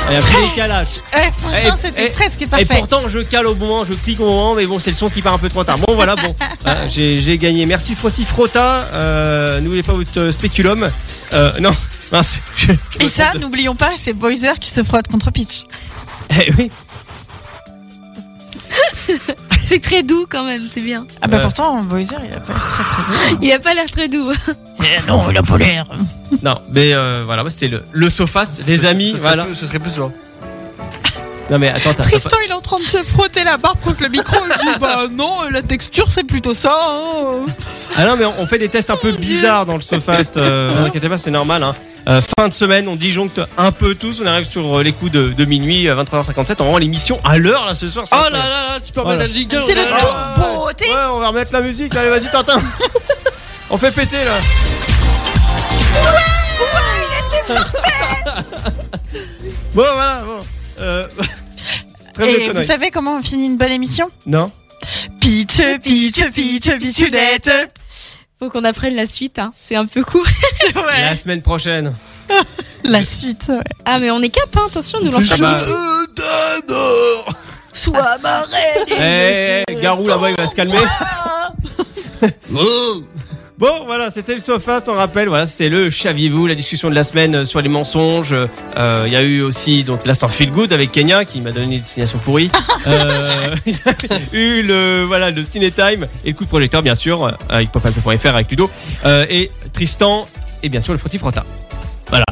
S2: Et après, il calage.
S3: Eh, franchement,
S2: Et-
S3: c'était
S2: et-
S3: presque
S2: Et
S3: parfait.
S2: pourtant, je cale au moment, je clique au moment, mais bon, c'est le son qui part un peu trop tard. Bon, voilà, bon, Euh, j'ai j'ai gagné. Merci Frotti Frotta. Euh, N'oubliez pas votre spéculum. Euh, non, mince. je- je
S3: Et
S2: me
S3: ça,
S2: trompe de-
S3: n'oublions pas, c'est Boiser qui se frotte contre Peach.
S2: Eh oui.
S4: C'est très doux quand même, c'est bien.
S3: Ah bah pourtant, Boiser, il a pas l'air très très doux.
S4: Il a pas l'air très doux.
S2: non, il a pas l'air. Non, mais euh, voilà, bah, c'était le, le Sofast, les amis.
S5: ce serait
S2: voilà.
S5: plus- ce serait plus genre.
S2: Non, mais attends, t'as- t'as pas-
S3: Tristan, il est en train de se frotter la barbe contre le micro. Il dit Bah non, la texture, c'est plutôt ça. hein.
S2: Ah non, mais on on fait des tests un
S5: Oh,
S2: peu bizarres dans le Sofast. euh, vous inquiétez pas, c'est normal. hein. Euh, fin de semaine, on disjoncte un peu tous. On arrive sur euh, les coups de, de minuit, euh, 23h57. On rend l'émission à l'heure là ce soir. c'est
S5: Oh là
S2: incroyable.
S5: là là, tu peux
S2: Voilà.
S5: remettre la giga.
S2: C'est le
S5: tout
S3: beauté.
S2: Ouais, on va remettre la musique. Allez, vas-y, Tintin. on fait péter là. Bon, voilà, bon. Euh, Très bien,
S3: Et vous
S2: Tonoï.
S3: savez comment on finit une bonne émission
S2: Non
S3: Peach, Peach, Peach, Peachulette.
S4: Faut qu'on apprenne la suite, hein. c'est un peu court.
S2: La semaine prochaine.
S3: La suite, ouais.
S4: Ah mais on est cap, hein, attention, nous lançons.
S2: t'adore
S3: Sois ma
S2: Eh, Garou là-bas, il va se calmer. Bon, voilà, c'était le Sofast. On rappelle, voilà, c'était le Chaviez-vous, la discussion de la semaine euh, sur les mensonges. Euh, Il y a eu aussi donc la sans feel good avec Kenya qui m'a donné une destination pourrie. Euh, Il y a eu le voilà le ciné time et le coup de projecteur bien sûr euh, avec popalpe.fr avec Ludo Euh, et Tristan et bien sûr le Frotti Frotta. Voilà.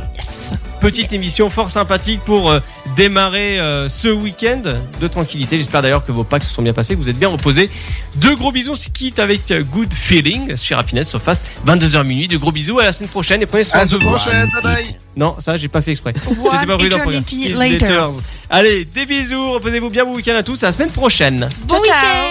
S2: Petite émission fort sympathique pour euh, démarrer euh, ce week-end de tranquillité. J'espère d'ailleurs que vos packs se sont bien passés, que vous êtes bien reposés. Deux gros bisous, on se quitte avec euh, Good Feeling sur Happiness sur Fast, 22h minuit. De gros bisous, à la semaine prochaine et prenez soin
S7: À
S2: de
S7: la
S2: vous.
S7: prochaine, bye bye.
S2: Non, ça, j'ai pas fait exprès.
S7: One
S2: C'était pas prévu dans le programme.
S7: eternity later.
S2: Allez, des bisous, reposez-vous bien, bon week-end à tous, à la semaine prochaine.
S3: Bon week-end